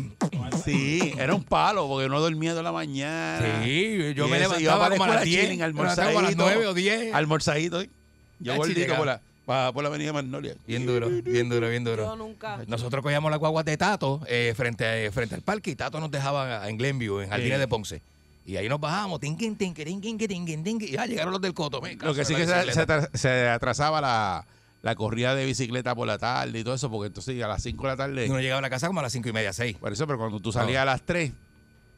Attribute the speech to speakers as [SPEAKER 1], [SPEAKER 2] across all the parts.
[SPEAKER 1] Sí, era un palo porque no dormía toda la mañana.
[SPEAKER 2] Sí, yo y me levantaba como a las 10,
[SPEAKER 1] chilling, almorzadito, a las
[SPEAKER 2] 9 o 10.
[SPEAKER 1] Almorzadito.
[SPEAKER 2] ¿eh?
[SPEAKER 1] Yo gordito por la por la avenida Magnolia.
[SPEAKER 2] Bien duro, bien duro, bien duro.
[SPEAKER 3] Yo nunca.
[SPEAKER 2] Nosotros cogíamos las guaguas de Tato eh, frente, a, frente al parque y Tato nos dejaba en Glenview, en Jardines sí. de Ponce. Y ahí nos bajamos, tinquen, tinquen, tinquen, tinquen, tinquen. Y ya llegaron los del Coto. Me
[SPEAKER 1] Lo que sí que se, se, se atrasaba la, la corrida de bicicleta por la tarde y todo eso, porque entonces a las 5 de la tarde.
[SPEAKER 2] Uno llegaba a la casa como a las 5 y media, 6.
[SPEAKER 1] Por eso, pero cuando tú salías no. a las 3,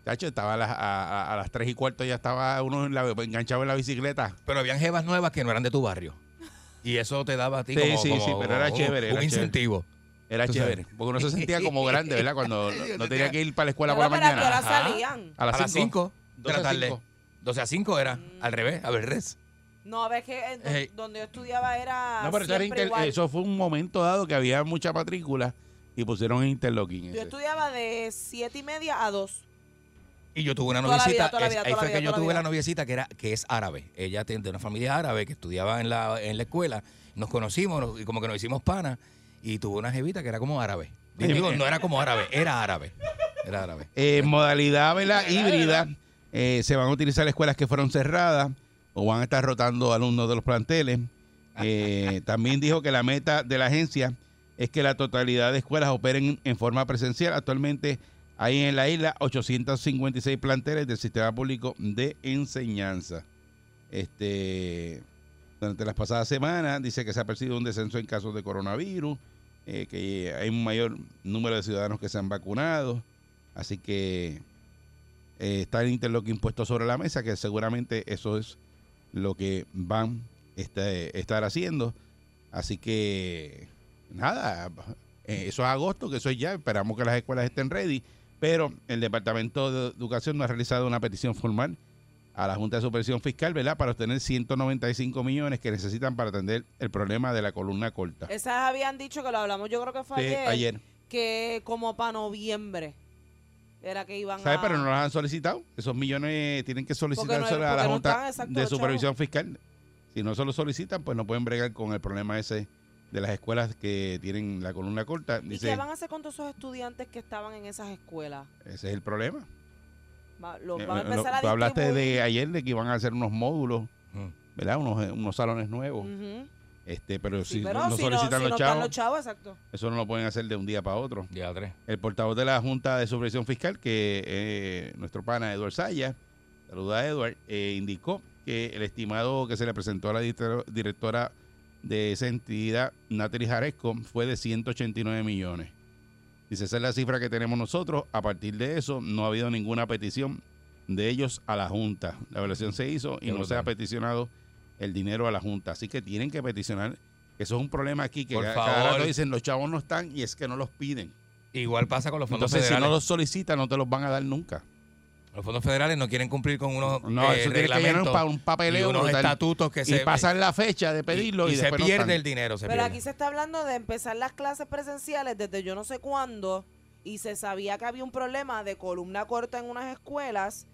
[SPEAKER 1] Cacho, estaba a las, a, a las 3 y cuarto, ya estaba uno en la, enganchado en la bicicleta.
[SPEAKER 2] Pero habían jevas nuevas que no eran de tu barrio. Y eso te daba a ti
[SPEAKER 1] sí,
[SPEAKER 2] como,
[SPEAKER 1] sí,
[SPEAKER 2] como,
[SPEAKER 1] sí, pero era chévere.
[SPEAKER 2] Un
[SPEAKER 1] era
[SPEAKER 2] incentivo.
[SPEAKER 1] Chévere. Era chévere, porque uno se sentía como grande, ¿verdad? Cuando no tenía que ir para la escuela por la
[SPEAKER 3] pero
[SPEAKER 1] mañana.
[SPEAKER 3] Ahora salían.
[SPEAKER 2] A las 5 de la tarde. 12 a 5 era, mm. al revés, a ver, res.
[SPEAKER 3] No, a ver que en, eh, donde yo estudiaba era. No, pero
[SPEAKER 1] era
[SPEAKER 3] inter, igual.
[SPEAKER 1] eso fue un momento dado que había mucha matrícula y pusieron interlocking.
[SPEAKER 3] Yo ese. estudiaba de 7 y media a 2.
[SPEAKER 2] Y yo tuve una toda noviecita, vida, vida, es, ahí fue vida, que yo tuve la noviecita que era que es árabe. Ella de una familia árabe que estudiaba en la, en la escuela. Nos conocimos nos, y como que nos hicimos panas y tuvo una jevita que era como árabe. Digo, no era como árabe, era árabe. Era árabe.
[SPEAKER 1] Eh, modalidad ¿verdad? híbrida. Eh, se van a utilizar escuelas que fueron cerradas o van a estar rotando alumnos de los planteles. Eh, también dijo que la meta de la agencia es que la totalidad de escuelas operen en forma presencial. Actualmente hay en la isla 856 planteles del sistema público de enseñanza. Este, durante las pasadas semanas dice que se ha percibido un descenso en casos de coronavirus, eh, que hay un mayor número de ciudadanos que se han vacunado. Así que eh, está el interloque impuesto sobre la mesa, que seguramente eso es lo que van a este, estar haciendo. Así que, nada, eh, eso es agosto, que eso es ya, esperamos que las escuelas estén ready, pero el Departamento de Educación no ha realizado una petición formal a la Junta de Supervisión Fiscal, ¿verdad? Para obtener 195 millones que necesitan para atender el problema de la columna corta.
[SPEAKER 3] Esas habían dicho que lo hablamos, yo creo que fue sí, ayer, ayer, que como para noviembre Era que iban
[SPEAKER 1] ¿Sabes?
[SPEAKER 3] a...
[SPEAKER 1] Pero no los han solicitado. Esos millones tienen que solicitarse
[SPEAKER 3] no-
[SPEAKER 1] a la
[SPEAKER 3] Ah. porque no
[SPEAKER 1] Junta
[SPEAKER 3] están, exacto,
[SPEAKER 1] de
[SPEAKER 3] los
[SPEAKER 1] Supervisión Fiscal. Si no se lo solicitan, pues no pueden bregar con el problema ese de las escuelas que tienen la columna corta.
[SPEAKER 3] ¿Y
[SPEAKER 1] Dice,
[SPEAKER 3] qué van a hacer con todos esos estudiantes que estaban en esas escuelas?
[SPEAKER 1] ese es el problema.
[SPEAKER 3] Va- los
[SPEAKER 1] Eh,
[SPEAKER 3] van a
[SPEAKER 1] lo-
[SPEAKER 3] empezar a
[SPEAKER 1] tú hablaste
[SPEAKER 3] distribuir.
[SPEAKER 1] de ayer de que iban a hacer unos módulos,
[SPEAKER 2] Ujú.
[SPEAKER 1] ¿verdad? Unos, eh, unos salones nuevos.
[SPEAKER 3] Ujú.
[SPEAKER 1] este Pero
[SPEAKER 3] Mm. Sí,
[SPEAKER 1] si
[SPEAKER 3] pero
[SPEAKER 1] no, no
[SPEAKER 3] si
[SPEAKER 1] solicitan
[SPEAKER 3] no, si
[SPEAKER 1] los
[SPEAKER 3] no
[SPEAKER 1] chavos,
[SPEAKER 3] están los chavos, exacto.
[SPEAKER 1] eso no lo pueden hacer de un día para otro.
[SPEAKER 2] Ya, tres.
[SPEAKER 1] el portavoz de la Junta de Supervisión Fiscal, que eh, nuestro pana Eduard Saya, saluda a Eduard, eh, indicó que el estimado que se le presentó a la distro- directora de esa entidad, Natalie Jaresco, fue de 189 millones. Dice, esa es la cifra que tenemos nosotros. A partir de eso, no ha habido ninguna petición de ellos a la Junta. La evaluación se hizo
[SPEAKER 2] Qué
[SPEAKER 1] y no se ha
[SPEAKER 2] brutal.
[SPEAKER 1] peticionado el dinero a la Junta. Así que tienen que peticionar. Eso es un problema aquí que
[SPEAKER 2] Por
[SPEAKER 1] cada- cada
[SPEAKER 2] favor.
[SPEAKER 1] rato dicen los chavos no están y es que no los piden.
[SPEAKER 2] Igual pasa con los fondos
[SPEAKER 1] Entonces, si
[SPEAKER 2] federales.
[SPEAKER 1] no los solicitas, no te los van a dar nunca.
[SPEAKER 2] Los fondos federales no quieren cumplir con unos
[SPEAKER 1] No,
[SPEAKER 2] eh,
[SPEAKER 1] eso tiene que llenar un,
[SPEAKER 2] reglamentos
[SPEAKER 1] pa- un papeleo.
[SPEAKER 2] y unos
[SPEAKER 1] brutal.
[SPEAKER 2] estatutos que
[SPEAKER 1] y
[SPEAKER 2] se
[SPEAKER 1] pasan la fecha de pedirlo y,
[SPEAKER 2] y, se
[SPEAKER 1] después no
[SPEAKER 2] pierde
[SPEAKER 1] están.
[SPEAKER 2] el dinero. Se
[SPEAKER 3] Pero
[SPEAKER 2] pierde.
[SPEAKER 3] aquí se está hablando de empezar las clases presenciales desde yo no sé cuándo y se sabía que había un problema de columna corta en unas escuelas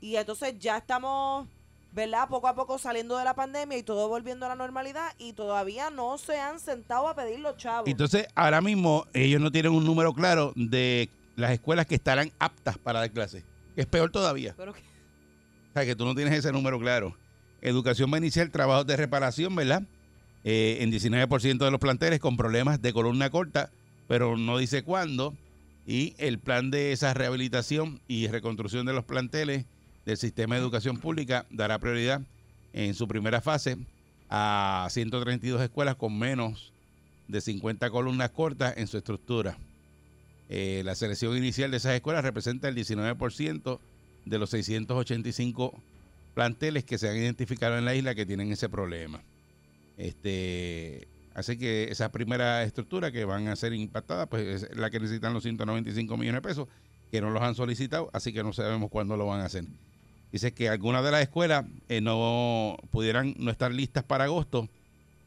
[SPEAKER 3] y entonces ya estamos, ¿verdad? Poco a poco saliendo de la pandemia y todo volviendo a la normalidad y todavía no se han sentado a pedir los chavos.
[SPEAKER 1] Entonces, ahora mismo ellos no tienen un número claro de las escuelas que estarán aptas para dar clases. Es peor todavía.
[SPEAKER 3] Pero que-
[SPEAKER 1] O sea, que tú no tienes ese número claro. Educación va a iniciar trabajos de reparación, ¿verdad? Eh, en 19% de los planteles con problemas de columna corta, pero no dice cuándo. Y el plan de esa rehabilitación y reconstrucción de los planteles del sistema de educación pública dará prioridad en su primera fase a 132 escuelas con menos de 50 columnas cortas en su estructura. Eh, la selección inicial de esas escuelas representa el 19% de los 685 planteles que se han identificado en la isla que tienen ese problema. Este, así que esas primeras estructuras que van a ser impactadas, pues es la que necesitan los 195 millones de pesos, que no los han solicitado, así que no sabemos cuándo lo van a hacer. Dice que algunas de las escuelas eh, no pudieran no estar listas para agosto,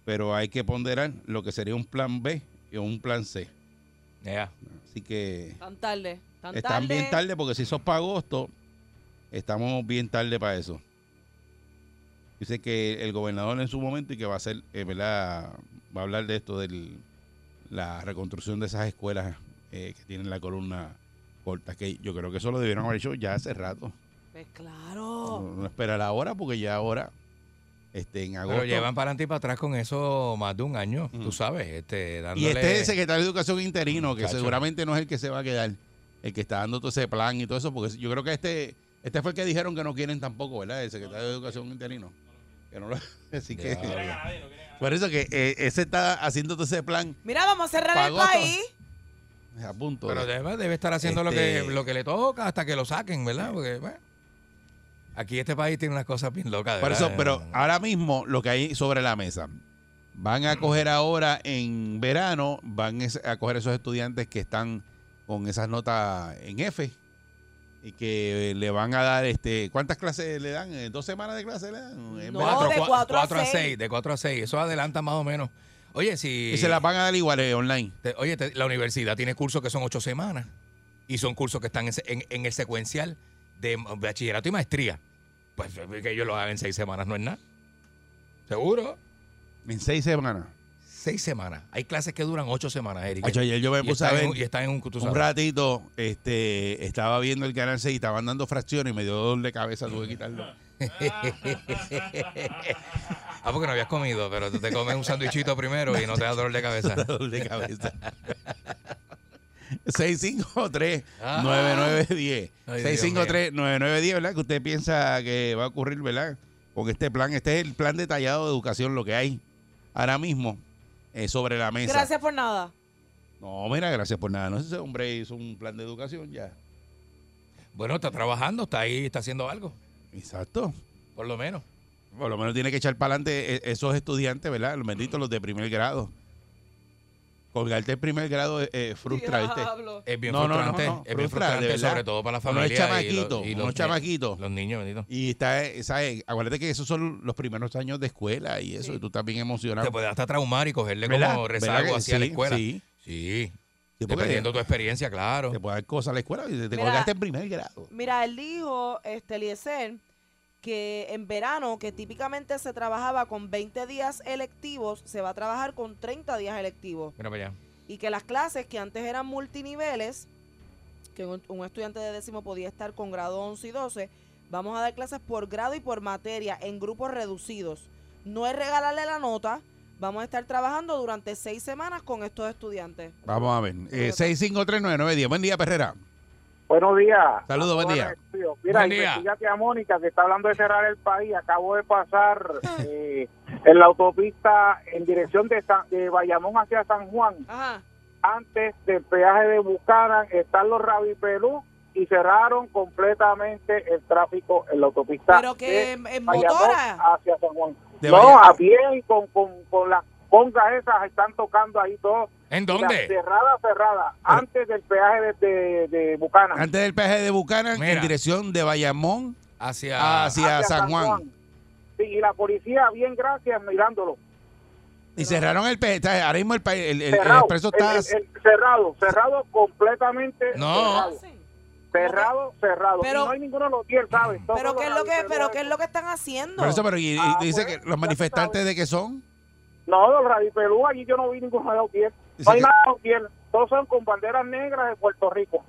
[SPEAKER 1] pero hay que ponderar lo que sería un plan B o un plan C.
[SPEAKER 2] Ya.
[SPEAKER 1] Así que
[SPEAKER 3] tan tarde, tan
[SPEAKER 1] están
[SPEAKER 3] tarde.
[SPEAKER 1] bien tarde porque si sos para agosto, estamos bien tarde para eso. Dice que el gobernador en su momento y que va a ser, eh, ¿verdad? Va a hablar de esto de la reconstrucción de esas escuelas eh, que tienen la columna corta, que yo creo que eso lo debieron haber hecho ya hace rato.
[SPEAKER 3] Pues
[SPEAKER 1] No,
[SPEAKER 3] claro.
[SPEAKER 1] no esperar ahora porque ya ahora, este, en agosto. Mm.
[SPEAKER 2] Pero llevan para adelante y para atrás con eso más de un año, tú sabes. Este,
[SPEAKER 1] y
[SPEAKER 2] dándole...
[SPEAKER 1] este es el secretario de Educación interino, que
[SPEAKER 2] Chacho.
[SPEAKER 1] seguramente no es el que se va a quedar, el que está dando todo ese plan y todo eso, porque yo creo que este este fue el que dijeron que no quieren tampoco, ¿verdad? El secretario de Educación interino. Que no lo, así que.
[SPEAKER 2] Diablo.
[SPEAKER 1] Por eso que eh, ese está haciendo todo ese plan
[SPEAKER 3] Mira, vamos a cerrar el
[SPEAKER 1] Pagó todo.
[SPEAKER 3] país.
[SPEAKER 1] a punto.
[SPEAKER 2] Pero
[SPEAKER 1] de-
[SPEAKER 2] debe, debe estar haciendo lo,
[SPEAKER 1] Este-
[SPEAKER 2] que, lo que le toca hasta que lo saquen, ¿verdad? Porque, bueno, aquí este país tiene unas cosas bien locas. de
[SPEAKER 1] por eso,
[SPEAKER 2] verdad.
[SPEAKER 1] pero ahora mismo lo que hay sobre la mesa. Van a coger ahora en verano, van es- a coger esos estudiantes que están con esas notas en F y que eh, le van a dar, este ¿cuántas clases le dan? Eh, ¿Dos semanas de clases le dan? Eh, En
[SPEAKER 3] No,
[SPEAKER 1] verano.
[SPEAKER 3] de
[SPEAKER 2] cua-
[SPEAKER 3] cuatro a seis.
[SPEAKER 2] De 4 a 6. Eso adelanta más o menos. Oye, si.
[SPEAKER 1] Y se las van a dar igual eh, online.
[SPEAKER 2] te- oye, te- la universidad tiene cursos que son 8 semanas. Y son cursos que están en, se- en- en el secuencial de bachillerato y maestría. Pues eh, que ellos lo hagan en 6 semanas, no es nada. Seguro.
[SPEAKER 1] En seis semanas.
[SPEAKER 2] 6 semanas. Hay clases que duran 8 semanas, Eric.
[SPEAKER 1] Acho, ayer yo me
[SPEAKER 2] y,
[SPEAKER 1] puse a
[SPEAKER 2] están en,
[SPEAKER 1] ver
[SPEAKER 2] un- y están en un. tú
[SPEAKER 1] un
[SPEAKER 2] sabes.
[SPEAKER 1] ratito, este, estaba viendo el canal 6 y estaban dando fracciones y me dio dolor de cabeza, tuve que quitarlo.
[SPEAKER 2] Ah, porque no habías comido, pero tú te comes un sandwichito primero y no te da dolor de cabeza.
[SPEAKER 1] dolor de cabeza. 653
[SPEAKER 2] Ah.
[SPEAKER 1] 9910
[SPEAKER 2] Ay,
[SPEAKER 1] 653 9910 ¿verdad? Que usted piensa que va a ocurrir, ¿verdad? Con este plan, este es el plan detallado de educación, lo que hay ahora mismo eh, sobre la mesa.
[SPEAKER 3] Gracias por nada.
[SPEAKER 1] No, mira, gracias por nada. No sé si ese hombre hizo un plan de educación ya.
[SPEAKER 2] Bueno, está trabajando, está ahí, está haciendo algo,
[SPEAKER 1] Exacto.
[SPEAKER 2] por lo menos.
[SPEAKER 1] Por lo menos tiene que echar para adelante e- esos estudiantes, ¿verdad? Los benditos, los de primer grado. Colgarte el primer grado eh, eh, frustra, ¿viste?
[SPEAKER 3] Diablo.
[SPEAKER 2] Es bien
[SPEAKER 1] No, no, no,
[SPEAKER 2] frustrante,
[SPEAKER 1] no,
[SPEAKER 2] es bien
[SPEAKER 1] frustra, de
[SPEAKER 2] frustrante,
[SPEAKER 1] verdad.
[SPEAKER 2] sobre todo para la
[SPEAKER 1] Uno
[SPEAKER 2] familia.
[SPEAKER 1] es
[SPEAKER 2] y lo-
[SPEAKER 1] chamaquito,
[SPEAKER 2] y
[SPEAKER 1] uno
[SPEAKER 2] los,
[SPEAKER 1] es chamaquito.
[SPEAKER 2] Los niños, bendito.
[SPEAKER 1] Y está, eh, ¿sabes? Acuérdate que esos son los primeros años de escuela y eso, y tú estás bien emocionado.
[SPEAKER 2] Te puede hasta traumar y cogerle
[SPEAKER 1] ¿Verdad?
[SPEAKER 2] como
[SPEAKER 1] ¿Verdad
[SPEAKER 2] rezago
[SPEAKER 1] que
[SPEAKER 2] hacia la
[SPEAKER 1] sí,
[SPEAKER 2] escuela.
[SPEAKER 1] Sí.
[SPEAKER 2] Sí.
[SPEAKER 1] O porque-
[SPEAKER 4] Dependiendo de tu experiencia, claro.
[SPEAKER 1] Te puede dar cosas a la escuela y te, te
[SPEAKER 3] Mira.
[SPEAKER 1] colgaste en primer grado.
[SPEAKER 3] Mira, él dijo, este Eliezer, que en verano, que típicamente se trabajaba con 20 días electivos, se va a trabajar con 30 días electivos.
[SPEAKER 4] Mira para allá.
[SPEAKER 3] Y que las clases que antes eran multiniveles, que un, un estudiante de décimo podía estar con grado 11 y 12, vamos a dar clases por grado y por materia en grupos reducidos. No es regalarle la nota, vamos a estar trabajando durante seis semanas con estos estudiantes.
[SPEAKER 1] Vamos a ver. Eh, 6539910. Buen día, Perrera.
[SPEAKER 5] Buenos días.
[SPEAKER 1] Saludos, buen día.
[SPEAKER 5] Mira,
[SPEAKER 4] Buen día.
[SPEAKER 5] investigate a Mónica que está hablando de cerrar el país. Acabo de pasar
[SPEAKER 3] Ah.
[SPEAKER 5] eh, en la autopista en dirección de, San- de Bayamón hacia San Juan.
[SPEAKER 3] Ajá.
[SPEAKER 5] Antes del peaje de Bucaran están los Rabipelú y cerraron completamente el tráfico en la autopista
[SPEAKER 3] Pero que
[SPEAKER 5] de
[SPEAKER 3] en, en
[SPEAKER 5] Bayamón
[SPEAKER 3] motora.
[SPEAKER 5] hacia San Juan.
[SPEAKER 1] De
[SPEAKER 5] no,
[SPEAKER 1] Bayamón.
[SPEAKER 5] a pie y con, con, con las congas esas están tocando ahí todo.
[SPEAKER 4] ¿En
[SPEAKER 5] Mira,
[SPEAKER 4] dónde?
[SPEAKER 5] Cerrada, cerrada. Antes del peaje de, de, de Bucaran.
[SPEAKER 1] Antes del peaje de Bucanan,
[SPEAKER 4] Mira.
[SPEAKER 1] en dirección de Bayamón
[SPEAKER 4] Hacia.
[SPEAKER 1] hacia- San Juan.
[SPEAKER 5] Sí, y la policía, bien gracias, mirándolo.
[SPEAKER 1] Y cerraron el peaje. Está- Ahora mismo el, pa- el, el- el
[SPEAKER 5] Cerrado.
[SPEAKER 1] expreso está.
[SPEAKER 5] El- el- el cerrado, cerrado completamente.
[SPEAKER 4] No.
[SPEAKER 5] Cerrado, cerrado. cerrado.
[SPEAKER 3] Ah, Pero-
[SPEAKER 5] Y no hay ninguno de los 10, ¿sabes? Todos
[SPEAKER 3] Pero
[SPEAKER 5] los
[SPEAKER 3] qué es lo que,
[SPEAKER 5] radicales.
[SPEAKER 3] pero qué es lo que están haciendo.
[SPEAKER 1] Por eso, pero y, y
[SPEAKER 5] Ah,
[SPEAKER 1] dice
[SPEAKER 5] pues,
[SPEAKER 1] que los
[SPEAKER 5] ya
[SPEAKER 1] manifestantes
[SPEAKER 5] sabes.
[SPEAKER 1] de que son.
[SPEAKER 5] No, los radipelú, allí yo no vi ninguno de los 10.
[SPEAKER 1] Dice
[SPEAKER 5] No hay
[SPEAKER 1] que-
[SPEAKER 5] nada de los 10. Todos son con banderas negras de Puerto Rico.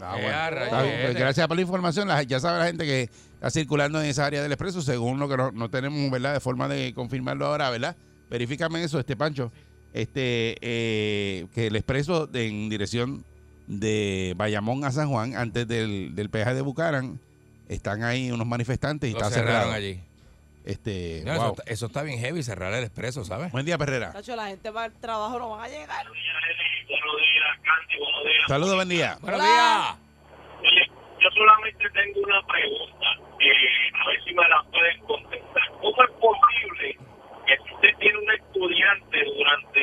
[SPEAKER 1] Ah,
[SPEAKER 4] Eh,
[SPEAKER 1] bueno.
[SPEAKER 4] arra,
[SPEAKER 1] Está bien,
[SPEAKER 4] eh,
[SPEAKER 1] pues, gracias por la información. La- ya sabe la gente que está circulando en esa área del expreso, según lo que no, no tenemos, ¿verdad? De forma de confirmarlo ahora, ¿verdad? Verifícame eso, este Pancho. Este, eh, que el expreso de- en dirección de Bayamón a San Juan, antes del, del peaje de Bucaran, están ahí unos manifestantes y
[SPEAKER 4] Lo
[SPEAKER 1] está
[SPEAKER 4] cerraron
[SPEAKER 1] cerrado.
[SPEAKER 4] allí.
[SPEAKER 1] Este,
[SPEAKER 4] Mira,
[SPEAKER 1] wow.
[SPEAKER 4] eso, está, eso está bien heavy, cerrar el expreso, ¿sabes?
[SPEAKER 1] Buen día, Perrera.
[SPEAKER 3] Tacho, la gente va al trabajo, no van a llegar.
[SPEAKER 6] Buenos días, Candy, buenos días.
[SPEAKER 1] Saludos, buen día.
[SPEAKER 4] ¡Buenos
[SPEAKER 3] Hola.
[SPEAKER 4] días!
[SPEAKER 6] Oye, yo solamente tengo una pregunta, eh, a ver si me la pueden contestar. ¿Cómo es posible que si usted tiene un estudiante durante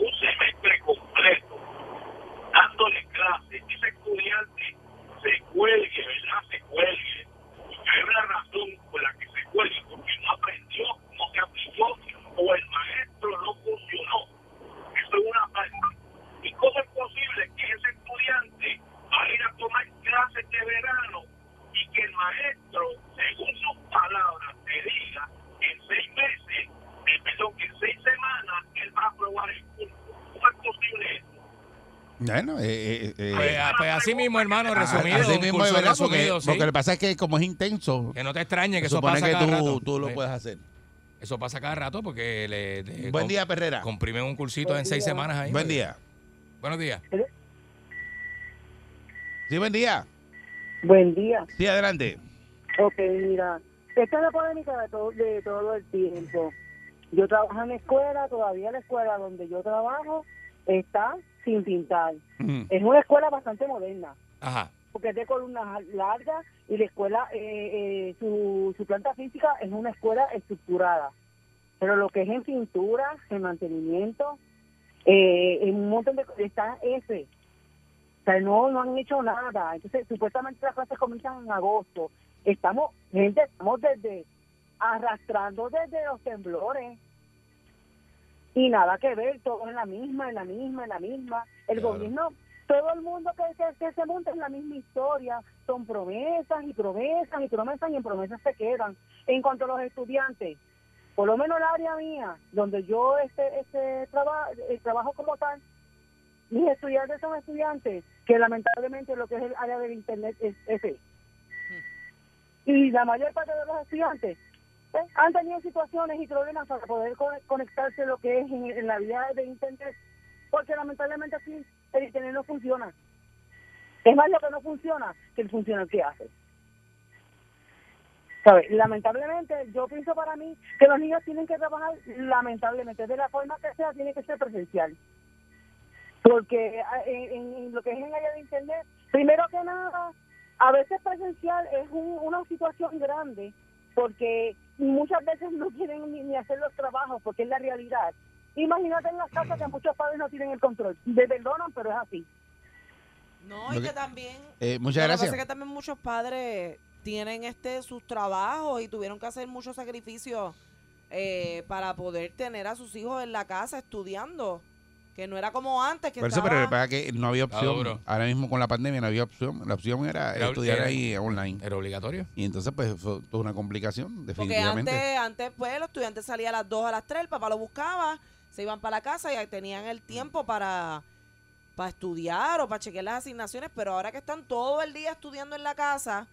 [SPEAKER 6] un semestre completo dándole clases, ese estudiante se cuelgue, ¿verdad? Se cuelgue. Porque hay una razón por la que se cuelgue, porque no aprendió, no se aplicó, o el maestro no funcionó. Eso es una parte. ¿Y cómo es posible que ese estudiante va a ir a tomar clases de verano y que el maestro, según sus palabras, te diga que en seis meses, eh, perdón, que en seis semanas él va a aprobar el curso? ¿Cómo es posible eso?
[SPEAKER 1] Bueno, eh, eh, eh,
[SPEAKER 4] Pues, ah, pues así mismo, hermano,
[SPEAKER 1] a-
[SPEAKER 4] resumido.
[SPEAKER 1] así
[SPEAKER 4] un
[SPEAKER 1] mismo,
[SPEAKER 4] curso
[SPEAKER 1] ¿verdad? Porque-
[SPEAKER 4] resumido, sí.
[SPEAKER 1] porque lo que pasa es que como es intenso,
[SPEAKER 4] Que no te extrañe que
[SPEAKER 1] se
[SPEAKER 4] eso
[SPEAKER 1] supone
[SPEAKER 4] pasa
[SPEAKER 1] que
[SPEAKER 4] cada
[SPEAKER 1] tú,
[SPEAKER 4] rato.
[SPEAKER 1] tú lo
[SPEAKER 4] Sí.
[SPEAKER 1] puedes hacer.
[SPEAKER 4] Eso pasa cada rato porque le, le-
[SPEAKER 1] Buen
[SPEAKER 4] com-
[SPEAKER 1] día, Perrera.
[SPEAKER 4] comprimen un cursito en seis semanas ahí.
[SPEAKER 1] Buen día.
[SPEAKER 4] Buenos días.
[SPEAKER 1] Sí, buen día.
[SPEAKER 7] Buen día.
[SPEAKER 1] Sí, adelante.
[SPEAKER 7] Ok, mira, esta es la polémica de todo, de todo el tiempo. Yo trabajo en la escuela, todavía la escuela donde yo trabajo está sin pintar.
[SPEAKER 1] Ujú.
[SPEAKER 7] Es una escuela bastante moderna,
[SPEAKER 4] Ajá.
[SPEAKER 7] porque es de columnas largas y la escuela, eh, eh, su, su planta física es una escuela estructurada. Pero lo que es en pintura, en mantenimiento, eh, en un montón de cosas, está ese. O sea, no, no han hecho nada. Entonces, supuestamente las clases comienzan en agosto. Estamos, gente, estamos desde arrastrando desde los temblores. Y nada que ver, todo en la misma, en la misma, en la misma. El
[SPEAKER 4] Claro.
[SPEAKER 7] gobierno, todo el mundo que, que- que se monta en la misma historia. Son promesas y promesas y promesas y en promesas se quedan. En cuanto a los estudiantes, por lo menos el área mía, donde yo este, este traba- eh, trabajo como tal, mis estudiantes son estudiantes que lamentablemente lo que es el área del internet es ese. Y la mayor parte de los estudiantes pues, han tenido situaciones y problemas para poder co- conectarse lo que es en, en la vida de internet, porque lamentablemente aquí el internet no funciona. Es más lo que no funciona que el funcional que hace. ¿Sabe? Lamentablemente, yo pienso para mí que los niños tienen que trabajar, lamentablemente, de la forma que sea, tiene que ser presencial porque ah, en, en- en lo que es en área de internet, primero que nada, a veces presencial es un- una situación grande, porque muchas veces no quieren ni, ni hacer los trabajos, porque es la realidad. Imagínate en las casas que muchos padres no tienen el control. Me perdonan, pero es así.
[SPEAKER 3] No, y
[SPEAKER 1] Lo que-
[SPEAKER 3] que también.
[SPEAKER 1] Eh, muchas
[SPEAKER 3] Lo que pasa es
[SPEAKER 1] gracias.
[SPEAKER 3] que también muchos padres tienen este sus trabajos y tuvieron que hacer muchos sacrificios eh, para poder tener a sus hijos en la casa estudiando. que no era como antes que
[SPEAKER 1] Por eso,
[SPEAKER 3] estaba-
[SPEAKER 1] pero lo que pasa es que no había
[SPEAKER 2] Está
[SPEAKER 1] opción.
[SPEAKER 2] duro.
[SPEAKER 1] Ahora mismo con la pandemia no había opción. La opción era,
[SPEAKER 2] Era-
[SPEAKER 1] estudiar
[SPEAKER 2] era-
[SPEAKER 1] ahí online.
[SPEAKER 2] Era obligatorio.
[SPEAKER 1] Y entonces, pues, fue toda una complicación,
[SPEAKER 3] porque
[SPEAKER 1] definitivamente.
[SPEAKER 3] antes antes pues los estudiantes salían a las 2 a las 3 el papá lo buscaba se iban para la casa y ahí tenían el tiempo para para estudiar o para chequear las asignaciones pero ahora que están todo el día estudiando en la casa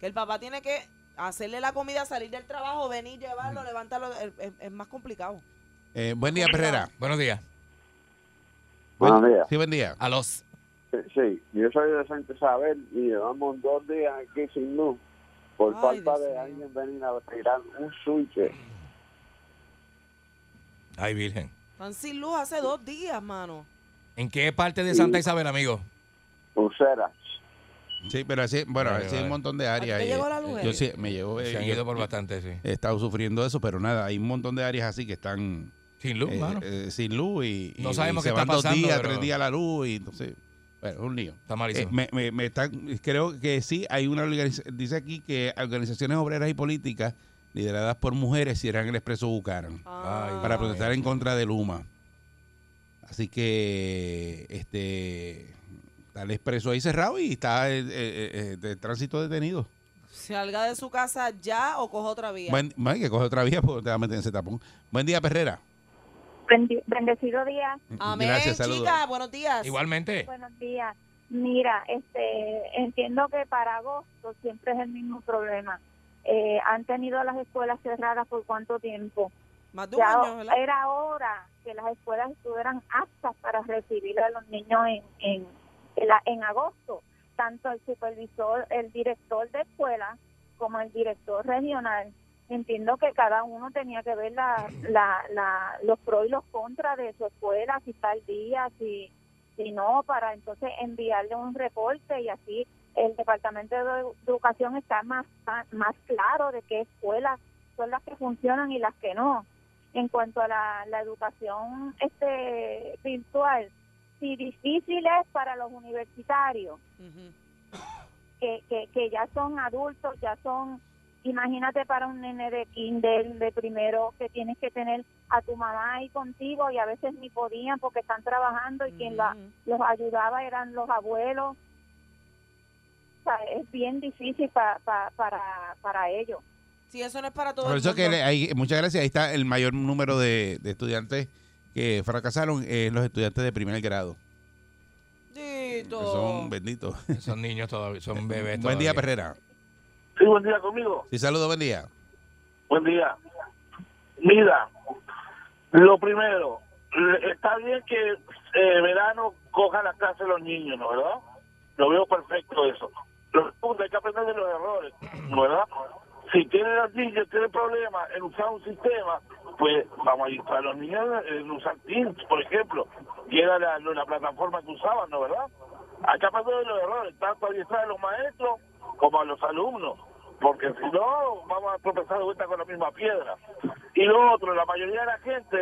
[SPEAKER 3] que el papá tiene que hacerle la comida salir del trabajo venir llevarlo levantarlo es, es- es más complicado
[SPEAKER 1] Eh, buen día, Perrera.
[SPEAKER 2] Buenos días.
[SPEAKER 8] Buenos días.
[SPEAKER 1] Sí, buen día.
[SPEAKER 2] A los.
[SPEAKER 8] Sí, yo soy de Santa Isabel y llevamos dos días aquí sin luz por
[SPEAKER 3] Ay,
[SPEAKER 8] falta
[SPEAKER 3] Dios
[SPEAKER 8] de
[SPEAKER 3] mío.
[SPEAKER 8] alguien venir a tirar un switch.
[SPEAKER 2] Ay, Virgen.
[SPEAKER 3] están sin luz hace dos días mano
[SPEAKER 2] ¿En qué parte de Santa Isabel, amigo?
[SPEAKER 8] Pulseras.
[SPEAKER 1] Sí, pero así, bueno,
[SPEAKER 2] Vale,
[SPEAKER 1] así hay
[SPEAKER 2] vale.
[SPEAKER 1] un montón de
[SPEAKER 3] ¿A
[SPEAKER 1] áreas.
[SPEAKER 3] ti te
[SPEAKER 1] ahí.
[SPEAKER 3] llegó la luz,
[SPEAKER 1] Yo
[SPEAKER 3] Eric?
[SPEAKER 1] sí, me llegó. eh,
[SPEAKER 2] Se han
[SPEAKER 1] yo
[SPEAKER 2] ido por bastante, sí.
[SPEAKER 1] He estado sufriendo eso, pero nada, hay un montón de áreas así que están
[SPEAKER 2] Sin luz,
[SPEAKER 1] eh,
[SPEAKER 2] mano.
[SPEAKER 1] eh, sin luz y, y-
[SPEAKER 2] No sabemos
[SPEAKER 1] y se
[SPEAKER 2] qué está
[SPEAKER 1] van dos
[SPEAKER 2] pasando,
[SPEAKER 1] días,
[SPEAKER 2] pero-
[SPEAKER 1] tres días la luz y entonces, bueno, es un lío.
[SPEAKER 2] Está
[SPEAKER 1] Eh,
[SPEAKER 2] malísimo.
[SPEAKER 1] me, me- me están- creo que sí, hay una organización, dice aquí que organizaciones obreras y políticas lideradas por mujeres cierran el expreso Bucaran
[SPEAKER 2] Ay,
[SPEAKER 1] para
[SPEAKER 2] Ah.
[SPEAKER 1] protestar en contra de Luma. Así que este está el expreso ahí cerrado y está el, eh, eh, eh, el tránsito detenido.
[SPEAKER 3] salga de su casa ya o coja otra vía
[SPEAKER 1] Buen, bueno, hay que coge otra vía porque te va a meter en ese tapón. Buen día, Perrera.
[SPEAKER 9] Bendi- Bendecido día,
[SPEAKER 3] amén
[SPEAKER 1] Gracias, saludos.
[SPEAKER 3] chicas Ah, buenos días
[SPEAKER 2] Igualmente.
[SPEAKER 9] buenos días. Mira, este, entiendo que para agosto siempre es el mismo problema. Eh, han tenido las escuelas cerradas por cuánto tiempo.
[SPEAKER 3] más de un
[SPEAKER 9] Ya
[SPEAKER 3] año ¿verdad?
[SPEAKER 9] era hora que las escuelas estuvieran aptas para recibir a los niños en, en, en la- en agosto. Tanto el supervisor, el director de escuela como el director regional. Entiendo que cada uno tenía que ver la, la, la- los pros y los contras de su escuela, si está al día, si, si no, para entonces enviarle un reporte y así el Departamento de Edu- Educación está más, más más claro de qué escuelas son las que funcionan y las que no en cuanto a la, la educación este virtual, si difícil es para los universitarios,
[SPEAKER 3] Ujú.
[SPEAKER 9] que, que, que ya son adultos, ya son, imagínate para un nene de kinder, de primero, que tienes que tener a tu mamá ahí contigo y a veces ni podían porque están trabajando y quien la,
[SPEAKER 3] Ujú.
[SPEAKER 9] los ayudaba eran los abuelos. O sea, es bien difícil pa- pa- para, para ellos.
[SPEAKER 3] Sí, eso no es para todo
[SPEAKER 1] Por
[SPEAKER 3] el
[SPEAKER 1] eso que
[SPEAKER 3] mundo.
[SPEAKER 1] le- hay, muchas gracias. Ahí está el mayor número de, de estudiantes que fracasaron, eh, los estudiantes de primer grado. que
[SPEAKER 3] Dito.
[SPEAKER 6] Oh.
[SPEAKER 1] Son benditos.
[SPEAKER 2] Son niños todavía, son bebés
[SPEAKER 1] Buen día,
[SPEAKER 2] todavía.
[SPEAKER 1] Perrera.
[SPEAKER 6] Sí, buen día conmigo.
[SPEAKER 1] Sí, saludos, buen día.
[SPEAKER 6] Buen día. Mira, lo primero, está bien que eh, verano coja la clase los niños, ¿no verdad? Lo veo perfecto eso. Lo segundo, hay que aprender de los errores, ¿no verdad? Si tienen los niños, tienen problemas en usar un sistema, pues vamos a ir para los niños eh, en usar Teams, por ejemplo, que era la, la plataforma que usaban, ¿no verdad? Hay que aprender de los errores, tanto a diestra de los maestros como a los alumnos, porque si no, vamos a tropezar de vuelta con la misma piedra. Y lo otro, la mayoría de la gente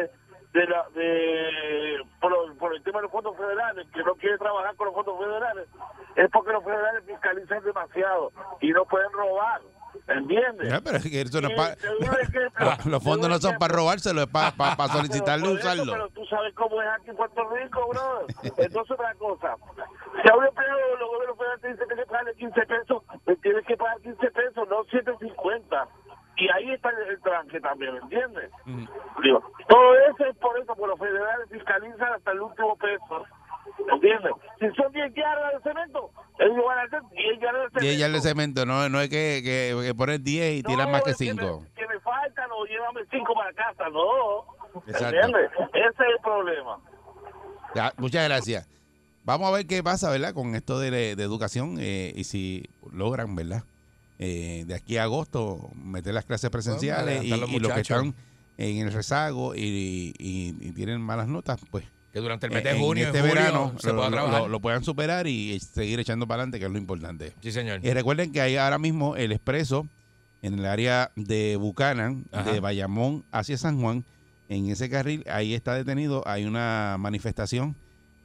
[SPEAKER 6] de la de por, por el tema de los fondos federales que no quiere trabajar con los fondos federales es porque los federales fiscalizan demasiado y no pueden robar ¿entiendes?
[SPEAKER 1] Ya, pero es que eso no es pa-
[SPEAKER 6] Eh, te doy un ejemplo.
[SPEAKER 1] los fondos no son para robárselo, es para solicitarle
[SPEAKER 6] Ah, Pero por eso, Pero
[SPEAKER 1] usarlo.
[SPEAKER 6] tú sabes cómo es aquí en Puerto Rico, bro. Entonces, otra cosa. Si a un empleado los gobiernos federales te dicen que tienes que pagarle 15 pesos, pues tienes que pagar 15 pesos, no 7.50. Y ahí está el, el tranque también, ¿me entiendes? Digo, todo eso es por eso, porque los federales fiscalizan hasta el último peso. ¿Entiendes? Si son 10 yardas de cemento, ellos van a hacer 10 yardas de
[SPEAKER 1] Y
[SPEAKER 6] cemento.
[SPEAKER 1] ella le cemento, no, no es que, que, que poner 10 y tirar
[SPEAKER 6] No,
[SPEAKER 1] más que
[SPEAKER 6] es me-
[SPEAKER 1] 5.
[SPEAKER 6] Que me, faltan o llévame 5 para casa, no.
[SPEAKER 1] Exacto.
[SPEAKER 6] ¿Entiendes? Ese es el problema.
[SPEAKER 1] Ya, muchas gracias. Vamos a ver qué pasa, ¿verdad? Con esto de, de educación eh, y si logran, ¿verdad? Eh, de aquí a agosto meter las clases presenciales y,
[SPEAKER 2] adelantar los
[SPEAKER 1] y los que
[SPEAKER 2] muchachos.
[SPEAKER 1] están en el rezago y, y- y tienen malas notas, pues
[SPEAKER 2] Que durante el mes de
[SPEAKER 1] en
[SPEAKER 2] junio, y
[SPEAKER 1] este
[SPEAKER 2] julio,
[SPEAKER 1] verano
[SPEAKER 2] se
[SPEAKER 1] lo,
[SPEAKER 2] pueda
[SPEAKER 1] lo-
[SPEAKER 2] trabajar.
[SPEAKER 1] lo- lo puedan superar y seguir echando para adelante, que es lo importante.
[SPEAKER 2] sí, señor.
[SPEAKER 1] Y Eh, recuerden que hay ahora mismo el expreso en el área de Bucanan,
[SPEAKER 2] Ajá.
[SPEAKER 1] de Bayamón hacia San Juan. En ese carril, ahí está detenido, hay una manifestación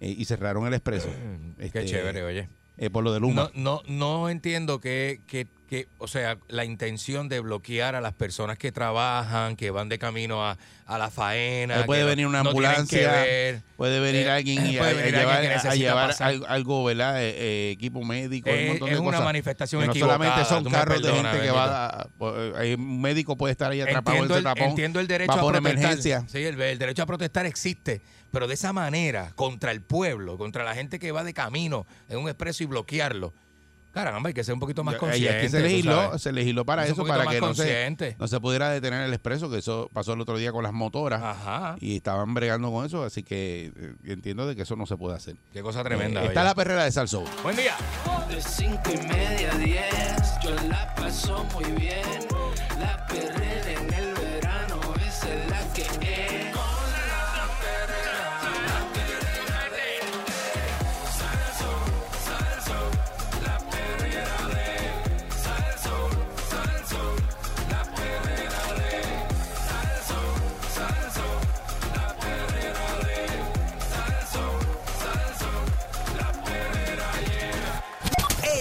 [SPEAKER 1] eh, y cerraron el expreso
[SPEAKER 2] Mm, Qué
[SPEAKER 1] este,
[SPEAKER 2] chévere, oye.
[SPEAKER 1] eh, por lo de Luma.
[SPEAKER 2] No, no, no entiendo qué, qué,
[SPEAKER 4] que, o sea, la intención de bloquear a las personas que trabajan, que van de camino a, a la faena.
[SPEAKER 1] Ahí puede
[SPEAKER 4] que no-
[SPEAKER 1] venir una
[SPEAKER 4] no tienen que
[SPEAKER 1] ambulancia,
[SPEAKER 4] ver.
[SPEAKER 1] puede venir
[SPEAKER 4] Eh,
[SPEAKER 1] alguien y a,
[SPEAKER 4] puede
[SPEAKER 1] a
[SPEAKER 4] venir alguien
[SPEAKER 1] llevar,
[SPEAKER 4] que
[SPEAKER 1] a
[SPEAKER 4] necesita
[SPEAKER 1] llevar
[SPEAKER 4] pasar.
[SPEAKER 1] al- algo, ¿verdad? Eh, eh, equipo médico, un
[SPEAKER 4] Eh,
[SPEAKER 1] montón de
[SPEAKER 4] es una
[SPEAKER 1] cosas.
[SPEAKER 4] manifestación
[SPEAKER 1] Que no
[SPEAKER 4] equivocada,
[SPEAKER 1] solamente son
[SPEAKER 4] tú me
[SPEAKER 1] carros de
[SPEAKER 4] perdonas,
[SPEAKER 1] gente que va
[SPEAKER 4] bendito.
[SPEAKER 1] a, a- eh, un médico puede estar ahí atrapado
[SPEAKER 4] entiendo,
[SPEAKER 1] en ese
[SPEAKER 4] el,
[SPEAKER 1] tapón.
[SPEAKER 4] entiendo el derecho
[SPEAKER 1] va
[SPEAKER 4] a
[SPEAKER 1] por
[SPEAKER 4] protestar.
[SPEAKER 1] emergencia.
[SPEAKER 4] Sí, el, el derecho a protestar existe, pero de esa manera, contra el pueblo, contra la gente que va de camino en un expreso y bloquearlo. Caramba, hay que ser un poquito más
[SPEAKER 1] Y
[SPEAKER 4] consciente.
[SPEAKER 1] aquí se
[SPEAKER 4] tú
[SPEAKER 1] legisló,
[SPEAKER 4] sabes.
[SPEAKER 1] se legisló para
[SPEAKER 4] Es un
[SPEAKER 1] eso,
[SPEAKER 4] poquito
[SPEAKER 1] para
[SPEAKER 4] más
[SPEAKER 1] que no se,
[SPEAKER 4] consciente.
[SPEAKER 1] no se pudiera detener el expreso, que eso pasó el otro día con las motoras.
[SPEAKER 4] Ajá.
[SPEAKER 1] Y estaban bregando con eso, así que eh, entiendo de que eso no se puede hacer.
[SPEAKER 4] Qué cosa tremenda.
[SPEAKER 1] Eh, está
[SPEAKER 4] oye.
[SPEAKER 1] la perrera de Salso.
[SPEAKER 4] Buen día.
[SPEAKER 10] De cinco y media a 10, yo la paso muy bien. La perrera en el verano, esa es la que es.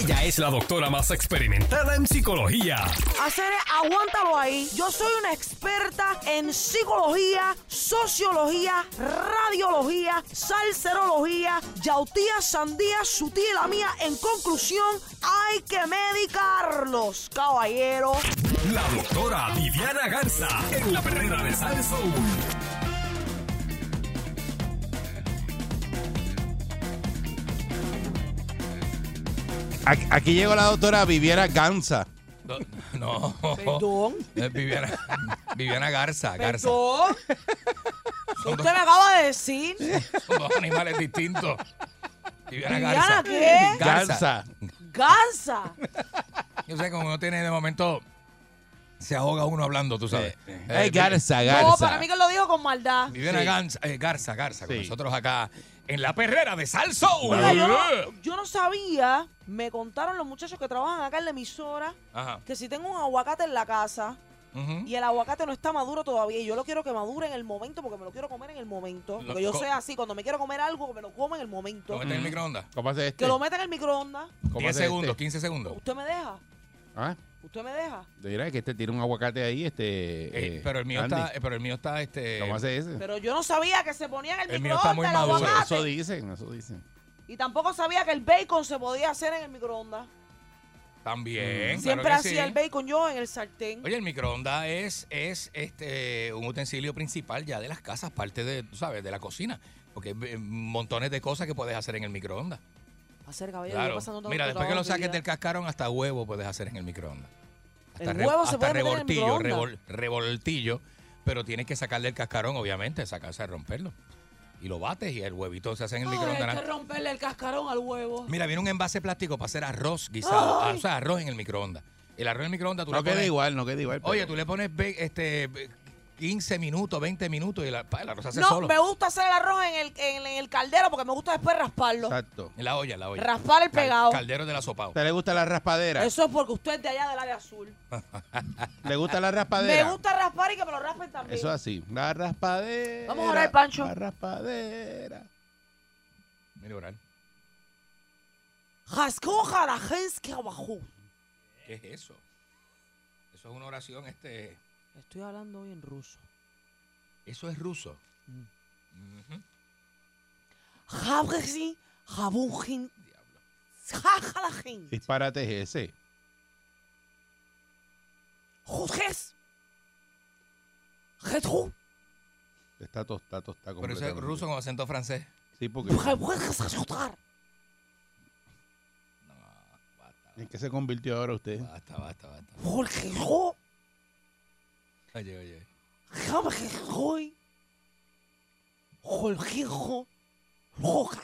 [SPEAKER 11] Ella es la doctora más experimentada en psicología.
[SPEAKER 3] Hacer, aguántalo ahí. Yo soy una experta en psicología, sociología, radiología, salserología, yautía, sandía, su tía y la mía. En conclusión, hay que medicarlos, caballero.
[SPEAKER 11] La doctora Viviana Garza en la perrera de Salsoul.
[SPEAKER 1] Aquí, aquí llegó la doctora Viviera Ganza.
[SPEAKER 4] No. no.
[SPEAKER 3] Perdón.
[SPEAKER 4] Es Viviana, Viviana Garza. Garza.
[SPEAKER 3] Perdón. Usted me acaba de decir.
[SPEAKER 4] Son dos animales distintos. Viviana
[SPEAKER 3] Viviana,
[SPEAKER 4] Garza.
[SPEAKER 3] ¿qué?
[SPEAKER 4] Garza.
[SPEAKER 1] Garza.
[SPEAKER 3] Gansa.
[SPEAKER 4] Yo sé que como uno tiene de momento, se ahoga uno hablando, tú sabes. Eh,
[SPEAKER 1] Eh, Garza, Garza.
[SPEAKER 3] No, para mí que lo dijo con maldad.
[SPEAKER 4] Viviana Ganza- eh, Garza, Garza, con
[SPEAKER 1] Sí.
[SPEAKER 4] nosotros acá en la perrera de Salso.
[SPEAKER 3] Mira, yo, no, yo no sabía, me contaron los muchachos que trabajan acá en la emisora,
[SPEAKER 4] Ajá.
[SPEAKER 3] que si tengo un aguacate en la casa
[SPEAKER 4] Ujú.
[SPEAKER 3] y el aguacate no está maduro todavía, y yo lo quiero que madure en el momento porque me lo quiero comer en el momento.
[SPEAKER 4] Lo-
[SPEAKER 3] Porque yo
[SPEAKER 4] co-
[SPEAKER 3] soy así, cuando me quiero comer algo, me lo como en el
[SPEAKER 4] Lo
[SPEAKER 3] momento.
[SPEAKER 4] meten en el microondas.
[SPEAKER 1] ¿Cómo hace este?
[SPEAKER 3] Que lo meta en el microondas.
[SPEAKER 1] ¿Cómo hace
[SPEAKER 4] 10
[SPEAKER 1] este?
[SPEAKER 4] segundos, 15 segundos.
[SPEAKER 3] ¿Usted me deja?
[SPEAKER 1] Ah,
[SPEAKER 3] ¿Usted me deja?
[SPEAKER 1] dirá que este tiene un aguacate ahí, este.
[SPEAKER 4] Eh,
[SPEAKER 1] eh,
[SPEAKER 4] pero el mío
[SPEAKER 1] Andy.
[SPEAKER 4] está, eh, pero el mío está este.
[SPEAKER 1] ¿Cómo hace ese?
[SPEAKER 3] Pero yo no sabía que se ponía en el,
[SPEAKER 4] El mío está
[SPEAKER 3] microondas
[SPEAKER 4] muy
[SPEAKER 3] el
[SPEAKER 4] maduro,
[SPEAKER 1] Eso-
[SPEAKER 3] aguacate.
[SPEAKER 1] Eso dicen, eso dicen.
[SPEAKER 3] Y tampoco sabía que el bacon se podía hacer en el microondas.
[SPEAKER 4] También.
[SPEAKER 3] Mm. Siempre
[SPEAKER 4] claro que
[SPEAKER 3] hacía
[SPEAKER 4] sí.
[SPEAKER 3] el bacon yo en el sartén.
[SPEAKER 4] Oye, el microondas es, es este un utensilio principal ya de las casas, parte de, tú sabes, de la cocina. Porque hay eh, montones de cosas que puedes hacer en el microondas.
[SPEAKER 3] hacer cabello, yo
[SPEAKER 4] Claro.
[SPEAKER 3] pasando tanto
[SPEAKER 4] Mira, después que lo
[SPEAKER 3] trabajo en mi
[SPEAKER 4] saques
[SPEAKER 3] vida.
[SPEAKER 4] del cascarón, hasta huevo puedes hacer en el microondas.
[SPEAKER 3] El
[SPEAKER 4] re-
[SPEAKER 3] huevo se puede meter en el
[SPEAKER 4] revoltillo,
[SPEAKER 3] microondas.
[SPEAKER 4] revol- revoltillo, pero tienes que sacarle el cascarón, obviamente, sacarse a romperlo. Y lo bates y el huevito se hace en el
[SPEAKER 3] Ay,
[SPEAKER 4] microondas.
[SPEAKER 3] hay que romperle el cascarón al huevo.
[SPEAKER 4] Mira, viene un envase plástico para hacer arroz guisado, ah, o sea, arroz en el microondas. El arroz en el microondas tú
[SPEAKER 1] No
[SPEAKER 4] le
[SPEAKER 1] queda
[SPEAKER 4] pones-
[SPEAKER 1] igual, no queda igual.
[SPEAKER 4] Oye,
[SPEAKER 1] pero-
[SPEAKER 4] tú le pones ve- este ve- 15 minutos, 20 minutos y la, pa, el arroz se hace
[SPEAKER 3] No,
[SPEAKER 4] solo.
[SPEAKER 3] me gusta hacer el arroz en el, en, en el caldero porque me gusta después rasparlo.
[SPEAKER 1] Exacto.
[SPEAKER 4] En la olla, en la olla.
[SPEAKER 3] Raspar el
[SPEAKER 4] Cal-
[SPEAKER 3] pegado.
[SPEAKER 4] caldero de la sopao.
[SPEAKER 1] ¿Te le gusta la raspadera?
[SPEAKER 3] Eso es porque usted es de allá del área azul.
[SPEAKER 1] ¿Le gusta la raspadera?
[SPEAKER 3] Me gusta raspar y que me lo raspen también.
[SPEAKER 1] Eso así. La raspadera.
[SPEAKER 3] Vamos a orar, Pancho.
[SPEAKER 1] La raspadera.
[SPEAKER 4] Mira, Oral,
[SPEAKER 3] Jascó, jarajenske, abajú.
[SPEAKER 4] ¿qué es eso? Eso es una oración, este.
[SPEAKER 3] Estoy hablando hoy en ruso.
[SPEAKER 4] Eso es ruso.
[SPEAKER 3] Jabjesi, jabujin, jajalajin.
[SPEAKER 1] Disparate es ese.
[SPEAKER 3] Juzges. Jetru.
[SPEAKER 1] Está tostado, está
[SPEAKER 4] Pero eso es
[SPEAKER 1] completamente.
[SPEAKER 4] ruso con acento francés.
[SPEAKER 1] Sí, porque
[SPEAKER 3] Jabujjes, asustar.
[SPEAKER 1] ¿en qué se convirtió ahora usted?
[SPEAKER 4] Basta, basta, basta.
[SPEAKER 3] Joljejo,
[SPEAKER 4] Oye, oye.
[SPEAKER 3] jabjejoy. Joljejo, roja.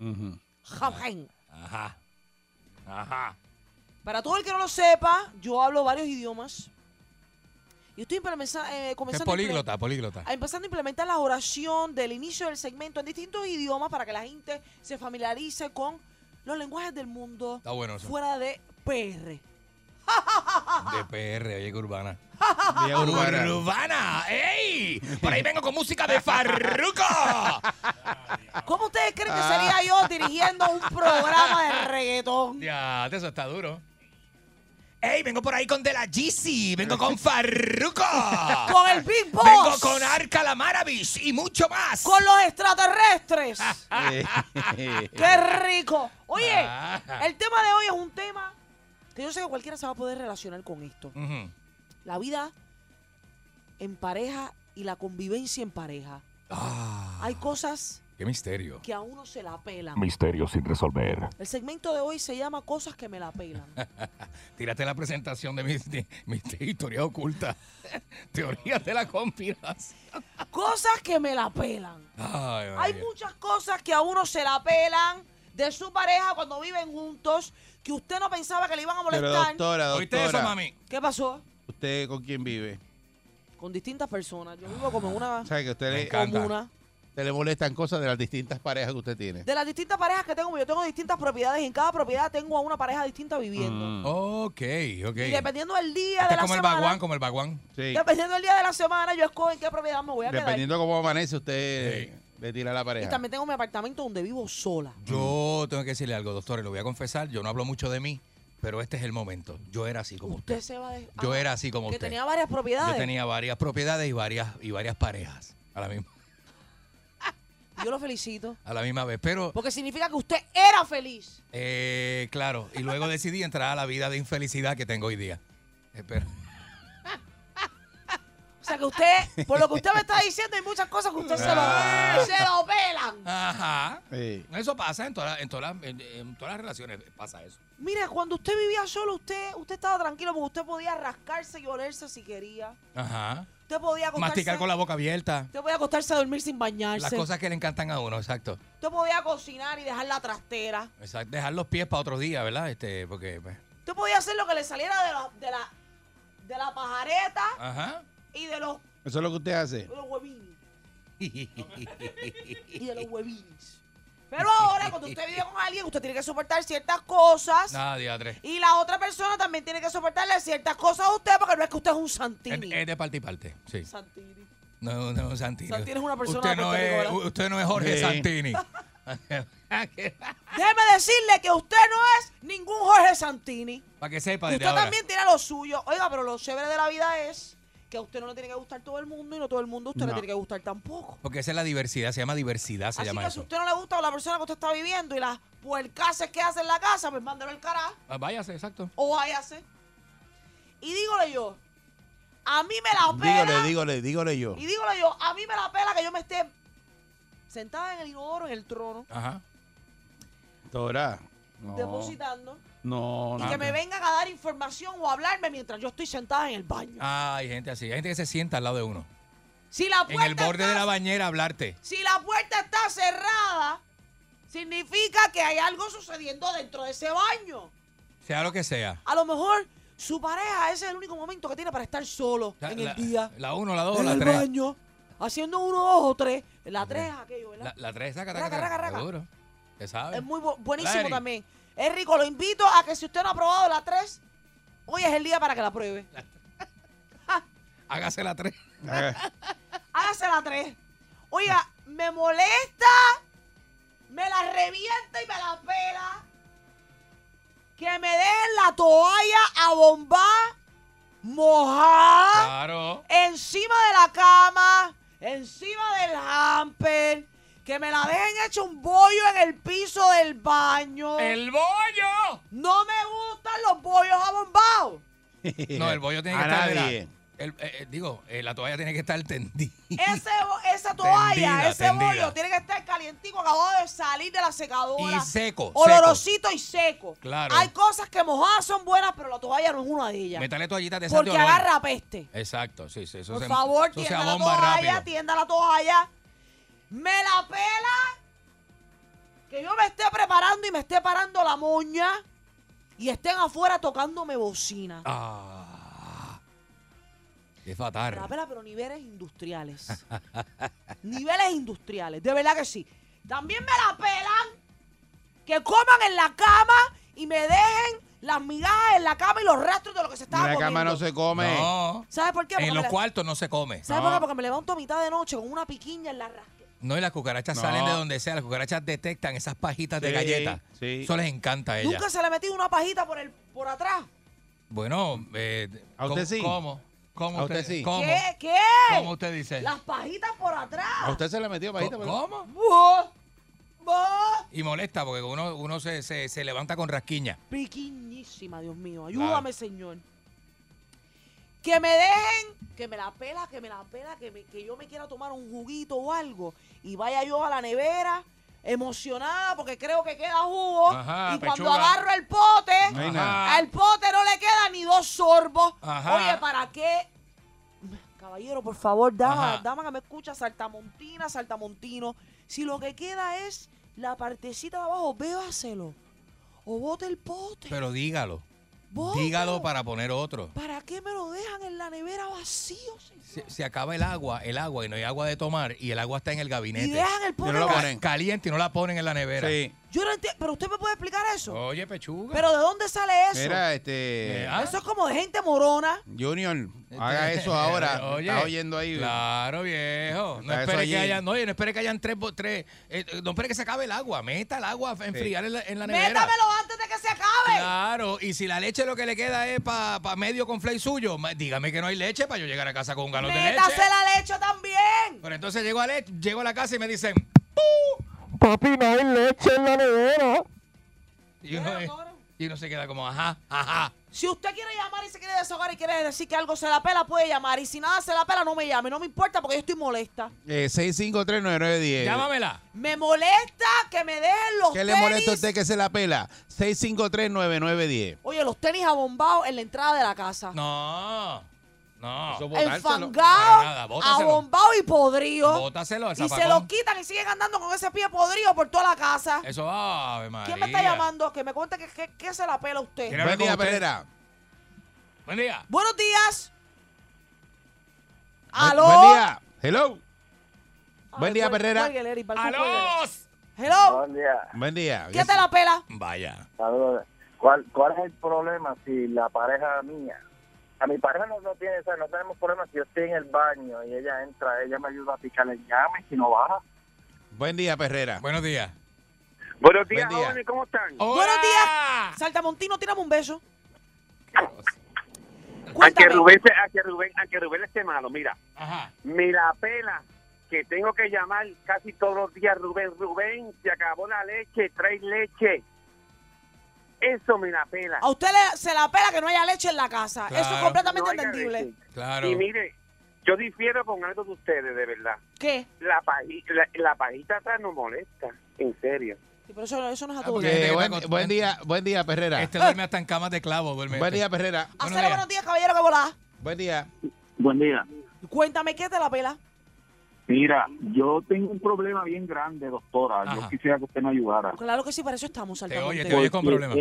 [SPEAKER 1] Ujú.
[SPEAKER 3] Jabjen.
[SPEAKER 4] Ajá. Ajá.
[SPEAKER 3] Para todo el que no lo sepa, yo hablo varios idiomas. Y estoy implemesa- eh,
[SPEAKER 4] Es
[SPEAKER 3] comenzando a imple-
[SPEAKER 4] políglota, políglota.
[SPEAKER 3] a empezando a implementar la oración del inicio del segmento en distintos idiomas para que la gente se familiarice con los lenguajes del mundo
[SPEAKER 4] Está bueno eso.
[SPEAKER 3] fuera de PR.
[SPEAKER 4] De PR, oye, que urbana.
[SPEAKER 1] Vía urbana.
[SPEAKER 4] ¡Urbana! ¡Ey! Por ahí vengo con música de Farruko.
[SPEAKER 3] ¿Cómo ustedes creen que sería yo dirigiendo un programa de reggaetón?
[SPEAKER 4] ya, eso está duro. ¡Ey, vengo por ahí con De La Jeezy! ¡Vengo con Farruko!
[SPEAKER 3] Con el Big Boss.
[SPEAKER 4] ¡Vengo con Arca la Maravis y mucho más!
[SPEAKER 3] Con los extraterrestres. ¡Qué
[SPEAKER 11] Ah.
[SPEAKER 3] rico! Oye, el tema de hoy es un tema que yo sé que cualquiera se va a poder relacionar con esto.
[SPEAKER 4] Ujú.
[SPEAKER 3] La vida en pareja y la convivencia en pareja. Hay cosas
[SPEAKER 4] Ah, ¡Qué misterio!
[SPEAKER 3] que a uno se la pelan.
[SPEAKER 4] Misterio sin resolver.
[SPEAKER 3] El segmento de hoy se llama Cosas que me la pelan.
[SPEAKER 4] Tírate la presentación de mis, de- mis teorías ocultas. teorías de la conspiración.
[SPEAKER 3] Cosas que me la pelan.
[SPEAKER 4] Ay,
[SPEAKER 3] Hay
[SPEAKER 4] María.
[SPEAKER 3] muchas cosas que a uno se la pelan de su pareja cuando viven juntos que usted no pensaba que le iban a
[SPEAKER 1] Pero
[SPEAKER 3] molestar.
[SPEAKER 1] doctora, doctora.
[SPEAKER 3] ¿Qué pasó?
[SPEAKER 1] ¿Usted con quién vive?
[SPEAKER 3] Con distintas personas. Yo vivo como en una...
[SPEAKER 1] ¿Sabe que a usted
[SPEAKER 3] Me
[SPEAKER 1] le,
[SPEAKER 3] encanta. Comuna.
[SPEAKER 1] Usted le molestan cosas de las distintas parejas que usted tiene?
[SPEAKER 3] De las distintas parejas que tengo, yo tengo distintas propiedades y en cada propiedad tengo a una pareja distinta viviendo.
[SPEAKER 1] Mm.
[SPEAKER 4] Ok, Mm, ok.
[SPEAKER 3] Y dependiendo del día
[SPEAKER 4] Este
[SPEAKER 3] de
[SPEAKER 4] es
[SPEAKER 3] la
[SPEAKER 4] como el
[SPEAKER 3] semana,
[SPEAKER 4] baguán, como el baguán.
[SPEAKER 1] Sí.
[SPEAKER 3] dependiendo del día de la semana, yo escojo en qué propiedad me voy a quedar.
[SPEAKER 1] Dependiendo cómo amanece, usted le tira a la
[SPEAKER 3] Y
[SPEAKER 1] pareja.
[SPEAKER 3] también tengo mi apartamento donde vivo sola.
[SPEAKER 4] Yo tengo que decirle algo, doctor, y lo voy a confesar. Yo no hablo mucho de mí, pero este es el momento. Yo era así como usted.
[SPEAKER 3] Usted se va de...
[SPEAKER 4] Yo
[SPEAKER 3] Ah,
[SPEAKER 4] era así como
[SPEAKER 3] que
[SPEAKER 4] usted.
[SPEAKER 3] tenía varias propiedades.
[SPEAKER 4] Yo tenía varias propiedades y varias, y varias parejas a la, misma,
[SPEAKER 3] Yo lo felicito.
[SPEAKER 4] a la misma vez. Pero,
[SPEAKER 3] Porque significa que usted era feliz.
[SPEAKER 4] eh, claro, y luego decidí entrar a la vida de infelicidad que tengo hoy día. Espero.
[SPEAKER 3] O sea que usted, por lo que usted me está diciendo, hay muchas cosas que usted se
[SPEAKER 4] Ah.
[SPEAKER 3] lo, se lo pelan.
[SPEAKER 4] Ajá. Eso pasa en todas las- en todas las- en- en todas las relaciones, pasa eso.
[SPEAKER 3] Mira, cuando usted vivía solo, usted, usted estaba tranquilo porque usted podía rascarse y olerse si quería.
[SPEAKER 4] Ajá.
[SPEAKER 3] Usted podía acostarse.
[SPEAKER 4] Masticar con la boca abierta.
[SPEAKER 3] Usted podía acostarse a dormir sin bañarse.
[SPEAKER 4] Las cosas que le encantan a uno, exacto.
[SPEAKER 3] Usted podía cocinar y dejar la trastera.
[SPEAKER 4] Exacto, Dejar los pies para otro día, ¿verdad? Este, porque. pues,
[SPEAKER 3] Usted podía hacer lo que le saliera de la, de la, de la pajareta
[SPEAKER 4] Ajá.
[SPEAKER 3] y de los,
[SPEAKER 1] Eso es lo que usted hace.
[SPEAKER 3] de los huevinos. Y de los huevinos. Pero ahora, cuando usted vive con alguien, usted tiene que soportar ciertas cosas.
[SPEAKER 4] Nada, Ah, diadre.
[SPEAKER 3] Y la otra persona también tiene que soportarle ciertas cosas a usted porque no es que usted es un
[SPEAKER 4] Es,
[SPEAKER 3] santini.
[SPEAKER 4] es de parte y parte, sí.
[SPEAKER 3] Santini.
[SPEAKER 4] No, no, Santini.
[SPEAKER 3] Santini es una persona
[SPEAKER 4] Usted no, es,
[SPEAKER 3] puertorriqueña.
[SPEAKER 4] usted no es Jorge
[SPEAKER 1] Sí.
[SPEAKER 4] Santini.
[SPEAKER 3] Déjeme decirle que usted no es ningún Jorge Santini.
[SPEAKER 4] Para que sepa,
[SPEAKER 3] Usted
[SPEAKER 4] desde ahora.
[SPEAKER 3] también tiene lo suyo. Oiga, pero lo chévere de la vida es que a usted no le tiene que gustar todo el mundo y no todo el mundo a usted
[SPEAKER 4] No.
[SPEAKER 3] le tiene que gustar tampoco.
[SPEAKER 4] Porque esa es la diversidad, se llama diversidad, se
[SPEAKER 3] Así
[SPEAKER 4] llama
[SPEAKER 3] que si
[SPEAKER 4] eso.
[SPEAKER 3] a usted no le gusta la persona que usted está viviendo y las puercases que hace en la casa, pues mándelo al carajo
[SPEAKER 4] Ah, Váyase, exacto.
[SPEAKER 3] o váyase. Y dígole yo, a mí me la pela.
[SPEAKER 1] Dígole, dígole, dígole yo.
[SPEAKER 3] Y dígole yo, a mí me la pela que yo me esté sentada en el inodoro, en el trono,
[SPEAKER 4] Ajá.
[SPEAKER 1] Doctora. No,
[SPEAKER 3] depositando,
[SPEAKER 1] no,
[SPEAKER 3] y
[SPEAKER 1] no.
[SPEAKER 3] que me vengan a dar información o hablarme mientras yo estoy sentada en el baño.
[SPEAKER 4] Ah, hay gente así. Hay gente que se sienta al lado de uno.
[SPEAKER 3] Si la
[SPEAKER 4] En
[SPEAKER 3] puerta
[SPEAKER 4] el borde
[SPEAKER 3] está
[SPEAKER 4] de la bañera a hablarte.
[SPEAKER 3] Si la puerta está cerrada, significa que hay algo sucediendo dentro de ese baño.
[SPEAKER 4] Sea lo que sea.
[SPEAKER 3] A lo mejor su pareja ese es el único momento que tiene para estar solo
[SPEAKER 4] La-
[SPEAKER 3] en
[SPEAKER 4] la-
[SPEAKER 3] el día.
[SPEAKER 4] La uno, la dos,
[SPEAKER 3] en
[SPEAKER 4] la
[SPEAKER 3] el
[SPEAKER 4] tres.
[SPEAKER 3] baño, haciendo uno, dos o tres. La tres es aquello, ¿verdad?
[SPEAKER 4] La, la tres, saca,
[SPEAKER 3] Raca, raca,
[SPEAKER 4] saca.
[SPEAKER 3] raca.
[SPEAKER 4] Seguro. Te sabes.
[SPEAKER 3] es muy bu- buenísimo
[SPEAKER 4] Larry.
[SPEAKER 3] también. Es rico, lo invito a que si usted no ha probado la tres, hoy es el día para que la pruebe.
[SPEAKER 4] Hágase la tres.
[SPEAKER 1] Ah,
[SPEAKER 3] Hágase la tres. Oiga, me molesta, me la revienta y me la pela. Que me dejen la toalla a bombar, mojada,
[SPEAKER 4] Claro.
[SPEAKER 3] encima de la cama, encima del hamper. Que me la dejen hecha un bollo en el piso del baño.
[SPEAKER 4] ¡El bollo!
[SPEAKER 3] No me gustan los bollos abombados.
[SPEAKER 4] No, el bollo tiene que
[SPEAKER 1] A
[SPEAKER 4] estar.
[SPEAKER 1] nadie.
[SPEAKER 4] ¿verdad? El- eh, eh, digo, eh, la toalla tiene que estar tendida.
[SPEAKER 3] Ese bo- esa toalla,
[SPEAKER 4] Tendida,
[SPEAKER 3] ese
[SPEAKER 4] tendida.
[SPEAKER 3] bollo tiene que estar calientico, acabado de salir de la secadora.
[SPEAKER 4] Y seco,
[SPEAKER 3] Olorosito y seco.
[SPEAKER 4] Claro.
[SPEAKER 3] Hay cosas que mojadas son buenas, pero la toalla no es una de ellas.
[SPEAKER 4] Métale toallitas de esas
[SPEAKER 3] porque
[SPEAKER 4] de olor.
[SPEAKER 3] agarra peste.
[SPEAKER 4] Exacto, sí, sí. Eso
[SPEAKER 3] Por
[SPEAKER 4] se-
[SPEAKER 3] favor,
[SPEAKER 4] eso se
[SPEAKER 3] tienda la
[SPEAKER 4] abomba
[SPEAKER 3] toalla,
[SPEAKER 4] rápido.
[SPEAKER 3] tienda la toalla. Me la pela que yo me esté preparando y me esté parando la moña y estén afuera tocándome bocina.
[SPEAKER 4] Ah, qué
[SPEAKER 3] Me la
[SPEAKER 4] fatal.
[SPEAKER 3] pela, pero niveles industriales. niveles industriales, de verdad que sí. También me la pelan que coman en la cama y me dejen las migajas en la cama y los rastros de lo que se estaba
[SPEAKER 1] la
[SPEAKER 3] comiendo.
[SPEAKER 1] cama no se come.
[SPEAKER 4] No,
[SPEAKER 3] ¿Sabes por qué? Porque
[SPEAKER 4] en
[SPEAKER 3] me
[SPEAKER 4] los
[SPEAKER 3] la-
[SPEAKER 4] cuartos no se come.
[SPEAKER 3] ¿Sabes
[SPEAKER 1] No.
[SPEAKER 3] por qué? Porque me levanto a mitad de noche con una piquiña en la rasca.
[SPEAKER 4] No, y las cucarachas
[SPEAKER 1] No.
[SPEAKER 4] salen de donde sea. Las cucarachas detectan esas pajitas de
[SPEAKER 1] Sí,
[SPEAKER 4] galletas.
[SPEAKER 1] sí.
[SPEAKER 4] Eso les encanta a ellas.
[SPEAKER 3] Nunca se le ha metido una pajita por el por atrás.
[SPEAKER 4] Bueno, eh,
[SPEAKER 1] ¿A usted
[SPEAKER 4] ¿cómo-
[SPEAKER 1] sí?
[SPEAKER 4] ¿Cómo? ¿Cómo
[SPEAKER 1] ¿A usted sí?
[SPEAKER 4] ¿Cómo?
[SPEAKER 3] ¿Qué? ¿Qué?
[SPEAKER 4] ¿Cómo usted dice?
[SPEAKER 3] Las pajitas por atrás.
[SPEAKER 1] ¿A usted se le metió pajita? por-
[SPEAKER 4] ¿Cómo?
[SPEAKER 3] Buah, buah.
[SPEAKER 4] Y molesta porque uno, uno se, se, se levanta con rasquiña.
[SPEAKER 3] Pequeñísima, Dios mío. Ayúdame, Señor. Que me dejen, que me la pela, que me la pela, que, me- que yo me quiera tomar un juguito o algo. Y vaya yo a la nevera emocionada porque creo que queda jugo.
[SPEAKER 4] Ajá,
[SPEAKER 3] y cuando
[SPEAKER 4] pechuga.
[SPEAKER 3] agarro el pote,
[SPEAKER 1] No hay nada.
[SPEAKER 3] al pote no le queda ni dos sorbos.
[SPEAKER 4] Ajá.
[SPEAKER 3] Oye, ¿para qué? Caballero, por favor, dama,
[SPEAKER 4] Ajá.
[SPEAKER 3] dama que me escucha, saltamontina, saltamontino. Si lo que queda es la partecita de abajo, bébaselo. O bote el pote.
[SPEAKER 4] Pero dígalo.
[SPEAKER 3] Bótalo.
[SPEAKER 4] Dígalo para poner otro.
[SPEAKER 3] ¿Para qué me lo dejan en la nevera vacío? señor?
[SPEAKER 4] Se, se acaba el agua, el agua, y no hay agua de tomar, y el agua está en el
[SPEAKER 3] Y
[SPEAKER 4] gabinete.
[SPEAKER 3] dejan el
[SPEAKER 1] Yo
[SPEAKER 3] pote.
[SPEAKER 1] no lo
[SPEAKER 4] Ca-
[SPEAKER 3] vacío.
[SPEAKER 1] ponen.
[SPEAKER 4] Caliente y no la ponen en la nevera.
[SPEAKER 1] Sí.
[SPEAKER 3] Yo no entiendo. Pero usted me puede explicar eso.
[SPEAKER 4] Oye, pechuga.
[SPEAKER 3] ¿Pero de dónde sale eso?
[SPEAKER 1] Mira, este.
[SPEAKER 4] Eh, ah.
[SPEAKER 3] Eso es como de gente morona.
[SPEAKER 1] Junior, haga eso ahora. Está oyendo ahí.
[SPEAKER 4] Este, Claro, viejo. No
[SPEAKER 1] Está eso
[SPEAKER 4] espere, que
[SPEAKER 1] allí.
[SPEAKER 4] haya, no, oye, no espere que hayan tres. bo- tres eh, eh, no espere que se acabe el agua. Meta el agua a enfriar en, la, en la nevera.
[SPEAKER 3] Métamelo antes de que se acabe.
[SPEAKER 4] Claro, y si la leche lo que le queda es para medio conflay suyo, ma- dígame que no hay leche para yo llegar a casa con un galón de leche.
[SPEAKER 3] Métase la leche también.
[SPEAKER 4] Pero entonces llego a, le- llego a la casa y me dicen,
[SPEAKER 11] Papi, no hay leche en la nevera.
[SPEAKER 4] y uno,
[SPEAKER 3] Pero, Toro.
[SPEAKER 4] y uno se queda como, ajá, ajá.
[SPEAKER 3] Si usted quiere llamar y se quiere desahogar y quiere decir que algo se la pela, puede llamar. Y si nada se la pela, no me llame. No me importa porque yo estoy molesta.
[SPEAKER 1] Eh, 6539910.
[SPEAKER 4] Llámamela.
[SPEAKER 3] Me molesta que me dejen los
[SPEAKER 1] ¿Qué le
[SPEAKER 3] tenis.
[SPEAKER 1] molesta a usted que se la pela? 6539910.
[SPEAKER 3] Oye, los tenis abombados en la entrada de la casa. Ah.
[SPEAKER 4] No, no. para nada,
[SPEAKER 3] Enfangado,
[SPEAKER 4] Ah, bótaselo.
[SPEAKER 3] abombado y podrido.
[SPEAKER 4] Bótaselo al
[SPEAKER 3] Y se
[SPEAKER 4] zapacón.
[SPEAKER 3] los quitan y siguen andando con ese pie podrido por toda la casa.
[SPEAKER 4] Eso, ave María.
[SPEAKER 3] ¿Quién me está llamando? Que me cuente que, que- que se la pela usted.
[SPEAKER 4] Quiero
[SPEAKER 1] Buen
[SPEAKER 4] hablar con
[SPEAKER 1] día,
[SPEAKER 4] usted.
[SPEAKER 1] Pereira.
[SPEAKER 4] Buen día.
[SPEAKER 3] Buenos días.
[SPEAKER 1] Buen-
[SPEAKER 3] ¿Aló?
[SPEAKER 1] Buen día. Hello.
[SPEAKER 3] Ay,
[SPEAKER 1] Buen día,
[SPEAKER 3] cuelgue,
[SPEAKER 1] Perrera.
[SPEAKER 3] cuelgue, Eric, balcón, cuelgue.
[SPEAKER 4] ¡Alos!
[SPEAKER 3] Hello.
[SPEAKER 6] Buen día.
[SPEAKER 1] Buen día.
[SPEAKER 3] ¿Qué te la pela?
[SPEAKER 4] Vaya.
[SPEAKER 6] Saludos. ¿Cuál, ¿Cuál es el problema si la pareja mía? A mi pareja no, no tiene, o sea, no tenemos problema si yo estoy en el baño y ella entra, ella me ayuda a picar el llame si no baja.
[SPEAKER 1] Buen día, Perrera.
[SPEAKER 4] Buenos días.
[SPEAKER 12] Buenos
[SPEAKER 1] días, Buen día. jóvenes,
[SPEAKER 12] ¿cómo están?
[SPEAKER 3] Buenos
[SPEAKER 4] días.
[SPEAKER 3] Saltamontino, tírame un beso.
[SPEAKER 12] A que,
[SPEAKER 3] Cuéntame.
[SPEAKER 12] Rubén, se- a, que Rubén, a que Rubén esté malo, mira.
[SPEAKER 4] Ajá.
[SPEAKER 12] Me la pela que tengo que llamar casi todos los días Rubén, Rubén, se acabó la leche, trae leche. Eso me la pela.
[SPEAKER 3] A usted le- se la pela que no haya leche en la casa. Ah, Eso es
[SPEAKER 4] Claro.
[SPEAKER 3] completamente
[SPEAKER 12] No haya
[SPEAKER 3] entendible.
[SPEAKER 12] leche.
[SPEAKER 4] Claro.
[SPEAKER 12] Y mire, yo difiero con algo de ustedes, de verdad.
[SPEAKER 3] ¿Qué?
[SPEAKER 12] La, paji- la, la pajita atrás no molesta, en serio.
[SPEAKER 3] Sí, pero eso, eso no es a
[SPEAKER 4] Ah,
[SPEAKER 3] tu
[SPEAKER 4] porque-
[SPEAKER 3] vida.
[SPEAKER 1] Eh, buen,
[SPEAKER 4] Gente que
[SPEAKER 1] buen
[SPEAKER 4] está-
[SPEAKER 1] día, buen día, Perrera.
[SPEAKER 4] Este duerme hasta en camas de clavo, duerme.
[SPEAKER 1] Buen día, Perrera.
[SPEAKER 4] buenos
[SPEAKER 3] Hacele
[SPEAKER 4] días.
[SPEAKER 3] buenos días, caballero, que volá.
[SPEAKER 1] Buen día.
[SPEAKER 6] Buen día.
[SPEAKER 3] Cuéntame, ¿qué te la pela?
[SPEAKER 6] Mira, yo tengo un problema bien grande, doctora.
[SPEAKER 4] Ajá.
[SPEAKER 6] Yo quisiera que usted me ayudara.
[SPEAKER 3] Claro que sí, para eso estamos,
[SPEAKER 4] Te
[SPEAKER 3] Saltamontino.
[SPEAKER 4] oye, te oye con problemas.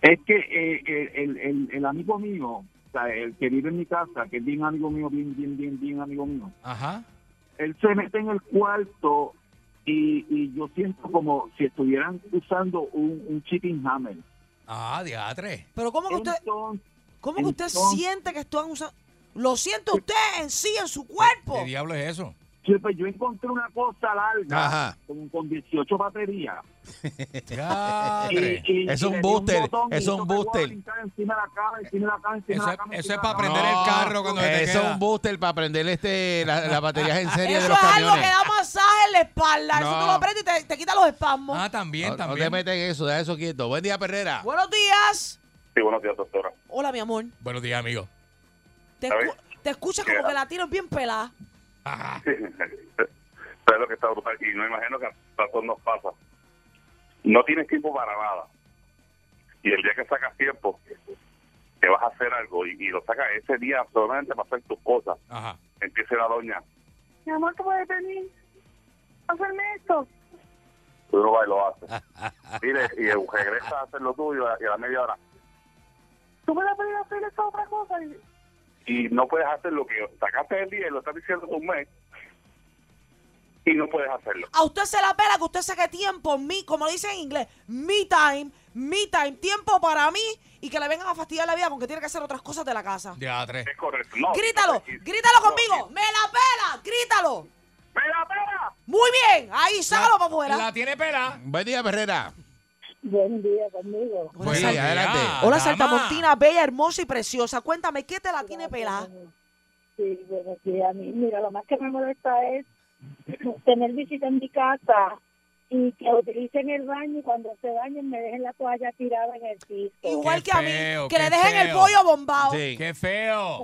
[SPEAKER 6] Es que eh, el, el- el- el amigo mío, o sea, el que vive en mi casa, que es bien amigo mío, bien, bien, bien, bien amigo mío,
[SPEAKER 4] Ajá.
[SPEAKER 6] él se mete en el cuarto y, y yo siento como si estuvieran usando un, un chicken hammer.
[SPEAKER 4] Ah, diatre.
[SPEAKER 3] Pero ¿cómo que usted,
[SPEAKER 6] Entonces,
[SPEAKER 3] cómo que usted
[SPEAKER 6] entonces-
[SPEAKER 3] siente que están usando... Lo siente usted en sí, en su cuerpo.
[SPEAKER 4] ¿Qué diablo es eso?
[SPEAKER 6] sí, pues yo encontré una cosa larga,
[SPEAKER 1] Ajá.
[SPEAKER 6] como con 18 baterías.
[SPEAKER 4] Diatre.
[SPEAKER 1] Es
[SPEAKER 6] y
[SPEAKER 1] un
[SPEAKER 6] le di
[SPEAKER 1] booster,
[SPEAKER 6] botón y
[SPEAKER 1] es
[SPEAKER 6] eso
[SPEAKER 1] un
[SPEAKER 6] me voy a
[SPEAKER 1] booster.
[SPEAKER 6] brincar Encima de la cama, encima de la cama, encima
[SPEAKER 4] Eso es-
[SPEAKER 6] de la cama,
[SPEAKER 4] eso
[SPEAKER 6] encima
[SPEAKER 4] es
[SPEAKER 6] de la
[SPEAKER 4] para
[SPEAKER 6] cama.
[SPEAKER 4] prender el carro cuando te
[SPEAKER 1] Eso es
[SPEAKER 4] queda.
[SPEAKER 1] un booster para prender este, la- las baterías en serie de
[SPEAKER 3] Ah, Eso
[SPEAKER 1] los
[SPEAKER 3] es algo que
[SPEAKER 1] camiones.
[SPEAKER 3] da masaje en la espalda. Eso
[SPEAKER 1] No.
[SPEAKER 3] tú lo aprendes y te, te quita los espasmos.
[SPEAKER 4] Ah, también,
[SPEAKER 1] No- no, te
[SPEAKER 4] también.
[SPEAKER 1] metes en eso, da eso quieto. Buen día, Perrera.
[SPEAKER 3] Buenos días.
[SPEAKER 12] Sí, buenos días, doctora.
[SPEAKER 3] Hola, mi amor.
[SPEAKER 4] Buenos días, amigo.
[SPEAKER 3] Te,
[SPEAKER 12] ¿Sabes?
[SPEAKER 3] escu- te escuchas como
[SPEAKER 12] Mira.
[SPEAKER 3] que la tiro bien pelada.
[SPEAKER 4] Ajá.
[SPEAKER 12] ¿Sabes lo que está brutal? Y no imagino que a todos nos pasa. No tienes tiempo para nada. Y el día que sacas tiempo, te vas a hacer algo y, y lo sacas ese día solamente para hacer tus cosas.
[SPEAKER 4] Ajá.
[SPEAKER 12] Empieza la doña,
[SPEAKER 7] Mi amor, ¿tú puedes venir? Hacerme esto.
[SPEAKER 12] uno va y lo hace. Mire, y regresa a hacer lo tuyo y a la media hora.
[SPEAKER 7] ¿Tú me la puedes hacer esta otra cosa?
[SPEAKER 12] Y no puedes hacer lo que sacaste el día y lo estás diciendo hace un mes. Y no puedes hacerlo.
[SPEAKER 3] A usted se la pela que usted saque tiempo, mi, como dicen en inglés, me time, me time, tiempo para mí y que le vengan a fastidiar la vida con que tiene que hacer otras cosas de la casa.
[SPEAKER 4] Diatre.
[SPEAKER 12] Es correcto. No,
[SPEAKER 3] grítalo,
[SPEAKER 12] y-
[SPEAKER 3] grítalo
[SPEAKER 12] no,
[SPEAKER 3] conmigo. ¡Me la pela! ¡Grítalo!
[SPEAKER 12] y- ¡Me la pega!
[SPEAKER 3] Muy bien, ahí sácalo para afuera.
[SPEAKER 4] La tiene pela.
[SPEAKER 1] Buen día, Perrera.
[SPEAKER 13] Buen día conmigo.
[SPEAKER 1] Buen Sí, día. adelante.
[SPEAKER 3] Hola,
[SPEAKER 1] Dama.
[SPEAKER 3] Saltamontina, bella, hermosa y preciosa. Cuéntame, ¿qué te la tiene pelada?
[SPEAKER 13] Sí, bueno, sí, a mí, mira, lo más que me molesta es tener visita en mi casa y que utilicen el baño y cuando se bañen me dejen la toalla tirada en el piso.
[SPEAKER 3] Igual
[SPEAKER 13] que
[SPEAKER 3] a mí, feo, que le qué dejen el feo. pollo bombado.
[SPEAKER 1] Sí.
[SPEAKER 14] ¡Qué feo!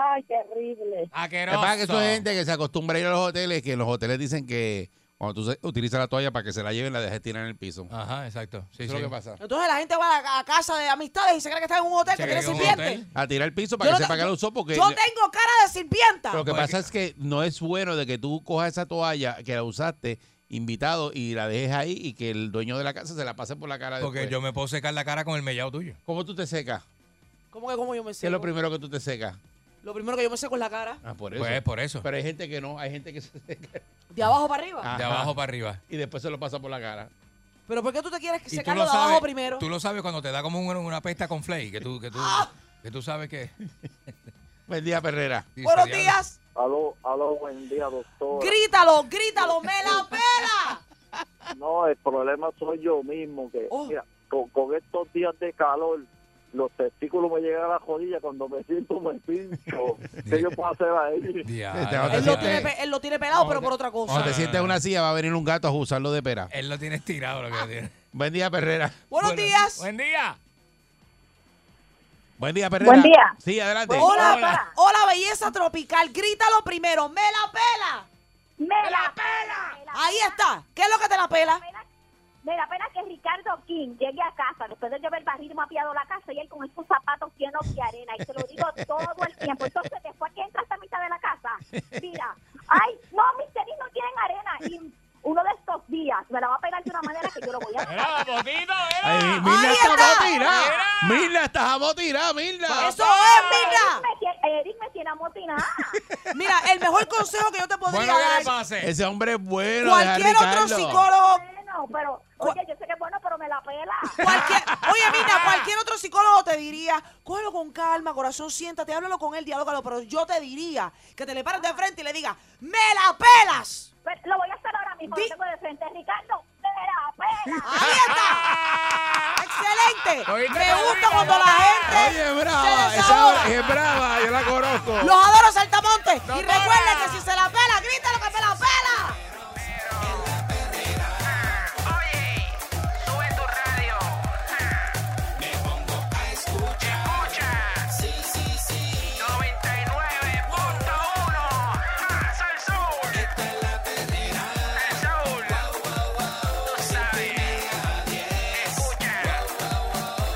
[SPEAKER 13] Ay, terrible.
[SPEAKER 1] Lo que pasa es que eso es gente que se acostumbra a ir a los hoteles, que en los hoteles dicen que cuando tú se- utilizas la toalla para que se la lleven, la dejes tirar en el piso.
[SPEAKER 14] Ajá, exacto.
[SPEAKER 1] eso es lo que pasa.
[SPEAKER 3] Entonces la gente va a, a casa de amistades y se cree que está en un hotel que tiene sirviente.
[SPEAKER 1] A tirar el piso para
[SPEAKER 3] Yo
[SPEAKER 1] que
[SPEAKER 3] no-
[SPEAKER 1] sepa que la usó porque...
[SPEAKER 3] Yo tengo cara de sirvienta.
[SPEAKER 1] Lo que
[SPEAKER 14] Pues,
[SPEAKER 1] pasa es que no es bueno de que tú cojas esa toalla que la usaste invitado y la dejes ahí y que el dueño de la casa se la pase por la cara
[SPEAKER 14] Porque
[SPEAKER 1] después.
[SPEAKER 14] yo me puedo secar la cara con el mellado tuyo.
[SPEAKER 1] ¿Cómo tú te secas?
[SPEAKER 3] ¿Cómo que cómo yo me
[SPEAKER 1] ¿Qué
[SPEAKER 3] seco?
[SPEAKER 1] es lo primero que tú te secas?
[SPEAKER 3] Lo primero que yo me seco es la cara.
[SPEAKER 1] Ah, por eso.
[SPEAKER 14] Pues por eso.
[SPEAKER 1] Pero hay gente que no, hay gente que se seca.
[SPEAKER 3] De abajo para arriba.
[SPEAKER 14] De
[SPEAKER 1] Ajá.
[SPEAKER 14] abajo para arriba.
[SPEAKER 1] Y después se lo pasa por la cara.
[SPEAKER 3] Pero ¿por qué tú te quieres
[SPEAKER 14] Y tú
[SPEAKER 3] secarlo
[SPEAKER 14] lo
[SPEAKER 3] de
[SPEAKER 14] sabes-
[SPEAKER 3] abajo primero? Ah.
[SPEAKER 14] Tú lo sabes cuando te da como un- una pesta con flay, que tú, que tú, que tú sabes que...
[SPEAKER 1] Buen día, Perrera.
[SPEAKER 3] Buenos días.
[SPEAKER 8] Aló, aló, buen día, doctor.
[SPEAKER 3] Grítalo, grítalo, me la pela.
[SPEAKER 8] No, el problema soy yo mismo, que
[SPEAKER 3] Oh.
[SPEAKER 8] mira, con, con estos días de calor, los testículos me llegan a la rodilla cuando me siento me pincho. ¿Qué yo puedo hacer ahí?
[SPEAKER 14] Ah,
[SPEAKER 3] Él lo, tiene, pe- él lo tiene pelado, pero por otra cosa.
[SPEAKER 1] Cuando te sientes en una silla va a venir un gato a usarlo de pera.
[SPEAKER 14] Él lo tiene estirado lo que tiene.
[SPEAKER 1] Buen día, Perrera.
[SPEAKER 3] Buenos días.
[SPEAKER 14] Buen día.
[SPEAKER 1] Buen día, Perrera.
[SPEAKER 14] Buen día.
[SPEAKER 1] Sí, adelante.
[SPEAKER 3] Hola, hola. belleza tropical. Grítalo primero. Me la pela.
[SPEAKER 9] Me,
[SPEAKER 3] la pela. Ahí está. ¿Qué es lo que te la pela?
[SPEAKER 9] Me da pena que Ricardo King llegue a casa después de yo haber barrido y mapeado la casa y él con estos zapatos llenos de arena. Y te lo digo todo el tiempo. Entonces, después que entras a mitad de la casa, mira, ay, no, mis tenis no tienen arena. Y uno de estos días me la va a pegar de una manera que yo lo voy a.
[SPEAKER 1] Ay, Mirna está abotirada. Mirna está abotirada, Mirna.
[SPEAKER 3] Eso es,
[SPEAKER 9] mira. Eric me tiene amotinada.
[SPEAKER 3] Mira, el mejor consejo que yo te podría
[SPEAKER 1] Bueno, ¿qué le
[SPEAKER 3] dar.
[SPEAKER 14] pase?
[SPEAKER 1] Ese hombre es bueno.
[SPEAKER 3] Cualquier
[SPEAKER 1] deja a
[SPEAKER 3] otro
[SPEAKER 1] Ricardo.
[SPEAKER 3] psicólogo.
[SPEAKER 9] Bueno, pero, oye, yo sé que es bueno, pero me la pela.
[SPEAKER 3] Oye, mira, cualquier otro psicólogo te diría, cógelo con calma, corazón, siéntate, háblalo con él, diálogalo, pero yo te diría que te le pares de frente y le digas, ¡me la pelas!
[SPEAKER 9] Pero Pues, lo voy a hacer ahora mismo, lo tengo de frente. Ricardo, me la pela.
[SPEAKER 3] ¡Excelente! Me gusta cuando la gente...
[SPEAKER 1] Oye,
[SPEAKER 3] se
[SPEAKER 1] brava.
[SPEAKER 3] desahoga.
[SPEAKER 1] Esa es brava. Yo la conozco.
[SPEAKER 3] Los adoro, Saltamonte. y recuerden que si se la pela, grítalo que me la pela.
[SPEAKER 11] Me pongo a escuchar. Escucha. Sí, sí, sí. 99.1. Ah, soy el sol. Esta es la perrera. El sol. Wow, wow, wow. Tú sabes. Escucha.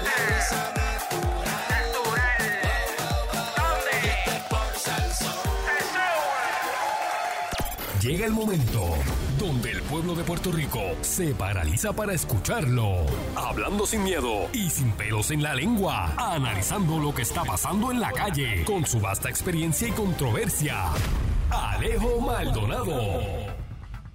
[SPEAKER 11] La risa natural. Natural. ¿Dónde? Esta es por Salsón. El
[SPEAKER 15] Llega el momento donde el pueblo de Puerto Rico se paraliza para escucharlo. Hablando sin miedo y sin pelos en la lengua, analizando lo que está pasando en la calle con su vasta experiencia y controversia. Alejo Maldonado.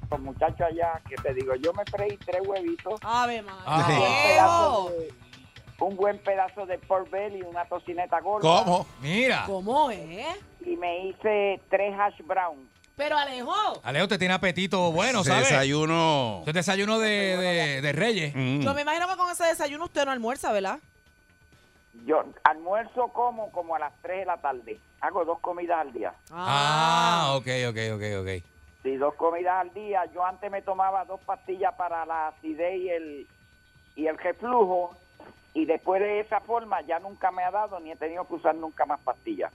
[SPEAKER 8] Los muchachos allá, que te digo, yo me freí tres huevitos.
[SPEAKER 3] Ave
[SPEAKER 1] Ah.
[SPEAKER 8] un,
[SPEAKER 1] Diego.
[SPEAKER 8] pedazo de- un buen pedazo de pork belly, una tocineta gorda.
[SPEAKER 1] ¿Cómo?
[SPEAKER 14] Mira.
[SPEAKER 3] ¿Cómo es?
[SPEAKER 8] Y me hice tres hash brown.
[SPEAKER 3] Pero Alejo,
[SPEAKER 14] Aleo, te tiene apetito bueno,
[SPEAKER 1] Ese
[SPEAKER 14] ¿sabes?
[SPEAKER 1] Desayuno. Mm.
[SPEAKER 14] Eso es desayuno de, de- de reyes.
[SPEAKER 3] yo me imagino que con ese desayuno usted no almuerza, ¿verdad?
[SPEAKER 8] Yo almuerzo como como a las 3 de la tarde. Hago dos comidas al día.
[SPEAKER 14] Ah, ok, ok, ok, ok.
[SPEAKER 8] Sí, dos comidas al día. Yo antes me tomaba dos pastillas para la acidez y el, y el reflujo. Y después de esa forma ya nunca me ha dado ni he tenido que usar nunca más pastillas.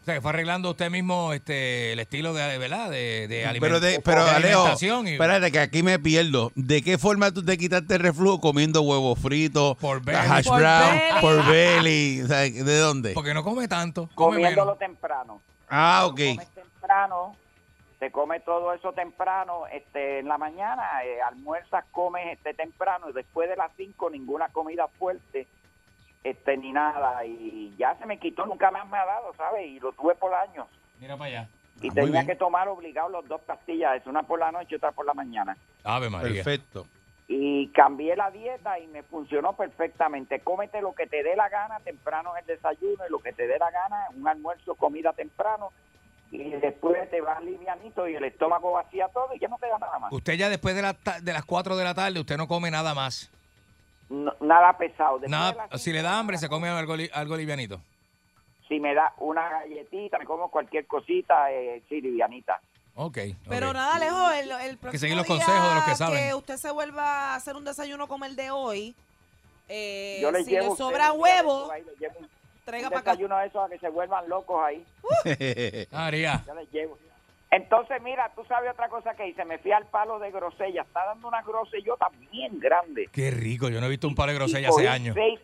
[SPEAKER 14] O sea, que fue arreglando usted mismo este el estilo de, ¿verdad? De, de, aliment-
[SPEAKER 1] Pero, de, pero
[SPEAKER 14] de
[SPEAKER 1] Alejo,
[SPEAKER 14] alimentación. y-
[SPEAKER 1] espérate que aquí me pierdo. ¿De qué forma tú te quitaste el reflujo comiendo huevos fritos, hash
[SPEAKER 14] Por
[SPEAKER 1] brown,
[SPEAKER 14] belly.
[SPEAKER 1] por belly? O sea, ¿De dónde?
[SPEAKER 14] porque no come tanto. Come menos.
[SPEAKER 8] Comiéndolo temprano.
[SPEAKER 1] Ah, ok.
[SPEAKER 8] Temprano, se come todo eso temprano. este En la mañana eh, almuerzas, comes este temprano y después de las 5 ninguna comida fuerte. Este, ni nada, y ya se me quitó, nunca más me ha dado, ¿sabes? Y lo tuve por años.
[SPEAKER 14] Mira para allá.
[SPEAKER 8] Y
[SPEAKER 1] Ah, muy
[SPEAKER 8] tenía
[SPEAKER 1] bien.
[SPEAKER 8] que tomar obligado las dos pastillas, es una por la noche y otra por la mañana.
[SPEAKER 14] Ave María.
[SPEAKER 1] Perfecto.
[SPEAKER 8] Y cambié la dieta y me funcionó perfectamente. Cómete lo que te dé la gana, temprano es el desayuno y lo que te dé la gana, un almuerzo, comida temprano. Y después te vas livianito y el estómago vacía todo y ya no te da nada más.
[SPEAKER 14] Usted ya después de, la ta- de las 4 de la tarde, usted no come nada más.
[SPEAKER 8] no- nada pesado. Después de
[SPEAKER 14] Nada,
[SPEAKER 8] las
[SPEAKER 14] si le da hambre, se come algo, li- algo livianito.
[SPEAKER 8] si me da una galletita, me como cualquier cosita, eh, sí, livianita.
[SPEAKER 14] Ok.
[SPEAKER 3] Pero
[SPEAKER 14] ok.
[SPEAKER 3] nada, Alejo, el, el próximo
[SPEAKER 14] seguir los
[SPEAKER 3] día
[SPEAKER 14] consejos de los que saben.
[SPEAKER 3] usted se vuelva a hacer un desayuno como el de hoy, eh,
[SPEAKER 8] Yo les
[SPEAKER 3] si
[SPEAKER 8] llevo a
[SPEAKER 3] le
[SPEAKER 8] ustedes
[SPEAKER 3] sobra
[SPEAKER 8] un día de
[SPEAKER 3] huevo,
[SPEAKER 8] eso ahí, les llevo un-
[SPEAKER 3] traiga
[SPEAKER 8] un
[SPEAKER 3] para acá. Uh,
[SPEAKER 8] desayuno de esos a que se vuelvan locos ahí.
[SPEAKER 14] María.
[SPEAKER 8] Yo les llevo. Entonces, mira, tú sabes otra cosa que hice. Me fui al palo de grosella. Está dando una grosellota bien grande.
[SPEAKER 14] Qué rico, yo no he visto un par de
[SPEAKER 8] Y
[SPEAKER 14] grosellas
[SPEAKER 8] cogí
[SPEAKER 14] hace años.
[SPEAKER 8] Seis,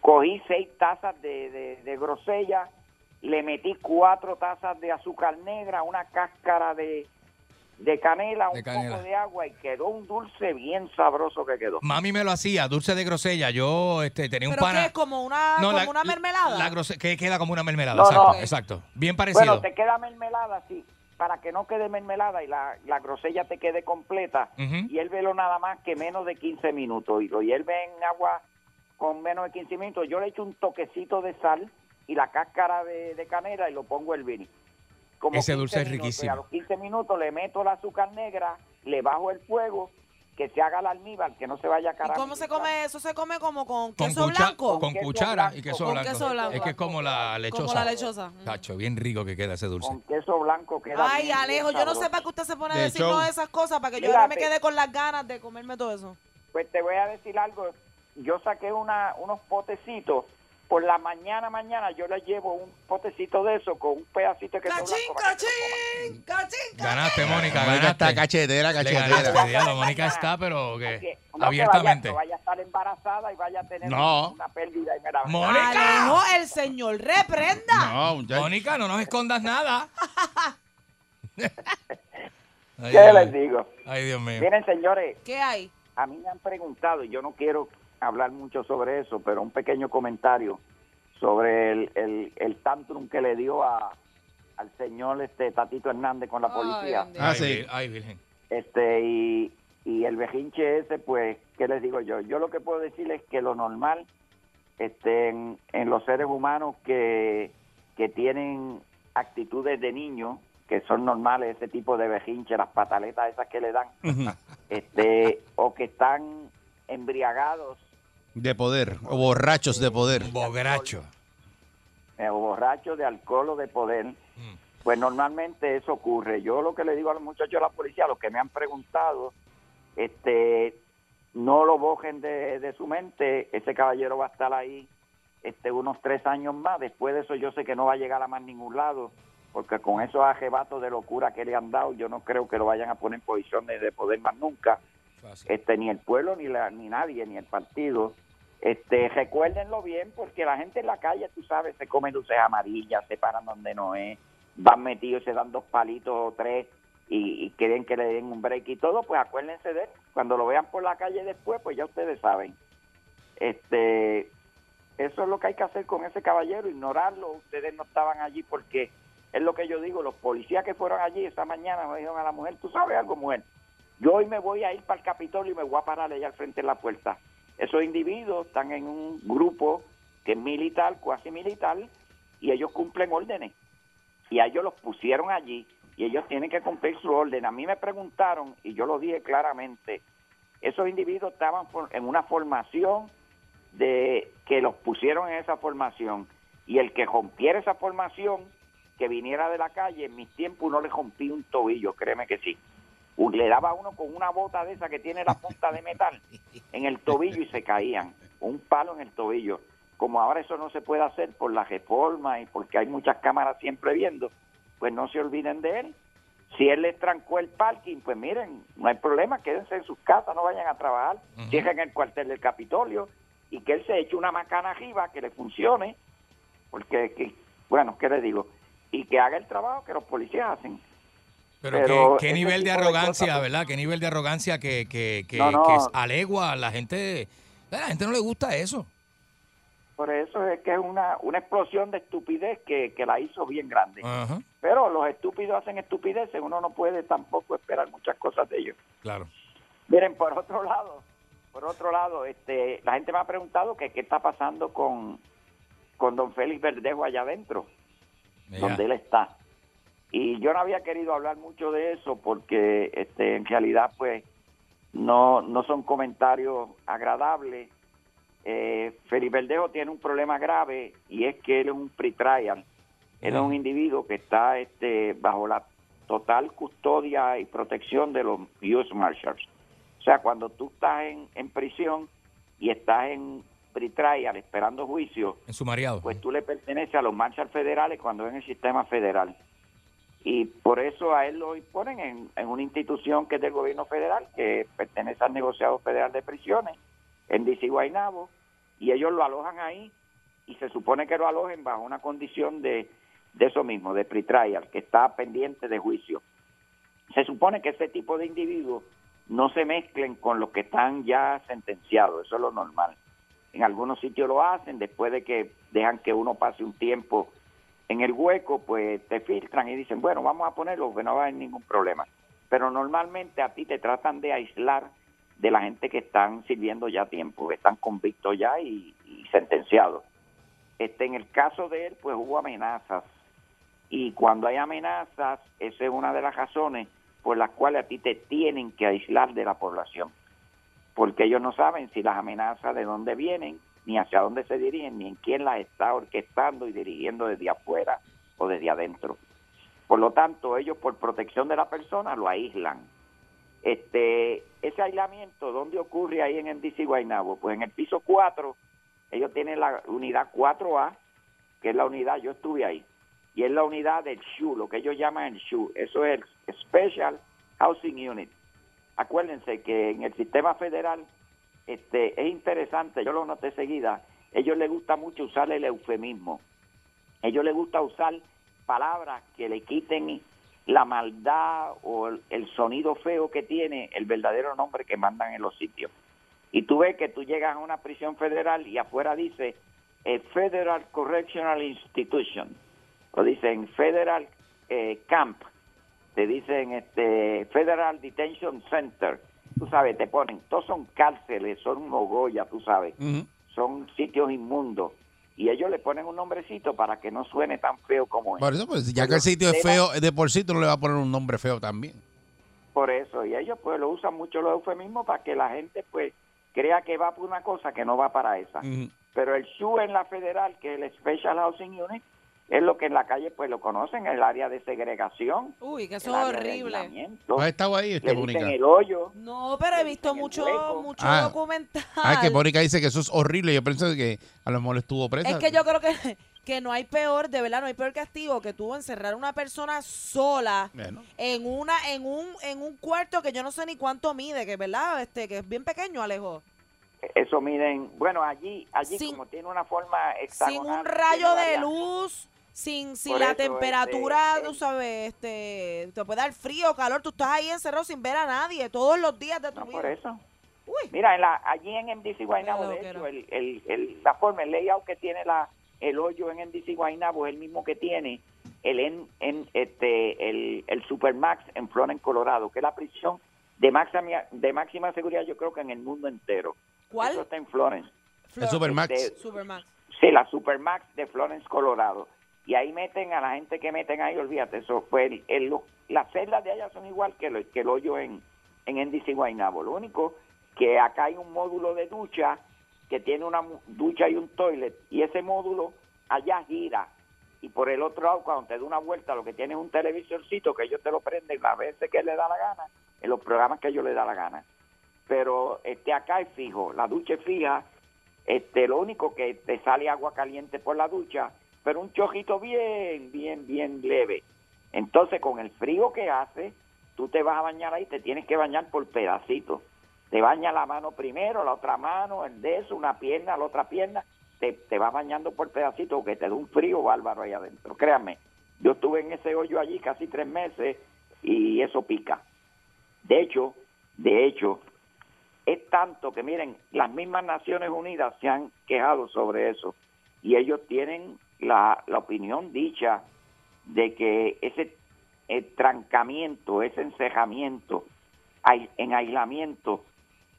[SPEAKER 8] cogí seis tazas de, de, de grosella, le metí cuatro tazas de azúcar negra, una cáscara de, de canela,
[SPEAKER 14] De
[SPEAKER 8] un
[SPEAKER 14] canela.
[SPEAKER 8] poco de agua y quedó un dulce bien sabroso que quedó.
[SPEAKER 14] Mami me lo hacía, dulce de grosella. Yo este, tenía un
[SPEAKER 3] Pero que
[SPEAKER 14] pana.
[SPEAKER 3] es como una,
[SPEAKER 14] No,
[SPEAKER 3] como
[SPEAKER 14] la-
[SPEAKER 3] una mermelada.
[SPEAKER 14] La grose- que queda como una mermelada,
[SPEAKER 8] No,
[SPEAKER 14] exacto,
[SPEAKER 8] no.
[SPEAKER 14] exacto. Bien parecido.
[SPEAKER 8] Bueno, te queda mermelada, sí. Para que no quede mermelada y la, la grosella te quede completa,
[SPEAKER 14] Ujú.
[SPEAKER 8] hiérvelo nada más que menos de 15 minutos. Y lo hierve en agua con menos de 15 minutos. Yo le echo un toquecito de sal y la cáscara de, de canela y lo pongo a hervir. Como
[SPEAKER 14] Ese
[SPEAKER 8] 15
[SPEAKER 14] dulce es
[SPEAKER 8] minutos.
[SPEAKER 14] riquísimo.
[SPEAKER 8] Y a los 15 minutos le meto el azúcar negra, le bajo el fuego, que se haga el almíbar, que no se vaya a
[SPEAKER 3] ¿Y
[SPEAKER 8] carajo.
[SPEAKER 3] cómo se come eso? ¿Se come como con
[SPEAKER 14] Con,
[SPEAKER 3] queso
[SPEAKER 14] cucha-
[SPEAKER 3] blanco?
[SPEAKER 14] con cuchara y queso
[SPEAKER 3] Con
[SPEAKER 14] blanco.
[SPEAKER 3] queso blanco.
[SPEAKER 14] Es que es como la lechosa.
[SPEAKER 3] Como la lechosa. Mm.
[SPEAKER 14] Cacho, bien rico que queda ese dulce.
[SPEAKER 8] Con queso blanco queda
[SPEAKER 3] Ay,
[SPEAKER 8] bien, bien
[SPEAKER 3] Alejo, yo no sé
[SPEAKER 8] sabroso.
[SPEAKER 3] para qué usted se pone a
[SPEAKER 14] De
[SPEAKER 3] decir
[SPEAKER 14] show.
[SPEAKER 3] todas esas cosas, para que yo
[SPEAKER 8] Mira,
[SPEAKER 3] ahora me
[SPEAKER 8] te-
[SPEAKER 3] quede con las ganas de comerme todo eso.
[SPEAKER 8] Pues te voy a decir algo. Yo saqué una, unos potecitos. Por la mañana, mañana, yo le llevo un potecito de eso con un pedacito que
[SPEAKER 3] ¡Cachín, cachín! ¡Cachín, cachín!
[SPEAKER 14] Ganaste, Mónica,
[SPEAKER 1] Mónica
[SPEAKER 14] ganaste.
[SPEAKER 1] está cachetera,
[SPEAKER 14] Le
[SPEAKER 1] cachetera.
[SPEAKER 14] ganaste, diablo, Mónica está, pero
[SPEAKER 4] Eh,
[SPEAKER 14] que
[SPEAKER 8] Abiertamente.
[SPEAKER 14] abiertamente.
[SPEAKER 8] No vaya, a estar embarazada y vaya a tener
[SPEAKER 1] No.
[SPEAKER 8] una pérdida. Y me la-
[SPEAKER 14] Mónica,
[SPEAKER 3] Alejo, el señor reprenda.
[SPEAKER 1] No, muchacho.
[SPEAKER 14] Mónica, no nos escondas nada. ay,
[SPEAKER 8] ¿Qué les digo?
[SPEAKER 14] ay, Dios mío.
[SPEAKER 8] Miren, señores,
[SPEAKER 3] ¿Qué hay?
[SPEAKER 8] a mí me han preguntado, y yo no quiero hablar mucho sobre eso, pero un pequeño comentario sobre el, el, el tantrum que le dio a, al señor este Tatito Hernández con la
[SPEAKER 3] Ay,
[SPEAKER 8] policía.
[SPEAKER 3] bendito.
[SPEAKER 1] Ah,
[SPEAKER 14] Ay,
[SPEAKER 1] sí.
[SPEAKER 14] vir- Ay, Virgen.
[SPEAKER 8] este y, y el bejinche ese pues qué les digo yo yo lo que puedo decirles es que lo normal este en, en los seres humanos que que tienen actitudes de niño que son normales ese tipo de bejinche las pataletas esas que le dan este o que están embriagados
[SPEAKER 1] De poder, o borrachos de poder.
[SPEAKER 14] Bogracho.
[SPEAKER 8] eh, o borrachos de alcohol o de poder, pues normalmente eso ocurre. Yo lo que le digo a los muchachos de la policía, a los que me han preguntado, este, no lo bojen de, de su mente, ese caballero va a estar ahí este, unos tres años más, después de eso yo sé que no va a llegar a más ningún lado, porque con esos ajebatos de locura que le han dado, yo no creo que lo vayan a poner en posiciones de poder más nunca este ni el pueblo ni la ni nadie ni el partido este recuérdenlo bien porque la gente en la calle tú sabes se come luces amarillas se paran donde no es van metidos se dan dos palitos o tres y, y quieren que le den un break y todo pues acuérdense de él cuando lo vean por la calle después pues ya ustedes saben este eso es lo que hay que hacer con ese caballero ignorarlo ustedes no estaban allí porque es lo que yo digo los policías que fueron allí esa mañana me dijeron a la mujer tú sabes algo mujer yo hoy me voy a ir para el Capitolio y me voy a parar allá al frente de la puerta. Esos individuos están en un grupo que es militar, cuasi militar, y ellos cumplen órdenes. Y a ellos los pusieron allí y ellos tienen que cumplir su orden. A mí me preguntaron, y yo lo dije claramente, esos individuos estaban for- en una formación de que los pusieron en esa formación. Y el que rompiera esa formación, que viniera de la calle, en mis tiempos no le rompí un tobillo, créeme que sí. Un- le daba a uno con una bota de esa que tiene la punta de metal en el tobillo y se caían, un palo en el tobillo. Como ahora eso no se puede hacer por la reforma y porque hay muchas cámaras siempre viendo, pues no se olviden de él. Si él les trancó el parking, pues miren, no hay problema, quédense en sus casas, no vayan a trabajar, cierren el cuartel del Capitolio y que él se eche una macana arriba que le funcione, porque, que- bueno, ¿qué le digo? Y que haga el trabajo que los policías hacen.
[SPEAKER 14] Pero,
[SPEAKER 8] Pero
[SPEAKER 14] qué, qué
[SPEAKER 8] ese
[SPEAKER 14] nivel de
[SPEAKER 8] tipo de
[SPEAKER 14] arrogancia,
[SPEAKER 8] cosas, pues-
[SPEAKER 14] ¿verdad? Qué nivel de arrogancia que, que, que,
[SPEAKER 8] No, no.
[SPEAKER 14] que alegua a la gente. A la gente no le gusta eso.
[SPEAKER 8] Por eso es que es una, una explosión de estupidez que, que la hizo bien grande.
[SPEAKER 14] Ajá,
[SPEAKER 8] Pero los estúpidos hacen estupideces, uno no puede tampoco esperar muchas cosas de ellos.
[SPEAKER 14] claro.
[SPEAKER 8] Miren, por otro lado, por otro lado, este, la gente me ha preguntado que qué está pasando con, con don Félix Verdejo allá adentro,
[SPEAKER 14] Ya.
[SPEAKER 8] donde él está. Y yo no había querido hablar mucho de eso porque este, en realidad pues no, no son comentarios agradables eh, Felipe Verdejo tiene un problema grave y es que él es un pretrial. Él es un individuo que está este, bajo la total custodia y protección de los U.S. Marshals. O sea, cuando tú estás en, en prisión y estás en pretrial esperando juicio,
[SPEAKER 2] En sumariado.
[SPEAKER 8] pues tú le perteneces a los Marshals federales cuando es en el sistema federal. Y por eso a él lo imponen en, en una institución que es del gobierno federal, que pertenece al negociado federal de prisiones, en DC Guaynabo, y ellos lo alojan ahí y se supone que lo alojen bajo una condición de, de eso mismo, de pretrial, que está pendiente de juicio. Se supone que ese tipo de individuos no se mezclen con los que están ya sentenciados, eso es lo normal. En algunos sitios lo hacen, después de que dejan que uno pase un tiempo en el hueco, pues te filtran y dicen, bueno, vamos a ponerlo, que no va a haber ningún problema. Pero normalmente a ti te tratan de aislar de la gente que están sirviendo ya tiempo, que están convictos ya y, y sentenciados. Este, en el caso de él, pues hubo amenazas. Y cuando hay amenazas, esa es una de las razones por las cuales a ti te tienen que aislar de la población. Porque ellos no saben si las amenazas de dónde vienen, ni hacia dónde se dirigen, ni en quién las está orquestando y dirigiendo desde afuera o desde adentro. Por lo tanto, ellos por protección de la persona lo aíslan. Este, ese aislamiento, ¿dónde ocurre ahí en DC Guaynabo? Pues en el piso 4, ellos tienen la unidad 4A, que es la unidad, yo estuve ahí, y es la unidad del SHU, lo que ellos llaman el SHU, eso es el Special Housing Unit. Acuérdense que en el sistema federal este, es interesante, yo lo noté seguida, ellos les gusta mucho usar el eufemismo, ellos les gusta usar palabras que le quiten la maldad o el, el sonido feo que tiene el verdadero nombre que mandan en los sitios. Y tú ves que tú llegas a una prisión federal y afuera dice eh, Federal Correctional Institution, o dicen Federal eh, Camp, te dicen este Federal Detention Center, tú sabes, te ponen, todos son cárceles, son mogolla, tú sabes, son sitios inmundos. Y ellos le ponen un nombrecito para que no suene tan feo como es.
[SPEAKER 1] Por eso, pues, ya que el sitio es feo, de por sí tú no le vas a poner un nombre feo también.
[SPEAKER 8] Por eso, y ellos pues lo usan mucho los eufemismos para que la gente pues crea que va por una cosa que no va para esa. Pero el SHU en la federal, que es el Special Housing Unit, es lo que en la calle pues lo conocen, el área de segregación.
[SPEAKER 3] Uy, que eso
[SPEAKER 8] el
[SPEAKER 3] es
[SPEAKER 8] área de
[SPEAKER 3] horrible.
[SPEAKER 8] aislamiento.
[SPEAKER 1] ¿Has estado ahí, este,
[SPEAKER 8] Le dicen
[SPEAKER 1] Mónica?
[SPEAKER 8] el hoyo.
[SPEAKER 3] No, pero he visto mucho, mucho
[SPEAKER 1] Ah.
[SPEAKER 3] documental.
[SPEAKER 1] Ah, que Mónica dice que eso es horrible. Yo pensé que a lo mejor estuvo presa.
[SPEAKER 3] Es que yo creo que, que no hay peor, de verdad, no hay peor castigo que tú encerrar a una persona sola
[SPEAKER 1] Bueno.
[SPEAKER 3] en una en un en un cuarto que yo no sé ni cuánto mide, que verdad, este que es bien pequeño, Alejo.
[SPEAKER 8] Eso miren, bueno, allí, allí
[SPEAKER 3] Sin-
[SPEAKER 8] como tiene una forma
[SPEAKER 3] Sin
[SPEAKER 8] hexagonal.
[SPEAKER 3] un rayo
[SPEAKER 8] tiene
[SPEAKER 3] de
[SPEAKER 8] varias-
[SPEAKER 3] luz, sin sin
[SPEAKER 8] Por
[SPEAKER 3] la
[SPEAKER 8] eso,
[SPEAKER 3] temperatura,
[SPEAKER 8] este,
[SPEAKER 3] tú sabes, este te puede dar frío, calor, tú estás ahí encerrado sin ver a nadie todos los días de tu vida.
[SPEAKER 8] por eso. Mira, en la, allí en MDC Guaynabo,
[SPEAKER 3] Qué
[SPEAKER 8] de
[SPEAKER 3] loquera.
[SPEAKER 8] hecho, el, el- el- la forma, el layout que tiene la, el hoyo en MDC Guaynabo es el mismo que tiene el, en, en, este, el, el Supermax en Florida, en Colorado, que es la prisión de máxima, de máxima seguridad, yo creo que en el mundo entero.
[SPEAKER 3] ¿Cuál?
[SPEAKER 8] Eso está en Florence.
[SPEAKER 3] Flor-
[SPEAKER 1] Supermax.
[SPEAKER 8] Este,
[SPEAKER 3] Supermax.
[SPEAKER 8] Sí, la Supermax de Florence, Colorado. Y ahí meten a la gente que meten ahí, olvídate, eso fue el, el- lo- las celdas de allá son igual que, lo- que el hoyo en, en NDC Guaynabo. Lo único que acá hay un módulo de ducha que tiene una mu- ducha y un toilet y ese módulo allá gira y por el otro lado cuando te da una vuelta lo que tiene es un televisorcito que ellos te lo prenden las veces que le da la gana en los programas que ellos le da la gana pero este acá es fijo la ducha es fija este lo único que te sale agua caliente por la ducha pero un chojito bien bien bien leve entonces con el frío que hace tú te vas a bañar ahí te tienes que bañar por pedacitos te baña la mano primero, la otra mano, el de eso, una pierna, la otra pierna, te, te vas bañando por pedacitos que te da un frío bárbaro ahí adentro. Créanme, yo estuve en ese hoyo allí casi tres meses y eso pica. De hecho, de hecho, es tanto que miren, las mismas Naciones Unidas se han quejado sobre eso y ellos tienen la, la opinión dicha de que ese eh, trancamiento, ese encejamiento, ai- en aislamiento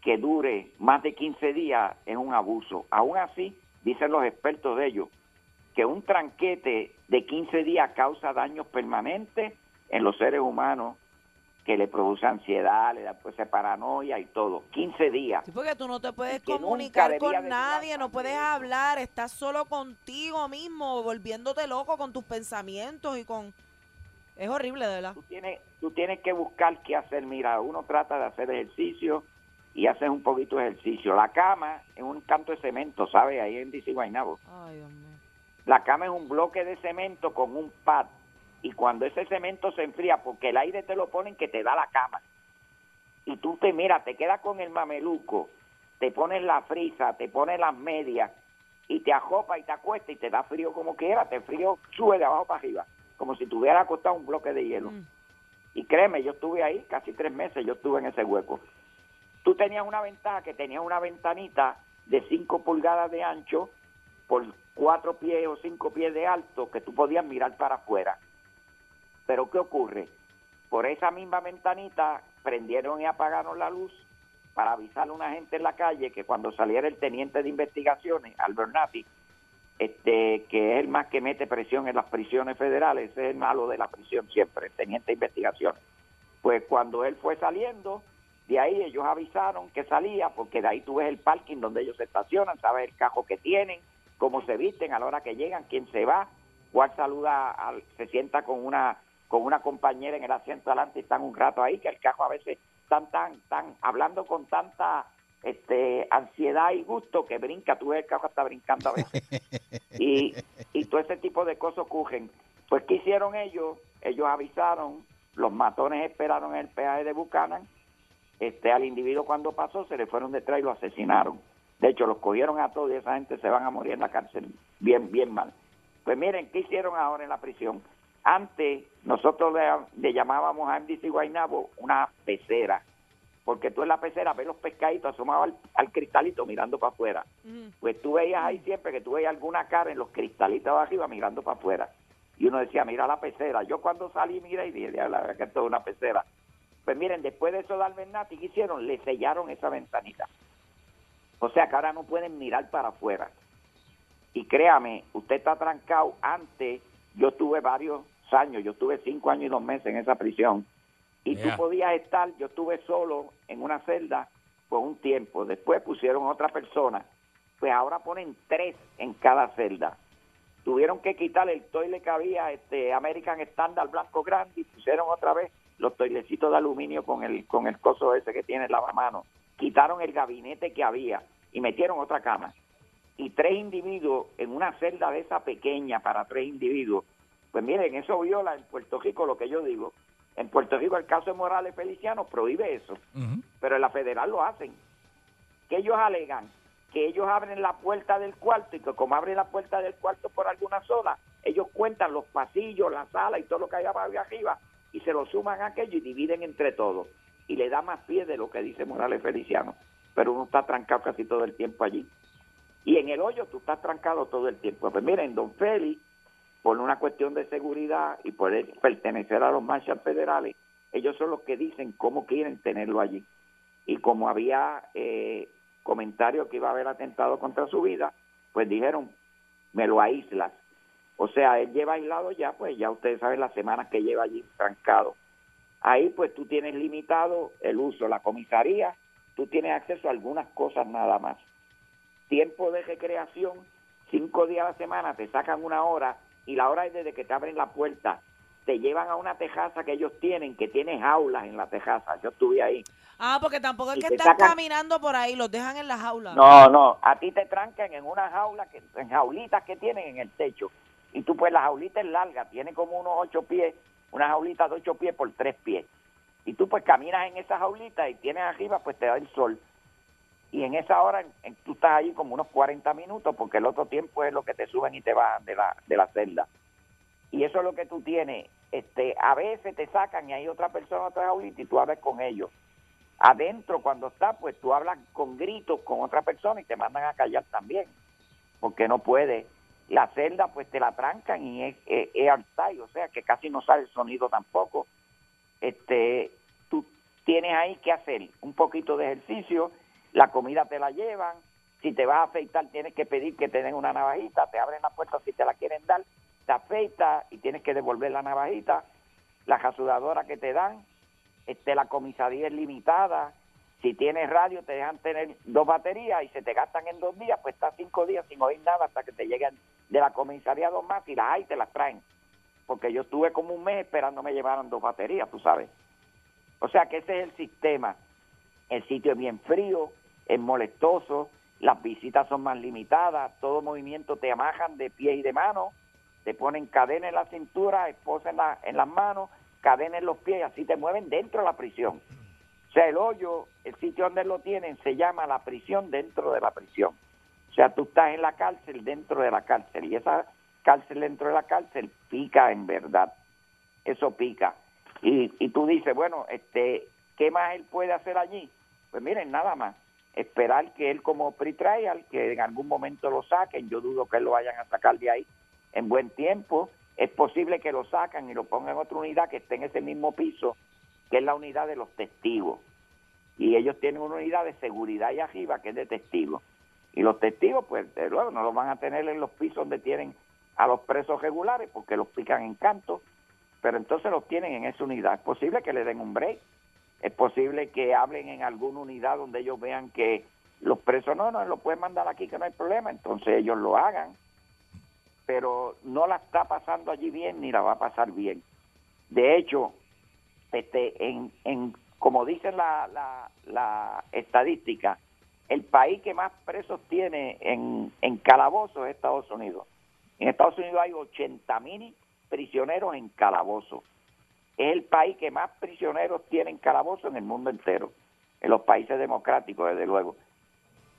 [SPEAKER 8] que dure más de 15 días es un abuso. Aún así, dicen los expertos de ellos, que un tranquete de 15 días causa daños permanentes en los seres humanos, que le produce ansiedad, le da pues, paranoia y todo. 15 días.
[SPEAKER 3] Sí, porque tú no te puedes
[SPEAKER 8] nunca
[SPEAKER 3] comunicar
[SPEAKER 8] debía de
[SPEAKER 3] con
[SPEAKER 8] ser
[SPEAKER 3] nadie, no puedes hablar, estás solo contigo mismo, volviéndote loco con tus pensamientos y con... Es horrible, de verdad.
[SPEAKER 8] tienes, tú tienes que buscar qué hacer. Mira, uno trata de hacer ejercicio y haces un poquito de ejercicio. La cama es un canto de cemento, ¿sabes? Ahí en DC Guaynabo. La cama es un bloque de cemento con un pad. Y cuando ese cemento se enfría, porque el aire te lo ponen que te da la cama. Y tú te mira, te quedas con el mameluco, te pones la frisa, te pones las medias y te ajopa y te acuesta y te da frío como quiera, te frío sube de abajo para arriba, como si tuviera acostado un bloque de hielo. Y créeme, yo estuve ahí casi tres meses, yo estuve en ese hueco. Tú tenías una ventaja que tenías una ventanita de 5 pulgadas de ancho por 4 pies o 5 pies de alto que tú podías mirar para afuera. Pero ¿qué ocurre? Por esa misma ventanita prendieron y apagaron la luz para avisar a una gente en la calle que cuando saliera el teniente de investigaciones, Albert Nati, este, que es el más que mete presión en las prisiones federales, ese es el malo de la prisión siempre, el teniente de investigaciones. Pues cuando él fue saliendo, de ahí ellos avisaron que salía, porque de ahí tú ves el parking donde ellos se estacionan, sabes el cajo que tienen, cómo se visten, a la hora que llegan, quién se va, cuál saluda, al- se sienta con una con una compañera en el asiento adelante y están un rato ahí, que el cajo a veces están tan, tan, hablando con tanta este ansiedad y gusto que brinca, tú ves el cajo hasta brincando a veces. y, y todo ese tipo de cosas ocurren. Pues, ¿qué hicieron ellos? Ellos avisaron, los matones esperaron en el peaje de Buchanan, este, al individuo cuando pasó se le fueron detrás y lo asesinaron. De hecho, los cogieron a todos y esa gente se van a morir en la cárcel bien, bien mal. Pues miren, ¿qué hicieron ahora en la prisión? Antes nosotros le, le llamábamos a MDC Guaynabo una pecera, porque tú en la pecera ves los pescaditos asomados al, al cristalito mirando para afuera. Pues tú veías ahí siempre que tú veías alguna cara en los cristalitos de arriba mirando para afuera. Y uno decía, mira la pecera. Yo cuando salí, mira y dije, la verdad que esto es una pecera. Pues miren, después de eso de Albernati, ¿qué hicieron? Le sellaron esa ventanita. O sea que ahora no pueden mirar para afuera. Y créame, usted está trancado. Antes yo tuve varios años, yo tuve cinco años y dos meses en esa prisión. Y
[SPEAKER 11] Yeah.
[SPEAKER 8] tú podías estar, yo estuve solo en una celda por un tiempo. Después pusieron otra persona. Pues ahora ponen tres en cada celda. Tuvieron que quitar el toile que había, este American Standard blanco grande, y pusieron otra vez los toilecitos de aluminio con el, con el coso ese que tiene el lavamanos. Quitaron el gabinete que había y metieron otra cama. Y tres individuos en una celda de esa pequeña para tres individuos. Pues miren, eso viola en Puerto Rico lo que yo digo. En Puerto Rico el caso de Morales Feliciano prohíbe eso, pero en la federal lo hacen. Que ellos alegan que ellos abren la puerta del cuarto y que como abren la puerta del cuarto por alguna zona, ellos cuentan los pasillos, la sala y todo lo que hay abajo y arriba y se lo suman a aquello y dividen entre todos. Y le da más pie de lo que dice Morales Feliciano. Pero uno está trancado casi todo el tiempo allí. Y en el hoyo tú estás trancado todo el tiempo. Pues miren, don Félix, por una cuestión de seguridad y por él pertenecer a los marshals federales, ellos son los que dicen cómo quieren tenerlo allí. Y como había eh, comentario que iba a haber atentado contra su vida, pues dijeron, me lo aíslas. O sea, él lleva aislado ya, pues ya ustedes saben las semanas que lleva allí trancado. Ahí pues tú tienes limitado el uso, la comisaría, tú tienes acceso a algunas cosas nada más. Tiempo de recreación, cinco días a la semana, te sacan una hora y la hora es desde que te abren la puerta. Te llevan a una tejaza que ellos tienen, que tiene jaulas en la tejaza. Yo estuve ahí.
[SPEAKER 3] Ah, porque tampoco es
[SPEAKER 8] Y
[SPEAKER 3] que
[SPEAKER 8] te
[SPEAKER 3] están
[SPEAKER 8] sacan-
[SPEAKER 3] caminando por ahí, los dejan en la jaula.
[SPEAKER 8] No, no, ah, a ti te trancan en una jaula, que, en jaulitas que tienen en el techo. Y tú, pues, la jaulita es larga, tiene como unos ocho pies, una jaulita de ocho pies por tres pies. Y tú, pues, caminas en esa jaulita y tienes arriba, pues, te da el sol. Y en esa hora en- tú estás ahí como unos 40 minutos, porque el otro tiempo es lo que te suben y te bajan de la, de la celda. Y eso es lo que tú tienes. Este, a veces te sacan y hay otra persona, otra jaulita, y tú hablas con ellos adentro cuando está, pues tú hablas con gritos con otra persona y te mandan a callar también, porque no puede. La celda pues te la trancan y es, es, es outside, o sea que casi no sale el sonido tampoco. Este, tú tienes ahí que hacer un poquito de ejercicio, la comida te la llevan, si te vas a afeitar tienes que pedir que te den una navajita, te abren la puerta si te la quieren dar, te afeitas y tienes que devolver la navajita, la rasudadora que te dan, este, la comisaría es limitada. Si tienes radio, te dejan tener dos baterías y se te gastan en dos días, pues estás cinco días sin oír nada hasta que te lleguen de la comisaría dos más y las hay, te las traen. Porque yo estuve como un mes esperando me llevaran dos baterías, tú sabes. O sea que ese es el sistema. El sitio es bien frío, es molestoso, las visitas son más limitadas, todo movimiento te amajan de pies y de manos, te ponen cadena en la cintura, esposa en, la- en las manos, cadena en los pies, así te mueven dentro de la prisión. O sea, el hoyo, el sitio donde lo tienen, se llama la prisión dentro de la prisión. O sea, tú estás en la cárcel dentro de la cárcel y esa cárcel dentro de la cárcel pica en verdad. Eso pica. Y, y tú dices, bueno, este, ¿qué más él puede hacer allí? Pues miren, nada más. Esperar que él como pre-trial, que en algún momento lo saquen. Yo dudo que lo vayan a sacar de ahí en buen tiempo. Es posible que lo sacan y lo pongan en otra unidad que esté en ese mismo piso, que es la unidad de los testigos. Y ellos tienen una unidad de seguridad y arriba que es de testigos. Y los testigos, pues, de luego no los van a tener en los pisos donde tienen a los presos regulares porque los pican en canto, pero entonces los tienen en esa unidad. Es posible que le den un break, es posible que hablen en alguna unidad donde ellos vean que los presos no, no, lo pueden mandar aquí que no hay problema, entonces ellos lo hagan, pero no la está pasando allí bien ni la va a pasar bien. De hecho, este, en, en, como dice la, la, la estadística, el país que más presos tiene en, en calabozos es Estados Unidos. En Estados Unidos hay 80 mil prisioneros en calabozos. Es el país que más prisioneros tiene en calabozos en el mundo entero, en los países democráticos, desde luego.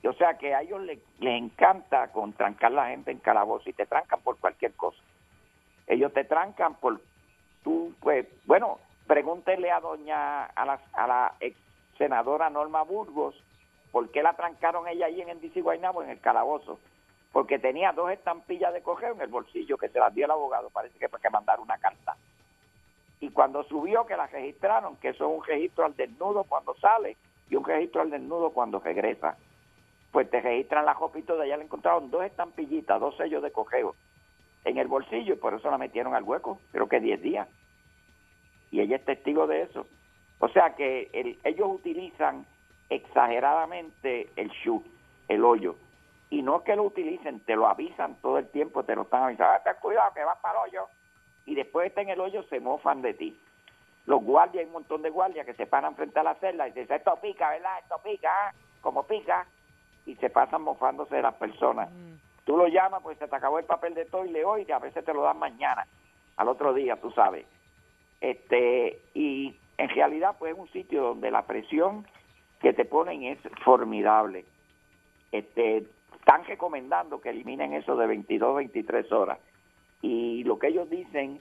[SPEAKER 8] Y, o sea que a ellos le- les, encanta con trancar la gente en calabozos y te trancan por cualquier cosa. Ellos te trancan por tú, pues, bueno, pregúntele a doña, a la, a la ex senadora Norma Burgos, ¿por qué la trancaron ella allí en el DC Guaynabo, en el calabozo? porque tenía dos estampillas de cogeo en el bolsillo que se las dio el abogado, parece que fue que mandaron una carta. Y cuando subió que la registraron, que eso es un registro al desnudo cuando sale y un registro al desnudo cuando regresa, pues te registran la ropa y todo, allá le encontraron dos estampillitas, dos sellos de cogeo en el bolsillo y por eso la metieron al hueco, creo que 10 días. Y ella es testigo de eso. O sea que el- ellos utilizan exageradamente el shoe, el hoyo y no es que lo utilicen, te lo avisan todo el tiempo, te lo están avisando, "Ah, ten cuidado que vas para el hoyo, y después está en el hoyo, se mofan de ti. Los guardias, hay un montón de guardias que se paran frente a la celda y dicen, esto pica, ¿verdad? Esto pica, ah, como pica, y se pasan mofándose de las personas. Tú lo llamas, pues se te acabó el papel de toile hoy, y a veces te lo dan mañana, al otro día, tú sabes. Este, y en realidad, pues es un sitio donde la presión que te ponen es formidable. Este, están recomendando que eliminen eso de 22, 23 horas. Y lo que ellos dicen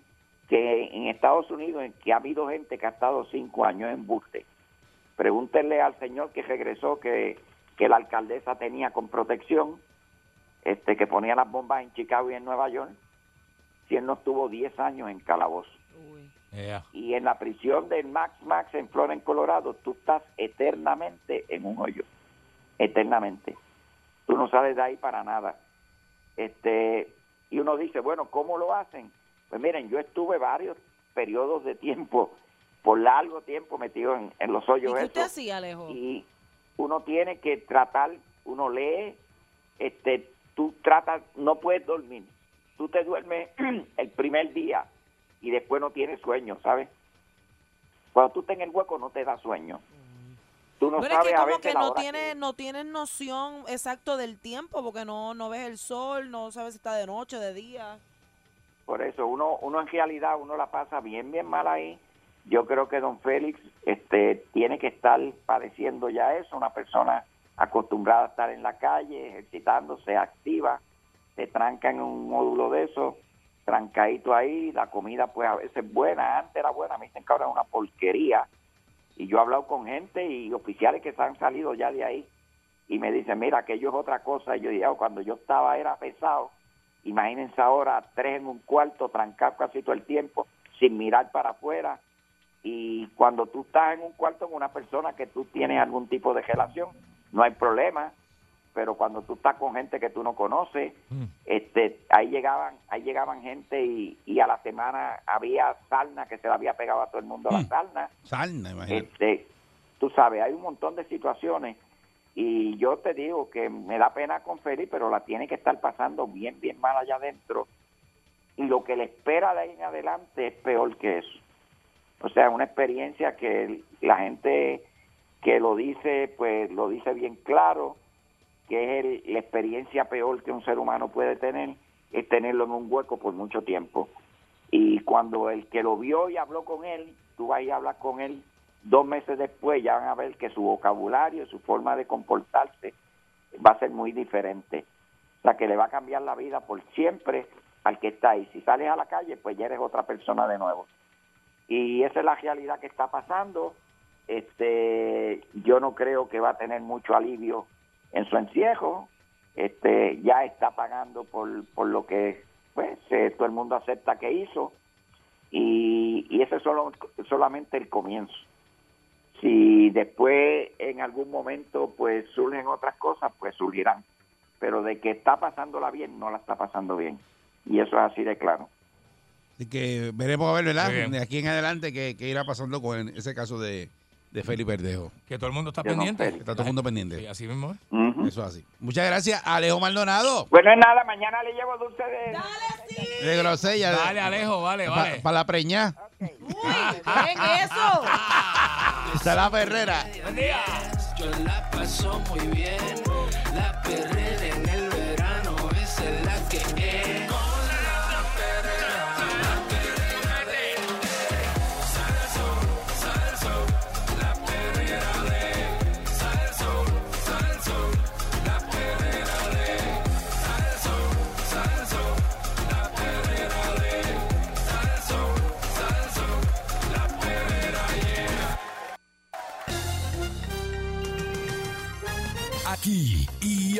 [SPEAKER 8] que en Estados Unidos en que ha habido gente que ha estado cinco años en buste. Pregúntenle al señor que regresó que, que la alcaldesa tenía con protección, este que ponía las bombas en Chicago y en Nueva York, si él no estuvo 10 años en calabozo. Y en la prisión del Max Max en Florida, en Colorado, tú estás eternamente en un hoyo. Eternamente tú no sales de ahí para nada. Este, y uno dice, bueno, ¿cómo lo hacen? Pues miren, yo estuve varios periodos de tiempo, por largo tiempo metido en, en los
[SPEAKER 3] ¿Y
[SPEAKER 8] hoyos
[SPEAKER 3] qué usted
[SPEAKER 8] esos.
[SPEAKER 3] hacía, Alejo?
[SPEAKER 8] Y uno tiene que tratar, uno lee, este, tú tratas, no puedes dormir. Tú te duermes el primer día y después no tienes sueño, ¿sabes? Cuando tú estás en el hueco no te da sueño. Tú no
[SPEAKER 3] Bueno,
[SPEAKER 8] sabes
[SPEAKER 3] es que
[SPEAKER 8] a
[SPEAKER 3] como
[SPEAKER 8] veces
[SPEAKER 3] que
[SPEAKER 8] la
[SPEAKER 3] no
[SPEAKER 8] hora
[SPEAKER 3] tienes, no tienes noción exacto del tiempo, porque no, no ves el sol, no sabes si está de noche, de día.
[SPEAKER 8] Por eso, uno, uno en realidad, uno la pasa bien, bien mal ahí. Yo creo que don Félix este, tiene que estar padeciendo ya eso, una persona acostumbrada a estar en la calle, ejercitándose, activa, se tranca en un módulo de eso, trancadito ahí, la comida pues a veces es buena, antes era buena, me dicen que ahora es una porquería. Y yo he hablado con gente y oficiales que se han salido ya de ahí y me dicen, mira, aquello es otra cosa. Y yo dije, "Ah, cuando yo estaba era pesado, imagínense ahora tres en un cuarto, trancado casi todo el tiempo, sin mirar para afuera. Y cuando tú estás en un cuarto con una persona que tú tienes algún tipo de relación, no hay problema. pero cuando tú estás con gente que tú no conoces, este, ahí llegaban, ahí llegaban gente y, y a la semana había sarna que se le había pegado a todo el mundo la sarna.
[SPEAKER 1] Sarna, imagínate.
[SPEAKER 8] Este, tú sabes, hay un montón de situaciones y yo te digo que me da pena con Felipe, pero la tiene que estar pasando bien, bien mal allá adentro. Y lo que le espera de ahí en adelante es peor que eso. O sea, una experiencia que la gente que lo dice, pues lo dice bien claro, que es el- la experiencia peor que un ser humano puede tener, es tenerlo en un hueco por mucho tiempo. Y cuando el que lo vio y habló con él, tú vas y hablas con él dos meses después, ya van a ver que su vocabulario, su forma de comportarse va a ser muy diferente. O sea, que le va a cambiar la vida por siempre al que está ahí. Si sales a la calle, pues ya eres otra persona de nuevo. Y esa es la realidad que está pasando. Este, yo no creo que va a tener mucho alivio en su encierro. Este, ya está pagando por, por lo que pues, eh, todo el mundo acepta que hizo. Y, y ese es solo, solamente el comienzo. Si después en algún momento pues surgen otras cosas, pues surgirán. Pero de que está pasándola bien, no la está pasando bien. Y eso es así de claro.
[SPEAKER 1] Así que veremos a ver, ¿verdad?
[SPEAKER 8] Muy bien.
[SPEAKER 1] De aquí en adelante qué, qué irá pasando con ese caso de, de Felipe Verdejo.
[SPEAKER 14] Que todo el mundo está
[SPEAKER 1] Yo no,
[SPEAKER 14] pendiente.
[SPEAKER 1] Félix. Está todo el mundo pendiente.
[SPEAKER 14] Sí, así mismo es.
[SPEAKER 1] Eso es así. Muchas gracias, Alejo Maldonado.
[SPEAKER 8] Bueno, es nada, mañana le llevo dulce de...
[SPEAKER 1] De grosella.
[SPEAKER 14] Vale, Alejo, vale, vale.
[SPEAKER 1] Para la preñá.
[SPEAKER 3] ¡Ven eso!
[SPEAKER 1] Está la perrera.
[SPEAKER 11] Yo la paso muy bien. La perrera en el verano, esa es la que es. La perrera, la perrera de- Sale el sol, sale el sol, la perrera de- Sale el sol, sale el sol, la perrera de- Sale el sol, sale el sol, la perrera de- Sale el sol, sale el sol, la perrera yeah.
[SPEAKER 15] Aquí y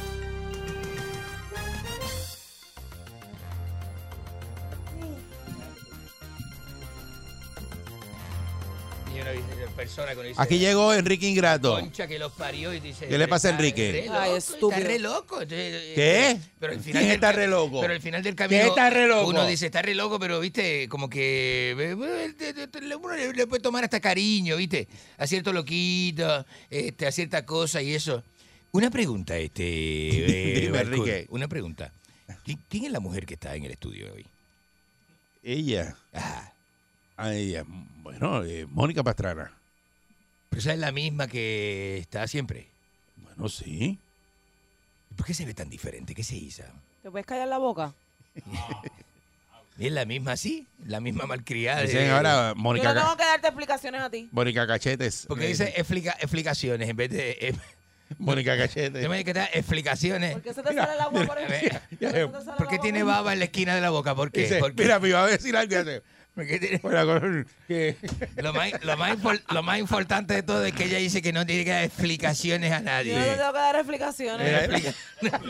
[SPEAKER 4] Y una vice- persona que dice,
[SPEAKER 1] Aquí llegó Enrique Ingrato.
[SPEAKER 4] Concha que los parió y dice.
[SPEAKER 1] ¿Qué le pasa a
[SPEAKER 4] "Está
[SPEAKER 1] Enrique?
[SPEAKER 4] re loco,
[SPEAKER 3] Ay, estúpido.
[SPEAKER 4] Está re loco. Entonces,
[SPEAKER 1] ¿Qué?
[SPEAKER 4] eh, Pero al
[SPEAKER 1] ¿Quién
[SPEAKER 4] final del
[SPEAKER 1] está
[SPEAKER 4] ca-
[SPEAKER 1] re loco?
[SPEAKER 4] Pero al final del camino.
[SPEAKER 1] ¿Quién está re loco?
[SPEAKER 4] Uno dice, está re loco, pero viste, como que. eh, eh, te- te- te- Uno le, le puede tomar hasta cariño, viste. A cierto loquito, este, a cierta cosa y eso. Una pregunta, este. eh,
[SPEAKER 1] Dime,
[SPEAKER 4] Barcud,
[SPEAKER 1] Enrique.
[SPEAKER 4] Una pregunta. ¿Qui- ¿Quién es la mujer que está en el estudio hoy?
[SPEAKER 1] Ella. A ella. Bueno, eh, Mónica Pastrana.
[SPEAKER 4] Pero esa es la misma que está siempre.
[SPEAKER 1] Bueno, sí.
[SPEAKER 4] ¿Por qué se ve tan diferente? ¿Qué se hizo?
[SPEAKER 3] ¿Te puedes callar la boca?
[SPEAKER 4] ¿Es la misma así? ¿La misma malcriada?
[SPEAKER 1] Dicen ahora Mónica,
[SPEAKER 3] Yo no
[SPEAKER 1] Ca-
[SPEAKER 3] tengo que darte explicaciones a ti.
[SPEAKER 1] Mónica Cachetes. Eh,
[SPEAKER 4] Porque dice explica- explicaciones en vez de... eh,
[SPEAKER 1] Mónica Cachetes.
[SPEAKER 4] yo me dije que está explicaciones.
[SPEAKER 3] ¿Por qué se te sale el agua por el...
[SPEAKER 4] ¿Por qué tiene baba en la esquina de la boca? ¿Por qué?
[SPEAKER 1] eh, Dice,
[SPEAKER 4] ¿Por qué?
[SPEAKER 1] mira, me iba a decir algo. y hace,
[SPEAKER 4] ¿Por qué tiene-
[SPEAKER 1] bueno, con- que-
[SPEAKER 4] Lo, más, lo más impor- lo más importante de todo es que ella dice que no tiene que dar explicaciones a nadie.
[SPEAKER 3] Yo no te tengo que dar explicaciones.
[SPEAKER 4] Explica-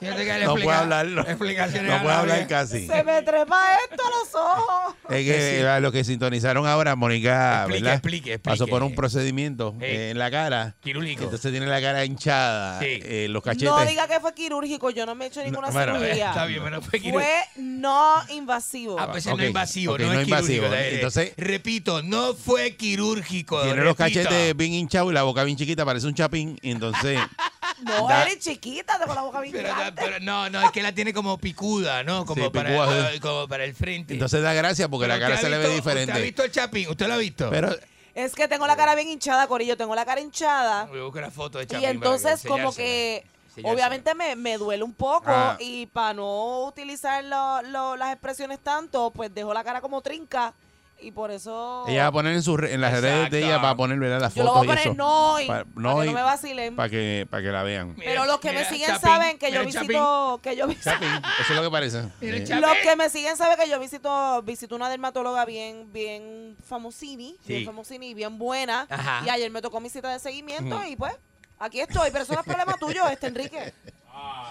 [SPEAKER 4] Yo tengo que dar
[SPEAKER 1] no puedo
[SPEAKER 4] explica-
[SPEAKER 1] hablar. No,
[SPEAKER 4] explicaciones
[SPEAKER 1] no
[SPEAKER 4] a
[SPEAKER 1] puedo hablar
[SPEAKER 4] nadie.
[SPEAKER 1] casi.
[SPEAKER 3] Se me trepa esto a los ojos.
[SPEAKER 1] Es que eh, los que sintonizaron ahora, Mónica,
[SPEAKER 4] Explique,
[SPEAKER 1] ¿verdad?
[SPEAKER 4] explique, explique.
[SPEAKER 1] Pasó por un procedimiento
[SPEAKER 4] Sí.
[SPEAKER 1] eh, en la cara.
[SPEAKER 4] Quirúrgico.
[SPEAKER 1] Entonces tiene la cara hinchada,
[SPEAKER 4] Sí.
[SPEAKER 1] eh, los cachetes.
[SPEAKER 3] No diga que fue quirúrgico, yo no me he hecho ninguna
[SPEAKER 1] bueno,
[SPEAKER 3] cirugía.
[SPEAKER 4] Está bien, pero fue quirúrgico.
[SPEAKER 3] Fue no invasivo.
[SPEAKER 4] Ah, pues ese
[SPEAKER 1] Ok,
[SPEAKER 4] no es invasivo,
[SPEAKER 1] ok, no
[SPEAKER 4] no, es
[SPEAKER 1] invasivo.
[SPEAKER 4] quirúrgico. eh,
[SPEAKER 1] Entonces-
[SPEAKER 4] repito, no fue quirúrgico.
[SPEAKER 1] Tiene los
[SPEAKER 4] repito.
[SPEAKER 1] cachetes bien hinchados y la boca bien chiquita, parece un chapín. y Entonces,
[SPEAKER 3] no,
[SPEAKER 1] da-
[SPEAKER 3] eres chiquita, tengo la boca bien
[SPEAKER 4] Pero,
[SPEAKER 3] grande.
[SPEAKER 4] pero no, no, es que la tiene como picuda, ¿no? Como,
[SPEAKER 1] Sí,
[SPEAKER 4] para,
[SPEAKER 1] picuda, sí.
[SPEAKER 4] como para el frente.
[SPEAKER 1] entonces da gracia porque
[SPEAKER 4] Pero
[SPEAKER 1] la cara
[SPEAKER 4] usted
[SPEAKER 1] se le
[SPEAKER 4] ha
[SPEAKER 1] ve
[SPEAKER 4] visto- ¿Usted ha
[SPEAKER 1] diferente.
[SPEAKER 4] visto el chapín? ¿Usted lo ha visto?
[SPEAKER 1] Pero
[SPEAKER 3] Es que tengo la cara bien hinchada, Corillo, tengo la cara hinchada.
[SPEAKER 4] Voy a buscar la foto de
[SPEAKER 3] Y
[SPEAKER 4] chapín. para
[SPEAKER 3] entonces
[SPEAKER 4] enseñársela.
[SPEAKER 3] como que
[SPEAKER 4] Enseñársela.
[SPEAKER 3] obviamente me, me duele un poco
[SPEAKER 1] Ah.
[SPEAKER 3] y para no utilizar lo- lo- las expresiones tanto, pues dejo la cara como trinca y por eso
[SPEAKER 1] ella va a poner en, sus re- en las redes
[SPEAKER 4] Exacto.
[SPEAKER 1] de ella, va a poner ¿verdad? las
[SPEAKER 3] yo
[SPEAKER 1] fotos
[SPEAKER 3] lo voy
[SPEAKER 1] y
[SPEAKER 3] a poner
[SPEAKER 1] eso.
[SPEAKER 3] no hoy,
[SPEAKER 1] Pa-
[SPEAKER 3] para que
[SPEAKER 1] y-
[SPEAKER 3] no me vacilen.
[SPEAKER 1] Para que, para que la vean.
[SPEAKER 4] Mira,
[SPEAKER 3] Pero los que me
[SPEAKER 4] mira,
[SPEAKER 3] siguen
[SPEAKER 4] Chapín,
[SPEAKER 3] saben que
[SPEAKER 4] mira
[SPEAKER 3] yo
[SPEAKER 4] el Chapín.
[SPEAKER 3] visito, que yo visito
[SPEAKER 1] Chapín, eso es lo que parece.
[SPEAKER 4] Mira el
[SPEAKER 1] Eh,
[SPEAKER 4] chapín.
[SPEAKER 3] Los que me siguen saben que yo visito, visito una dermatóloga bien, bien famosini, bien
[SPEAKER 4] Sí.
[SPEAKER 3] famosini y bien buena.
[SPEAKER 4] Ajá.
[SPEAKER 3] Y ayer me tocó mi cita de seguimiento
[SPEAKER 4] Ah.
[SPEAKER 3] y pues, aquí estoy. Pero eso no es problema tuyo, este Enrique.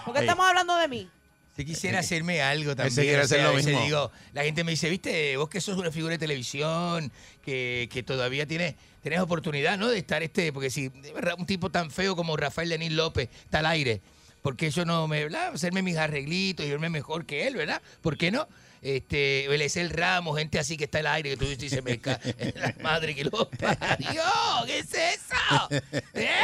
[SPEAKER 3] ¿Por
[SPEAKER 1] Oye.
[SPEAKER 3] qué estamos hablando de mí?
[SPEAKER 4] Yo quisiera hacerme algo también.
[SPEAKER 1] quiere
[SPEAKER 4] o
[SPEAKER 1] hacer
[SPEAKER 4] sea,
[SPEAKER 1] lo
[SPEAKER 4] a veces
[SPEAKER 1] mismo.
[SPEAKER 4] digo, la gente me dice, viste, vos que sos una figura de televisión, que, que todavía tienes, tenés oportunidad, ¿no? De estar este, porque si un tipo tan feo como Rafael Lenín López está al aire, porque yo no me, ¿verdad? Hacerme mis arreglitos y verme mejor que él, ¿verdad? ¿Por qué no? Este, el Ramos, gente así que está al aire, que tú dices, me ca- la madre que lo parió, ¿qué es eso? ¿Eh?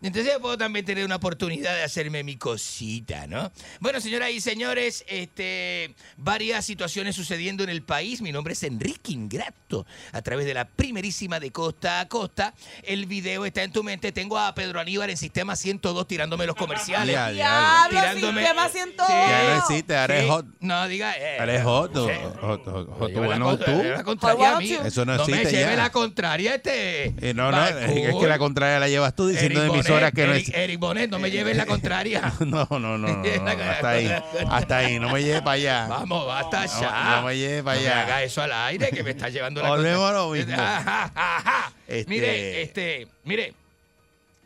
[SPEAKER 4] Entonces puedo también tener una oportunidad de hacerme mi cosita, ¿no? Bueno, señoras y señores, este, varias situaciones sucediendo en el país. Mi nombre es Enrique Ingrato. A través de la primerísima de Costa a Costa, el video está en tu mente. Tengo a Pedro Aníbal en Sistema 102 tirándome los comerciales.
[SPEAKER 1] Ya, ya.
[SPEAKER 3] Diablo, Sistema 102.
[SPEAKER 1] Ya no existe, ahora es
[SPEAKER 4] Sí.
[SPEAKER 1] hot.
[SPEAKER 4] No, diga... eh,
[SPEAKER 1] Ahora es hot.
[SPEAKER 4] sí.
[SPEAKER 1] hot, hot, hot, hot,
[SPEAKER 4] Lleva la
[SPEAKER 1] bueno,
[SPEAKER 4] contra-
[SPEAKER 1] tú.
[SPEAKER 4] lleva la contraria a mí.
[SPEAKER 1] Eso no
[SPEAKER 4] me
[SPEAKER 1] existe
[SPEAKER 4] lleve
[SPEAKER 1] ya.
[SPEAKER 4] la contraria este.
[SPEAKER 1] Eh, no, no,
[SPEAKER 4] Bacul.
[SPEAKER 1] es que la contraria la llevas tú diciendo de
[SPEAKER 4] Eric
[SPEAKER 1] emisoras
[SPEAKER 4] Bonet,
[SPEAKER 1] que no
[SPEAKER 4] Eric-
[SPEAKER 1] es. Eh,
[SPEAKER 4] Eric Bonet, no me lleves la contraria.
[SPEAKER 1] No, no, no, no, no, no, hasta ahí, hasta ahí, no me lleves para allá.
[SPEAKER 4] Vamos, basta
[SPEAKER 1] eh. No,
[SPEAKER 4] ya.
[SPEAKER 1] no me lleve para
[SPEAKER 4] No me
[SPEAKER 1] allá.
[SPEAKER 4] haga eso al aire que me está llevando la
[SPEAKER 1] Volvemos a lo
[SPEAKER 4] contra-
[SPEAKER 1] mismo.
[SPEAKER 4] Ajá, ajá.
[SPEAKER 1] Este-
[SPEAKER 4] Mire, este, mire,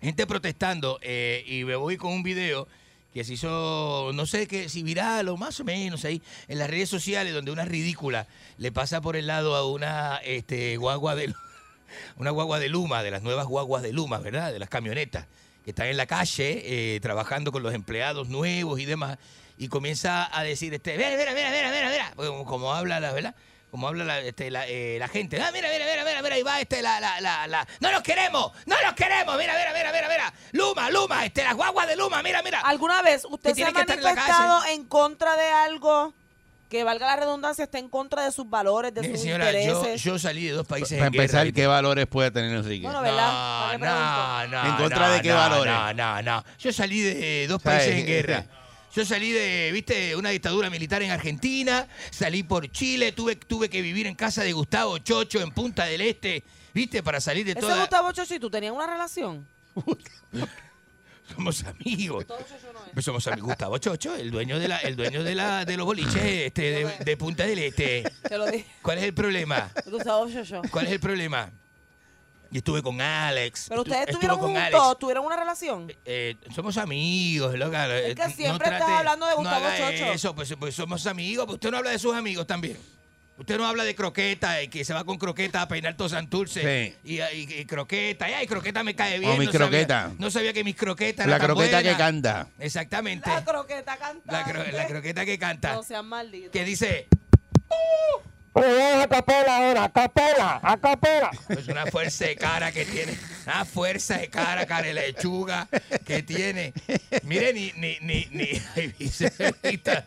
[SPEAKER 4] gente protestando eh, y me voy con un video que se hizo, no sé qué, si viral o más o menos ahí en las redes sociales donde una ridícula le pasa por el lado a una este, guagua de una guagua de Luma, de las nuevas guaguas de Luma, ¿verdad? De las camionetas que están en la calle eh, trabajando con los empleados nuevos y demás y comienza a decir este, mira, mira, mira, mira, mira, mira, porque como, como habla la, ¿verdad? Como habla la, este, la, eh, la gente, ah, mira, mira, mira, mira, mira, ahí va este, la, la, la, la, no nos queremos, no nos queremos, mira, mira, mira, mira, mira, Luma, Luma, este, las guaguas de Luma, mira, mira.
[SPEAKER 3] ¿Alguna vez usted
[SPEAKER 4] Que
[SPEAKER 3] se ha
[SPEAKER 4] tiene que estar en la
[SPEAKER 3] manifestado en contra de algo que valga la redundancia, está en contra de sus valores, de
[SPEAKER 4] Mire,
[SPEAKER 3] sus
[SPEAKER 4] señora, yo,
[SPEAKER 3] intereses?
[SPEAKER 4] yo salí de dos países
[SPEAKER 1] Para
[SPEAKER 4] en guerra,
[SPEAKER 1] empezar,
[SPEAKER 4] ¿viste?
[SPEAKER 1] ¿qué valores puede tener Enrique?
[SPEAKER 3] Bueno,
[SPEAKER 4] No,
[SPEAKER 3] ¿verdad?
[SPEAKER 4] no, no.
[SPEAKER 1] ¿En contra
[SPEAKER 4] no,
[SPEAKER 1] de qué
[SPEAKER 4] no,
[SPEAKER 1] valores?
[SPEAKER 4] No, no, no. Yo salí de dos
[SPEAKER 1] ¿Sabes?
[SPEAKER 4] países en guerra. Yo salí de, viste, una dictadura militar en Argentina, salí por Chile, tuve, tuve que vivir en casa de Gustavo Chocho en Punta del Este, viste, para salir de
[SPEAKER 3] Ese
[SPEAKER 4] toda...
[SPEAKER 3] Gustavo Chochi, ¿tú tenías una relación?
[SPEAKER 4] Somos amigos. Pues somos amigos. Gustavo Chocho, el dueño de la, el dueño de la, de los boliches, este, de, de Punta del Este.
[SPEAKER 3] Te lo dije.
[SPEAKER 4] ¿Cuál es el problema?
[SPEAKER 3] Gustavo Chocho.
[SPEAKER 4] ¿Cuál es el problema? Y estuve con Alex.
[SPEAKER 3] Pero
[SPEAKER 4] estu-
[SPEAKER 3] ustedes
[SPEAKER 4] estuve
[SPEAKER 3] estuvieron
[SPEAKER 4] con
[SPEAKER 3] juntos,
[SPEAKER 4] Alex.
[SPEAKER 3] tuvieron una relación.
[SPEAKER 4] Eh, somos amigos, loca.
[SPEAKER 3] Es que
[SPEAKER 4] Eh,
[SPEAKER 3] siempre estás
[SPEAKER 4] trate-
[SPEAKER 3] hablando de Gustavo
[SPEAKER 4] no haga
[SPEAKER 3] Chocho.
[SPEAKER 4] Eso, pues, pues somos amigos. Pues usted no habla de sus amigos también. Usted no habla de croqueta, y que se va con croqueta a peinar todo Santurce. Y, y- y croqueta, y ay, croqueta me cae bien.
[SPEAKER 1] mis
[SPEAKER 4] no sabía-
[SPEAKER 1] croquetas.
[SPEAKER 4] no sabía que mis croquetas
[SPEAKER 1] La
[SPEAKER 4] eran tan
[SPEAKER 1] croqueta que
[SPEAKER 4] buenas.
[SPEAKER 1] canta.
[SPEAKER 4] Exactamente.
[SPEAKER 3] La croqueta cantante.
[SPEAKER 4] La, cro- la croqueta que canta.
[SPEAKER 3] No sean malditos.
[SPEAKER 4] que dice,
[SPEAKER 11] a capela ahora, a capela, a capela.
[SPEAKER 4] Es una fuerza de cara que tiene. Una fuerza de cara, cara de lechuga que tiene. Mire, ni, ni, ni, ni. Ay, viceversa.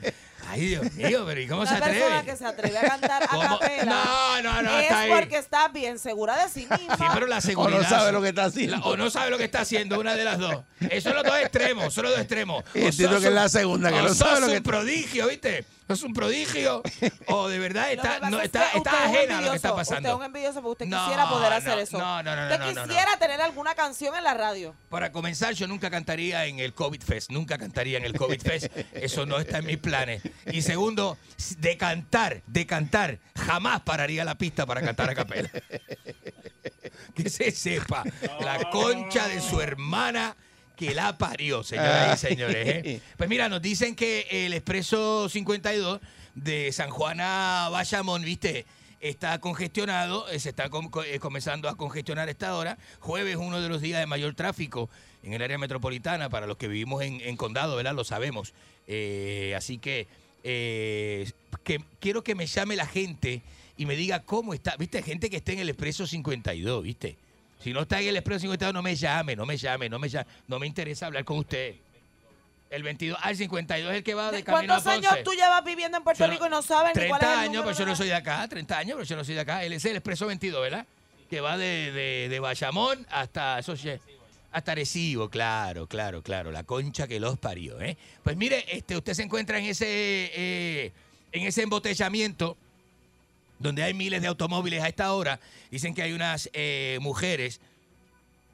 [SPEAKER 4] Ay, Dios mío, pero ¿y cómo
[SPEAKER 3] Una
[SPEAKER 4] se
[SPEAKER 3] persona
[SPEAKER 4] atreve?
[SPEAKER 3] que se atreve a cantar a
[SPEAKER 4] ¿Cómo?
[SPEAKER 3] capela
[SPEAKER 4] No, no, no,
[SPEAKER 3] es
[SPEAKER 4] está ahí.
[SPEAKER 3] porque está bien segura de sí misma.
[SPEAKER 4] Sí, pero la
[SPEAKER 1] O
[SPEAKER 4] seguridad.
[SPEAKER 1] no sabe lo que está haciendo.
[SPEAKER 4] la- o no sabe lo que está haciendo, una de las dos. Eso son los dos extremos, son los dos extremos. O
[SPEAKER 1] Y entiendo
[SPEAKER 4] sos
[SPEAKER 1] que es la
[SPEAKER 4] un-
[SPEAKER 1] segunda, que
[SPEAKER 4] o
[SPEAKER 1] no sabe
[SPEAKER 4] sos
[SPEAKER 1] lo que
[SPEAKER 4] un prodigio, ¿viste? Es un prodigio. O de verdad
[SPEAKER 3] Lo que
[SPEAKER 4] está,
[SPEAKER 3] pasa
[SPEAKER 4] no,
[SPEAKER 3] es
[SPEAKER 4] está,
[SPEAKER 3] que
[SPEAKER 4] está
[SPEAKER 3] usted es un
[SPEAKER 4] ajena a lo que está
[SPEAKER 3] envidioso, Usted es un
[SPEAKER 4] pasando.
[SPEAKER 3] envidioso porque usted
[SPEAKER 4] No,
[SPEAKER 3] quisiera poder hacer
[SPEAKER 4] no,
[SPEAKER 3] eso.
[SPEAKER 4] no, no, no,
[SPEAKER 3] usted
[SPEAKER 4] no, no, no.
[SPEAKER 3] quisiera tener alguna canción en la radio.
[SPEAKER 4] Para comenzar, yo nunca cantaría en el COVID Fest. Nunca cantaría en el COVID Fest. Eso no está en mis planes. Y segundo, de cantar, de cantar, jamás pararía la pista para cantar a capela. Que se sepa la concha de su hermana que la parió, señoras y señores. ¿eh? Pues mira, nos dicen que el expreso 52 de San Juan a Bayamón, ¿viste? Está congestionado, eh, se está com- co- eh, comenzando a congestionar a esta hora. Jueves, uno de los días de mayor tráfico en el área metropolitana, para los que vivimos en, en condado, ¿verdad? Lo sabemos. Eh, así que, eh, que quiero que me llame la gente y me diga cómo está. ¿Viste? Gente que esté en el expreso 52, ¿viste? Si no está en el expreso 52, no me llame, no me llame, no me llame. No me interesa hablar con usted. El 22, al 52 es el que va de camino a
[SPEAKER 3] ¿Cuántos
[SPEAKER 4] Ponce.
[SPEAKER 3] años tú llevas viviendo en Puerto
[SPEAKER 4] Yo no-
[SPEAKER 3] Rico y no sabes ni
[SPEAKER 4] 30
[SPEAKER 3] cuál es el
[SPEAKER 4] años,
[SPEAKER 3] número
[SPEAKER 4] pero yo
[SPEAKER 3] de
[SPEAKER 4] no
[SPEAKER 3] la-
[SPEAKER 4] soy de acá. 30 años, pero yo no soy de acá. Él es el Expreso 22, ¿verdad? Que va de, de, de Bayamón hasta... Eso, sí, hasta Arecibo, claro, claro, claro. La concha que los parió, ¿eh? Pues mire, este, usted se encuentra en ese, eh, en ese embotellamiento donde hay miles de automóviles a esta hora. Dicen que hay unas eh, mujeres...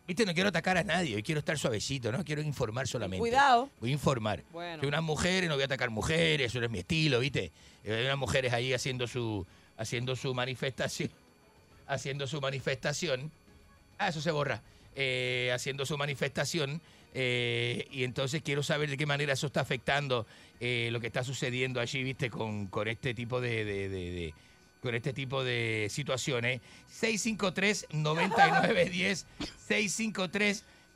[SPEAKER 4] Viste, no quiero atacar a nadie, hoy quiero estar suavecito, ¿no? Quiero informar solamente.
[SPEAKER 3] Cuidado.
[SPEAKER 4] Voy a informar.
[SPEAKER 3] Bueno.
[SPEAKER 4] Que unas mujeres, no voy a atacar mujeres, eso no es mi estilo, ¿viste? Eh, Hay unas mujeres ahí haciendo su, haciendo su manifestación. Haciendo su manifestación. Ah, eso se borra. eh, haciendo su manifestación. eh, y entonces quiero saber de qué manera eso está afectando eh, lo que está sucediendo allí, viste, con, con este tipo de, de- de- de- con este tipo de situaciones. ¿eh? 653-9910,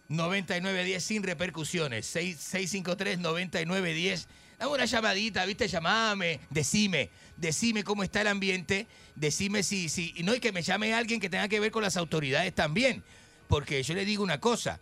[SPEAKER 4] 653-9910 sin repercusiones, 6- 653-9910. Dame una llamadita, viste, llamame, decime, decime cómo está el ambiente, decime si, si, y no, y que me llame alguien que tenga que ver con las autoridades también, porque yo le digo una cosa,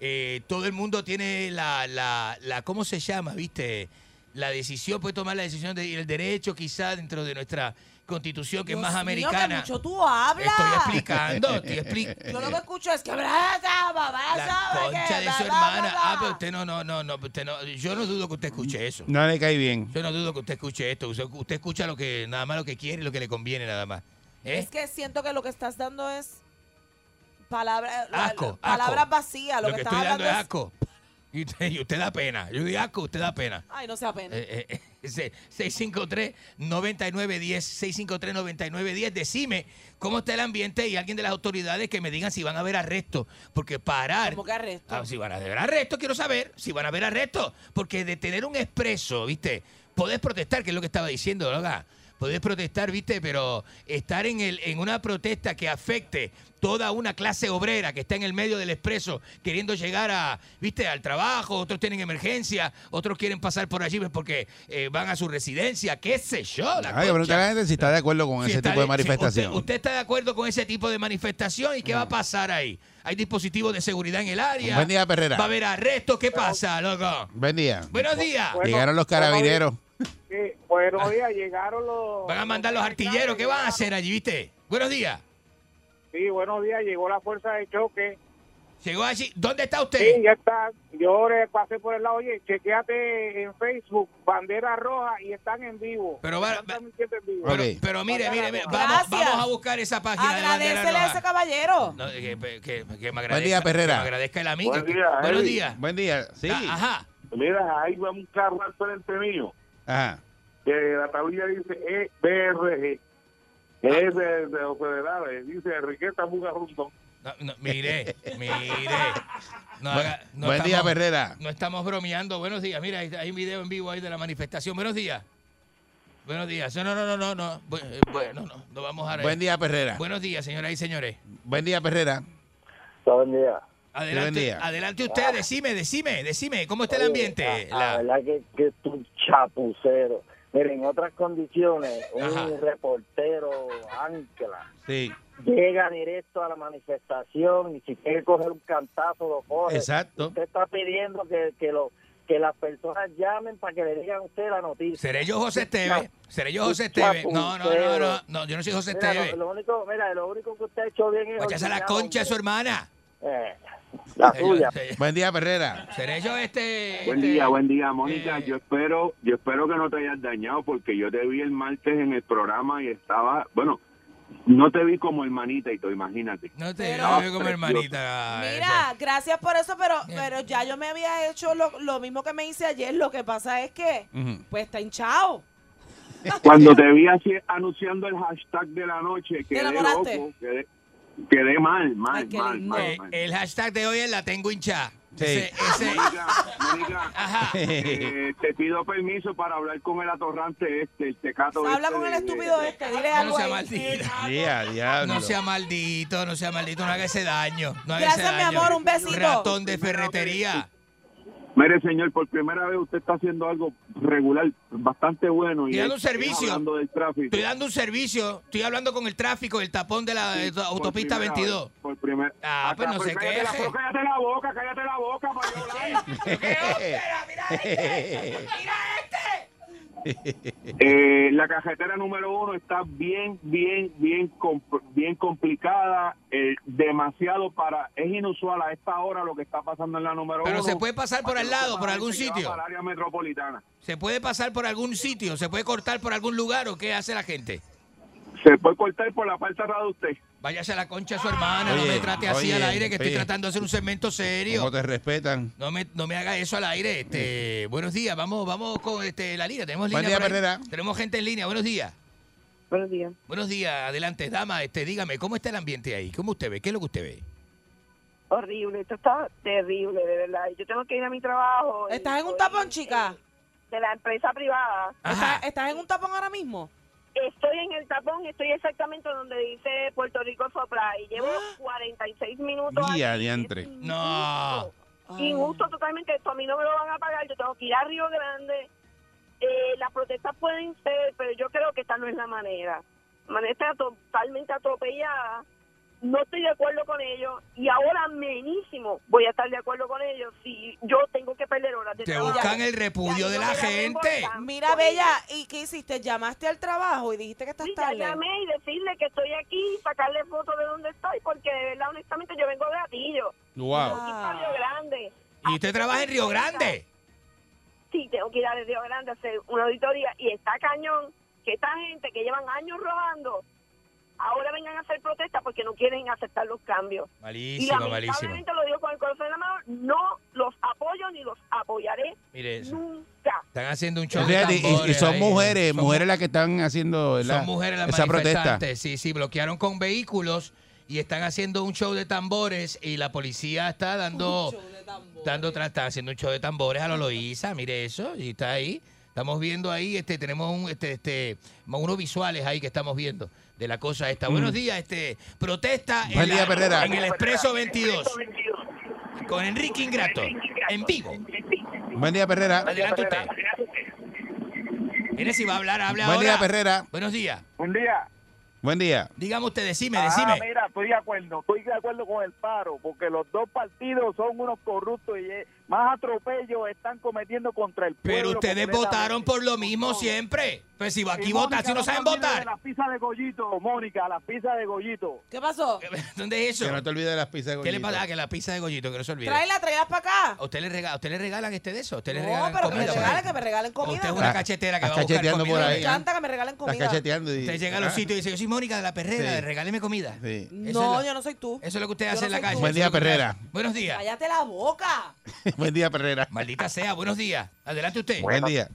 [SPEAKER 4] eh, todo el mundo tiene la, la, la- ¿cómo se llama? ¿Viste? La decisión, puede tomar la decisión de- y el derecho quizá dentro de nuestra constitución que es más
[SPEAKER 3] Dios mío, que
[SPEAKER 4] americana.
[SPEAKER 3] mucho tú hablas.
[SPEAKER 4] Estoy explicando, estoy
[SPEAKER 3] Yo lo que
[SPEAKER 4] explicando.
[SPEAKER 3] escucho es que abraza, babasa,
[SPEAKER 4] La concha
[SPEAKER 3] que
[SPEAKER 4] de su
[SPEAKER 3] babasa.
[SPEAKER 4] hermana. Ah, pero usted no, no, no, no, usted no. Yo no dudo que usted escuche eso.
[SPEAKER 1] No le cae bien.
[SPEAKER 4] Yo no dudo que usted escuche esto. Usted, usted escucha lo que, nada más lo que quiere y lo que le conviene nada más. ¿Eh?
[SPEAKER 3] Es que siento que lo que estás dando es palabras
[SPEAKER 4] Asco, asco.
[SPEAKER 3] palabras vacías. Lo, que, estás
[SPEAKER 4] estoy dando
[SPEAKER 3] hablando
[SPEAKER 4] es
[SPEAKER 3] es...
[SPEAKER 4] asco. Y usted, y usted da pena. Yo digo asco, usted da pena.
[SPEAKER 3] Ay, no sea pena.
[SPEAKER 4] Eh, eh, eh, se- 653-9910, 653-9910. Decime cómo está el ambiente y alguien de las autoridades que me digan si van a haber arresto. Porque parar.
[SPEAKER 3] ¿Cómo que arresto?
[SPEAKER 4] Ah, si van a haber arresto, quiero saber. Si van a haber arresto. Porque detener un expreso, ¿viste? Podés protestar, que es lo que estaba diciendo, ¿verdad? Podés protestar, ¿viste? Pero estar en, el, en una protesta que afecte toda una clase obrera que está en el medio del expreso queriendo llegar a, ¿viste? Al trabajo, otros tienen emergencia, otros quieren pasar por allí pues, porque eh, van a su residencia, qué sé yo. La
[SPEAKER 1] Hay que
[SPEAKER 4] concha.
[SPEAKER 1] preguntarle a la gente si está de acuerdo con
[SPEAKER 4] Si
[SPEAKER 1] ese
[SPEAKER 4] está
[SPEAKER 1] tipo de
[SPEAKER 4] si usted-
[SPEAKER 1] manifestación. Ah.
[SPEAKER 4] usted, está de acuerdo con ese tipo de manifestación y qué va a pasar ahí? Hay dispositivos de seguridad en el área.
[SPEAKER 1] Buen día, Perrera.
[SPEAKER 4] Va a haber arrestos. ¿Qué pasa, loco?
[SPEAKER 1] Buen día.
[SPEAKER 4] Buenos días.
[SPEAKER 1] Llegaron los carabineros.
[SPEAKER 5] Sí, eh, buenos días, llegaron los...
[SPEAKER 4] Van a mandar los artilleros. ¿Qué van a hacer allí, viste? Buenos días.
[SPEAKER 5] Sí, buenos días, llegó la fuerza de choque.
[SPEAKER 4] Llegó allí. ¿Dónde está usted?
[SPEAKER 5] Sí, ya está. Yo le pasé por el lado, oye, chequeate en Facebook, bandera roja, y están en vivo.
[SPEAKER 4] Pero va-
[SPEAKER 5] Están transmitiendo en vivo.
[SPEAKER 4] Pero, pero mire, mire, mire, vamos,
[SPEAKER 5] Gracias.
[SPEAKER 4] vamos a buscar esa página de bandera
[SPEAKER 3] Agradecele a
[SPEAKER 4] roja.
[SPEAKER 3] ese caballero.
[SPEAKER 4] No, que, que- que- que me agradezca,
[SPEAKER 1] Buen día,
[SPEAKER 4] que
[SPEAKER 1] Perrera.
[SPEAKER 4] me agradezca el amigo.
[SPEAKER 1] Buen
[SPEAKER 4] día, Buenos Eddie. días.
[SPEAKER 1] Buen día, sí.
[SPEAKER 4] Ah, Ajá.
[SPEAKER 6] Mira, ahí va un carro al frente mío.
[SPEAKER 1] Ajá.
[SPEAKER 6] que la tablilla
[SPEAKER 16] E
[SPEAKER 6] dice EBRG.
[SPEAKER 4] Ah.
[SPEAKER 6] Es de, de los federales. Dice Enriqueta Buga Rundón.
[SPEAKER 4] No, no, mire, mire. No
[SPEAKER 1] Buen-
[SPEAKER 4] haga- no
[SPEAKER 1] buen día,
[SPEAKER 4] estamos-
[SPEAKER 1] Perrera.
[SPEAKER 4] No estamos bromeando. Buenos días. Mira, hay, hay un video en vivo ahí de la manifestación. Buenos días. Buenos días. No, no, no, no, no. Bu- eh, Bueno, no, no vamos a...
[SPEAKER 1] Buen día, Perrera.
[SPEAKER 4] Buenos días, señoras y señores.
[SPEAKER 1] Buen día, Perrera.
[SPEAKER 16] Buen día.
[SPEAKER 4] Adelante, Ah.
[SPEAKER 1] buen día.
[SPEAKER 4] adelante usted, decime, decime, decime, ¿cómo está Este el ambiente?
[SPEAKER 16] La Ah, verdad que, que es un chapucero. Miren, en otras condiciones, un
[SPEAKER 4] Ajá.
[SPEAKER 16] reportero ancla
[SPEAKER 1] Sí.
[SPEAKER 16] llega directo a la manifestación y si quiere coger un cantazo lo coge.
[SPEAKER 1] Exacto.
[SPEAKER 16] Usted está pidiendo que, que, lo, que las personas llamen para que le digan a usted la noticia.
[SPEAKER 4] Seré yo José Esteve, seré yo
[SPEAKER 16] Un
[SPEAKER 4] José Esteve. No, no, no,
[SPEAKER 16] chapucero.
[SPEAKER 4] no, no, yo no soy José
[SPEAKER 16] Mira,
[SPEAKER 4] Esteve.
[SPEAKER 16] Lo, lo único, mira, lo único que usted ha hecho bien es...
[SPEAKER 4] Vaya a la
[SPEAKER 16] olvidar-
[SPEAKER 4] concha de su hermana.
[SPEAKER 16] Eh, la suya.
[SPEAKER 1] Buen día, Perrera.
[SPEAKER 4] Seré yo este...
[SPEAKER 17] Buen
[SPEAKER 4] este-
[SPEAKER 17] día, buen día, Mónica. Yo espero, yo espero que no te hayas dañado porque yo te vi el martes en el programa y estaba, bueno, no te vi como hermanita y tú imagínate.
[SPEAKER 4] No te
[SPEAKER 17] vi
[SPEAKER 4] no, como hermanita.
[SPEAKER 3] Mira, gracias por eso, pero, pero ya yo me había hecho lo, lo mismo que me hice ayer. Lo que pasa es que, pues está hinchado.
[SPEAKER 17] Cuando te vi así anunciando el hashtag de la noche, quedé
[SPEAKER 3] enamoraste?
[SPEAKER 17] loco, quedé, quedé mal, mal,
[SPEAKER 4] Ay, qué
[SPEAKER 17] mal,
[SPEAKER 4] lindo.
[SPEAKER 17] mal,
[SPEAKER 4] Eh,
[SPEAKER 17] mal.
[SPEAKER 4] El hashtag de hoy es la tengo hinchada.
[SPEAKER 17] Sí.
[SPEAKER 4] Ese- ese-
[SPEAKER 17] Eh, te pido permiso para hablar con el atorrante este, el tecato.
[SPEAKER 3] Habla
[SPEAKER 17] este
[SPEAKER 3] con el
[SPEAKER 17] de-
[SPEAKER 3] estúpido
[SPEAKER 17] de- Ah,
[SPEAKER 3] este, dile
[SPEAKER 4] No
[SPEAKER 3] algo
[SPEAKER 4] sea
[SPEAKER 3] ahí.
[SPEAKER 4] maldito.
[SPEAKER 1] diablo.
[SPEAKER 4] No sea maldito, no sea maldito, no haga ese daño. No haga
[SPEAKER 3] Gracias,
[SPEAKER 4] ese
[SPEAKER 3] mi
[SPEAKER 4] daño.
[SPEAKER 3] amor, un besito.
[SPEAKER 4] Ratón de ferretería.
[SPEAKER 17] Mire, señor, por primera vez usted está haciendo algo regular, bastante bueno.
[SPEAKER 4] Estoy
[SPEAKER 17] y
[SPEAKER 4] dando un
[SPEAKER 17] estoy
[SPEAKER 4] servicio.
[SPEAKER 17] hablando del tráfico.
[SPEAKER 4] Estoy dando un servicio, estoy hablando con el tráfico, el tapón de la de la autopista
[SPEAKER 17] primera
[SPEAKER 4] 22.
[SPEAKER 17] vez, por primera
[SPEAKER 4] Ah, pues no
[SPEAKER 17] pues
[SPEAKER 4] se
[SPEAKER 17] cállate la-
[SPEAKER 4] queje.
[SPEAKER 17] pero cállate la boca, cállate la boca, para yo hablar.
[SPEAKER 3] Ah, este,
[SPEAKER 17] Eh, la carretera número uno está bien, bien, bien, comp- bien complicada, eh, demasiado para, es inusual a esta hora lo que está pasando en la número
[SPEAKER 4] Pero
[SPEAKER 17] uno.
[SPEAKER 4] se puede pasar por al lado, por algún sitio.
[SPEAKER 17] Para el área metropolitana.
[SPEAKER 4] Se puede pasar por algún sitio, se puede cortar por algún lugar o qué hace la gente.
[SPEAKER 17] Se puede cortar por la parte cerrada de usted.
[SPEAKER 4] Váyase a la concha a su hermana, no
[SPEAKER 1] Oye,
[SPEAKER 4] me trate así
[SPEAKER 1] oye,
[SPEAKER 4] al aire que estoy
[SPEAKER 1] oye.
[SPEAKER 4] tratando de hacer un segmento serio.
[SPEAKER 1] Como te respetan.
[SPEAKER 4] No me, no me haga eso al aire. Este, buenos días, vamos, vamos con este, la línea. Tenemos
[SPEAKER 1] Buen día,
[SPEAKER 4] línea. por ahí.
[SPEAKER 1] Perrera.
[SPEAKER 4] Tenemos gente en línea, buenos días.
[SPEAKER 18] Buenos días.
[SPEAKER 4] Buenos días, adelante, dama. Este, dígame, ¿cómo está el ambiente ahí? ¿Cómo usted ve? ¿Qué es lo que usted ve?
[SPEAKER 18] horrible, esto está terrible, de verdad. Yo tengo que ir a mi trabajo. y
[SPEAKER 3] ¿Estás en un
[SPEAKER 18] voy,
[SPEAKER 3] tapón, chica?
[SPEAKER 18] De la empresa privada.
[SPEAKER 3] ¿Estás, estás en un tapón ahora mismo?
[SPEAKER 18] Estoy en el tapón, estoy exactamente donde dice Puerto Rico Sopra y llevo
[SPEAKER 3] ¿Ah?
[SPEAKER 18] 46 minutos aquí.
[SPEAKER 1] Día diantre. No.
[SPEAKER 18] Injusto totalmente, esto a mí no me lo van a pagar, yo tengo que ir a Río Grande. Eh, las protestas pueden ser, pero yo creo que esta no es la manera. La manera está totalmente atropellada, no estoy de acuerdo con ellos y ahora menísimo voy a estar de acuerdo con ellos si yo tengo que perder horas de
[SPEAKER 4] Te
[SPEAKER 18] trabajo.
[SPEAKER 4] buscan el repudio de la gente.
[SPEAKER 3] Mira, Bella, ¿y qué hiciste? ¿Llamaste al trabajo y dijiste que estás
[SPEAKER 18] Sí, ya
[SPEAKER 3] tarde?
[SPEAKER 18] llamé y decirle que estoy aquí, sacarle fotos de dónde estoy, porque de verdad, honestamente, yo vengo de Atillo.
[SPEAKER 4] Wow.
[SPEAKER 18] Tengo que ir para Río Grande.
[SPEAKER 4] ¿Y usted trabaja en Río Grande?
[SPEAKER 18] Sí, tengo que ir a Río Grande a hacer una auditoría. Y está cañón que esta gente que llevan años robando, ahora vengan a hacer protesta porque no quieren aceptar los cambios.
[SPEAKER 4] Malísimo,
[SPEAKER 18] y
[SPEAKER 4] malísimo.
[SPEAKER 18] lamentablemente lo digo con el corazón en la mano, no los apoyo ni los apoyaré
[SPEAKER 4] Mire eso.
[SPEAKER 18] nunca.
[SPEAKER 4] Están haciendo un show de
[SPEAKER 1] Fíjate, y, y
[SPEAKER 4] tambores
[SPEAKER 1] son
[SPEAKER 4] ahí.
[SPEAKER 1] mujeres,
[SPEAKER 4] Son
[SPEAKER 1] mujeres las que están haciendo ¿verdad?
[SPEAKER 4] Son mujeres las
[SPEAKER 1] esa protesta.
[SPEAKER 4] manifestantes. Sí, sí, bloquearon con vehículos y están haciendo un show de tambores y la policía está dando dando tra- está haciendo un show de tambores a la Loíza, mire eso, y está ahí. Estamos viendo ahí, este, tenemos un, este, este, unos visuales ahí que estamos viendo de la cosa esta. Buenos días, este, protesta
[SPEAKER 1] Mm. Buen
[SPEAKER 4] en,
[SPEAKER 1] día,
[SPEAKER 4] la-
[SPEAKER 1] Perrera.
[SPEAKER 4] en el Expreso 22 con Enrique Ingrato en vivo.
[SPEAKER 1] Buen día, Perrera.
[SPEAKER 4] Adelante usted. Mire si va a hablar, hable
[SPEAKER 1] Buen
[SPEAKER 4] ahora.
[SPEAKER 1] día, Perrera.
[SPEAKER 4] Buenos días.
[SPEAKER 19] Buen día.
[SPEAKER 1] Buen día.
[SPEAKER 4] Dígame usted, decime,
[SPEAKER 19] Ah,
[SPEAKER 4] decime.
[SPEAKER 19] mira, estoy de acuerdo, estoy de acuerdo con el paro, porque los dos partidos son unos corruptos y eh, más atropellos están cometiendo contra el pueblo.
[SPEAKER 4] Pero ustedes
[SPEAKER 19] completamente.
[SPEAKER 4] votaron por lo mismo siempre. Pues si aquí
[SPEAKER 19] Y
[SPEAKER 4] votan,
[SPEAKER 19] Mónica
[SPEAKER 4] si no saben
[SPEAKER 19] olvide de
[SPEAKER 4] votar.
[SPEAKER 19] La pizza de Goyito, Mónica, la pizza de Goyito.
[SPEAKER 3] ¿Qué pasó?
[SPEAKER 4] ¿Dónde es eso?
[SPEAKER 1] Que no te olvides de las pizzas de
[SPEAKER 4] ¿Qué le
[SPEAKER 1] Goyito.
[SPEAKER 4] pasa? Ah, que la pizza de Goyito, que no se olvide.
[SPEAKER 3] Tráela, tráela para acá.
[SPEAKER 4] ¿A usted le, regala, ¿A usted le regalan este de eso? ¿A usted le
[SPEAKER 3] No,
[SPEAKER 4] regalan
[SPEAKER 3] pero que me
[SPEAKER 4] comida?
[SPEAKER 3] regalen, que me regalen
[SPEAKER 4] ¿O
[SPEAKER 3] comida.
[SPEAKER 4] usted ¿eh? es una cachetera que
[SPEAKER 1] Está
[SPEAKER 4] va a buscar
[SPEAKER 1] cacheteando
[SPEAKER 4] comida?
[SPEAKER 1] por
[SPEAKER 3] Me
[SPEAKER 1] ahí. ¿eh?
[SPEAKER 3] encanta que me regalen
[SPEAKER 1] Estás
[SPEAKER 3] comida.
[SPEAKER 1] cacheteando. y-
[SPEAKER 4] Usted llega a los
[SPEAKER 1] ah,
[SPEAKER 4] sitios y dice, yo soy Mónica de la Perrera,
[SPEAKER 1] Sí.
[SPEAKER 4] regáleme comida.
[SPEAKER 1] sí.
[SPEAKER 3] No,
[SPEAKER 4] es la-
[SPEAKER 3] yo no soy tú.
[SPEAKER 4] Eso es lo que usted
[SPEAKER 3] Yo
[SPEAKER 4] hace
[SPEAKER 3] no
[SPEAKER 4] en la
[SPEAKER 3] soy
[SPEAKER 4] calle.
[SPEAKER 3] tú.
[SPEAKER 1] Buen
[SPEAKER 4] eso es
[SPEAKER 1] día,
[SPEAKER 4] lo que usted
[SPEAKER 1] Perrera.
[SPEAKER 4] hace. Buenos días.
[SPEAKER 3] Cállate la boca.
[SPEAKER 1] Buen día, Perrera.
[SPEAKER 4] Maldita sea, buenos días. Adelante usted.
[SPEAKER 1] Buen día.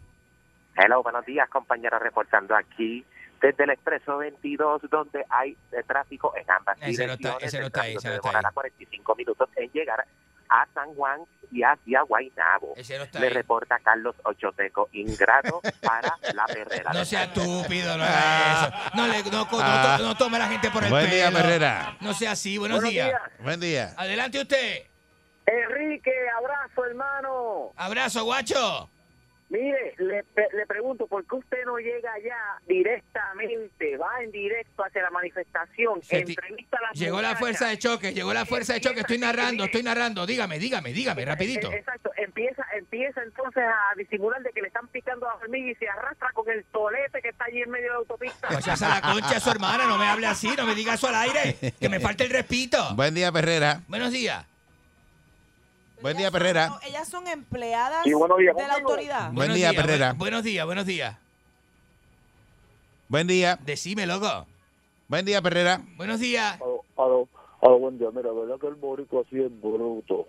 [SPEAKER 8] Hello, buenos días, compañeros, reportando aquí desde el Expreso 22, donde hay eh, tráfico en ambas
[SPEAKER 4] Ese no
[SPEAKER 8] direcciones.
[SPEAKER 4] está, ese no
[SPEAKER 8] El
[SPEAKER 4] está ahí,
[SPEAKER 8] tráfico se
[SPEAKER 4] ese no está ahí.
[SPEAKER 8] demorará 45 minutos en llegar a San Juan y hacia Guaynabo.
[SPEAKER 4] Ese no está
[SPEAKER 8] Le
[SPEAKER 4] ahí.
[SPEAKER 8] reporta Carlos Ochoteco, ingrato para la perrera.
[SPEAKER 4] No sea estúpido, no haga eso. No, le, no, co- no
[SPEAKER 1] Ah.
[SPEAKER 4] to- no tome a la gente por el
[SPEAKER 1] Buen
[SPEAKER 4] pelo.
[SPEAKER 1] día, Perrera.
[SPEAKER 4] No sea así, buenos,
[SPEAKER 1] Buenos
[SPEAKER 4] días.
[SPEAKER 1] Buen día.
[SPEAKER 4] Adelante usted.
[SPEAKER 7] Enrique, abrazo, hermano.
[SPEAKER 4] Abrazo, guacho.
[SPEAKER 7] Mire, le, pe- le pregunto, ¿por qué usted no llega allá directamente? Va en directo hacia la manifestación,
[SPEAKER 4] Se ti-
[SPEAKER 7] entrevista a las
[SPEAKER 4] Llegó la
[SPEAKER 7] muchachas.
[SPEAKER 4] fuerza de choque, llegó la fuerza de choque. Estoy narrando, estoy narrando. Dígame, dígame, dígame, Pues rapidito.
[SPEAKER 7] Eh, Exacto, empieza, empieza entonces a disimular de que le están picando a la hormiga y se arrastra con el tolete que está allí en medio de la autopista.
[SPEAKER 4] Conchas a Pues la concha a su hermana, no me hable así, no me diga eso al aire, que me falte el respeto.
[SPEAKER 1] Buen día, Perrera.
[SPEAKER 4] Buenos días.
[SPEAKER 1] Buen día, Perrera.
[SPEAKER 3] No, ellas son empleadas
[SPEAKER 1] Sí, buenos días.
[SPEAKER 3] de la autoridad.
[SPEAKER 1] Buen día, Perrera.
[SPEAKER 4] buen- buenos días, buenos días.
[SPEAKER 1] Buen día.
[SPEAKER 4] Decime, loco.
[SPEAKER 1] Buen día, Perrera.
[SPEAKER 4] Buenos días.
[SPEAKER 6] A lo, a lo buen día, mira, verdad que el morico así es bruto.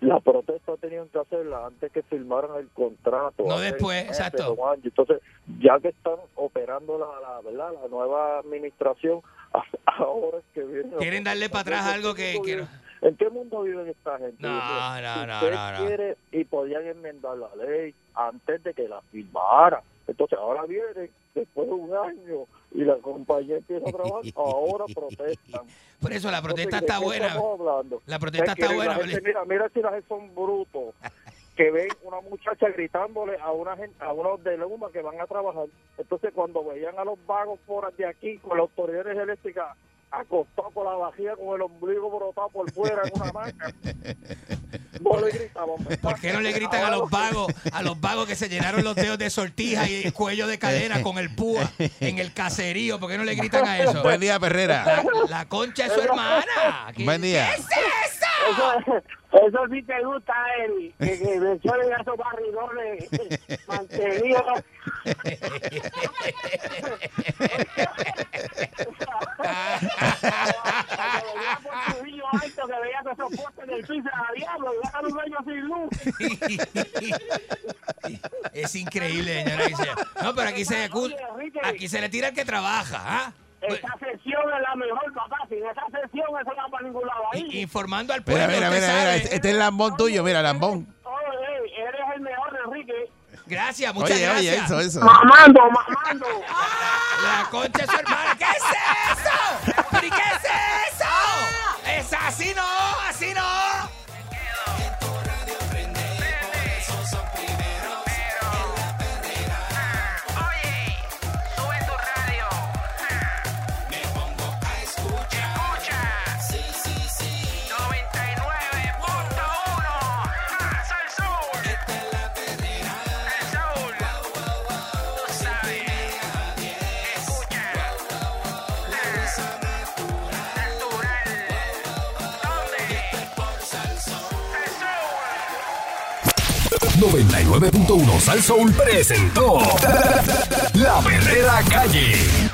[SPEAKER 6] La protesta tenían que hacerla antes que firmaran el contrato.
[SPEAKER 4] No
[SPEAKER 6] hace
[SPEAKER 4] después,
[SPEAKER 6] meses,
[SPEAKER 4] exacto.
[SPEAKER 6] dos años. Entonces, ya que están operando la, la, ¿verdad? la nueva administración, ahora es que viene...
[SPEAKER 4] Quieren darle para atrás algo que... que no-
[SPEAKER 6] ¿En qué mundo viven esta gente?
[SPEAKER 4] No,
[SPEAKER 6] Mira,
[SPEAKER 4] no,
[SPEAKER 6] si
[SPEAKER 4] no,
[SPEAKER 6] usted
[SPEAKER 4] no, no.
[SPEAKER 6] quiere y podían enmendar la ley antes de que la firmara. Entonces ahora viene, después de un año, y la compañía empieza a trabajar, ahora protestan.
[SPEAKER 4] Por eso la protesta
[SPEAKER 6] Entonces, ¿de
[SPEAKER 4] está
[SPEAKER 6] qué
[SPEAKER 4] buena.
[SPEAKER 6] estamos hablando?
[SPEAKER 4] La protesta
[SPEAKER 6] ¿Qué
[SPEAKER 4] está
[SPEAKER 6] quieren? La
[SPEAKER 4] buena.
[SPEAKER 6] gente, mira, mira si la gente son brutos, que ven una muchacha gritándole a una gente, a unos de Luma que van a trabajar. Entonces cuando veían a los vagos por de aquí con las autoridades eléctricas acostados con la vajilla con el ombligo brotado por fuera en una hamaca, no le gritaban.
[SPEAKER 4] Pues, ¿Por qué no le gritan a los vagos, a los vagos que se llenaron los dedos de sortija y el cuello de cadena con el púa en el caserío? ¿Por qué no le gritan a eso?
[SPEAKER 1] Buen día, Perrera.
[SPEAKER 4] La, la concha de su hermana. ¿Qué-
[SPEAKER 1] Buen día.
[SPEAKER 4] ¿Qué es eso?
[SPEAKER 7] Eso, eso sí te gusta, Eri, que, que me suelen esos barrigones mantenidos. Por Trujillo alto que veía que esos postes del piso a diablo y bajan un dueño sin luz.
[SPEAKER 4] Es increíble, señora. Guisea. No, pero aquí se, acu-
[SPEAKER 7] Oye, Enrique,
[SPEAKER 4] aquí se le tira el que trabaja. ¿ah?
[SPEAKER 7] Esta sesión
[SPEAKER 20] sección es la mejor, papá. Sin esa sección, eso no va para ningún lado ahí.
[SPEAKER 4] Informando al
[SPEAKER 1] Mira,
[SPEAKER 4] pueblo.
[SPEAKER 1] mira, mira,
[SPEAKER 4] usted
[SPEAKER 1] mira,
[SPEAKER 4] sabe.
[SPEAKER 1] Este este es el lambón tuyo, mira, lambón.
[SPEAKER 20] Oh, hey, eres el mejor, Enrique.
[SPEAKER 4] Gracias, muchas
[SPEAKER 1] Oye,
[SPEAKER 4] gracias.
[SPEAKER 1] oye, eso, eso.
[SPEAKER 20] Mamando, mamando.
[SPEAKER 4] La concha de su hermana. ¿Qué es eso? ¿Pero y qué es eso? Es así no, así no.
[SPEAKER 11] Esos son primeros en la perrera. Oye, sube tu radio. Me pongo a escuchar. Escucha. Sí, sí, sí. 99.1. Más al sol. Esta es la perrera. El sol. Tú sabes. Escucha. La risa natural. Natural. ¿Dónde? Por Salsón. El sol.
[SPEAKER 15] 99.1 Sal Soul presentó La Verdadera Calle.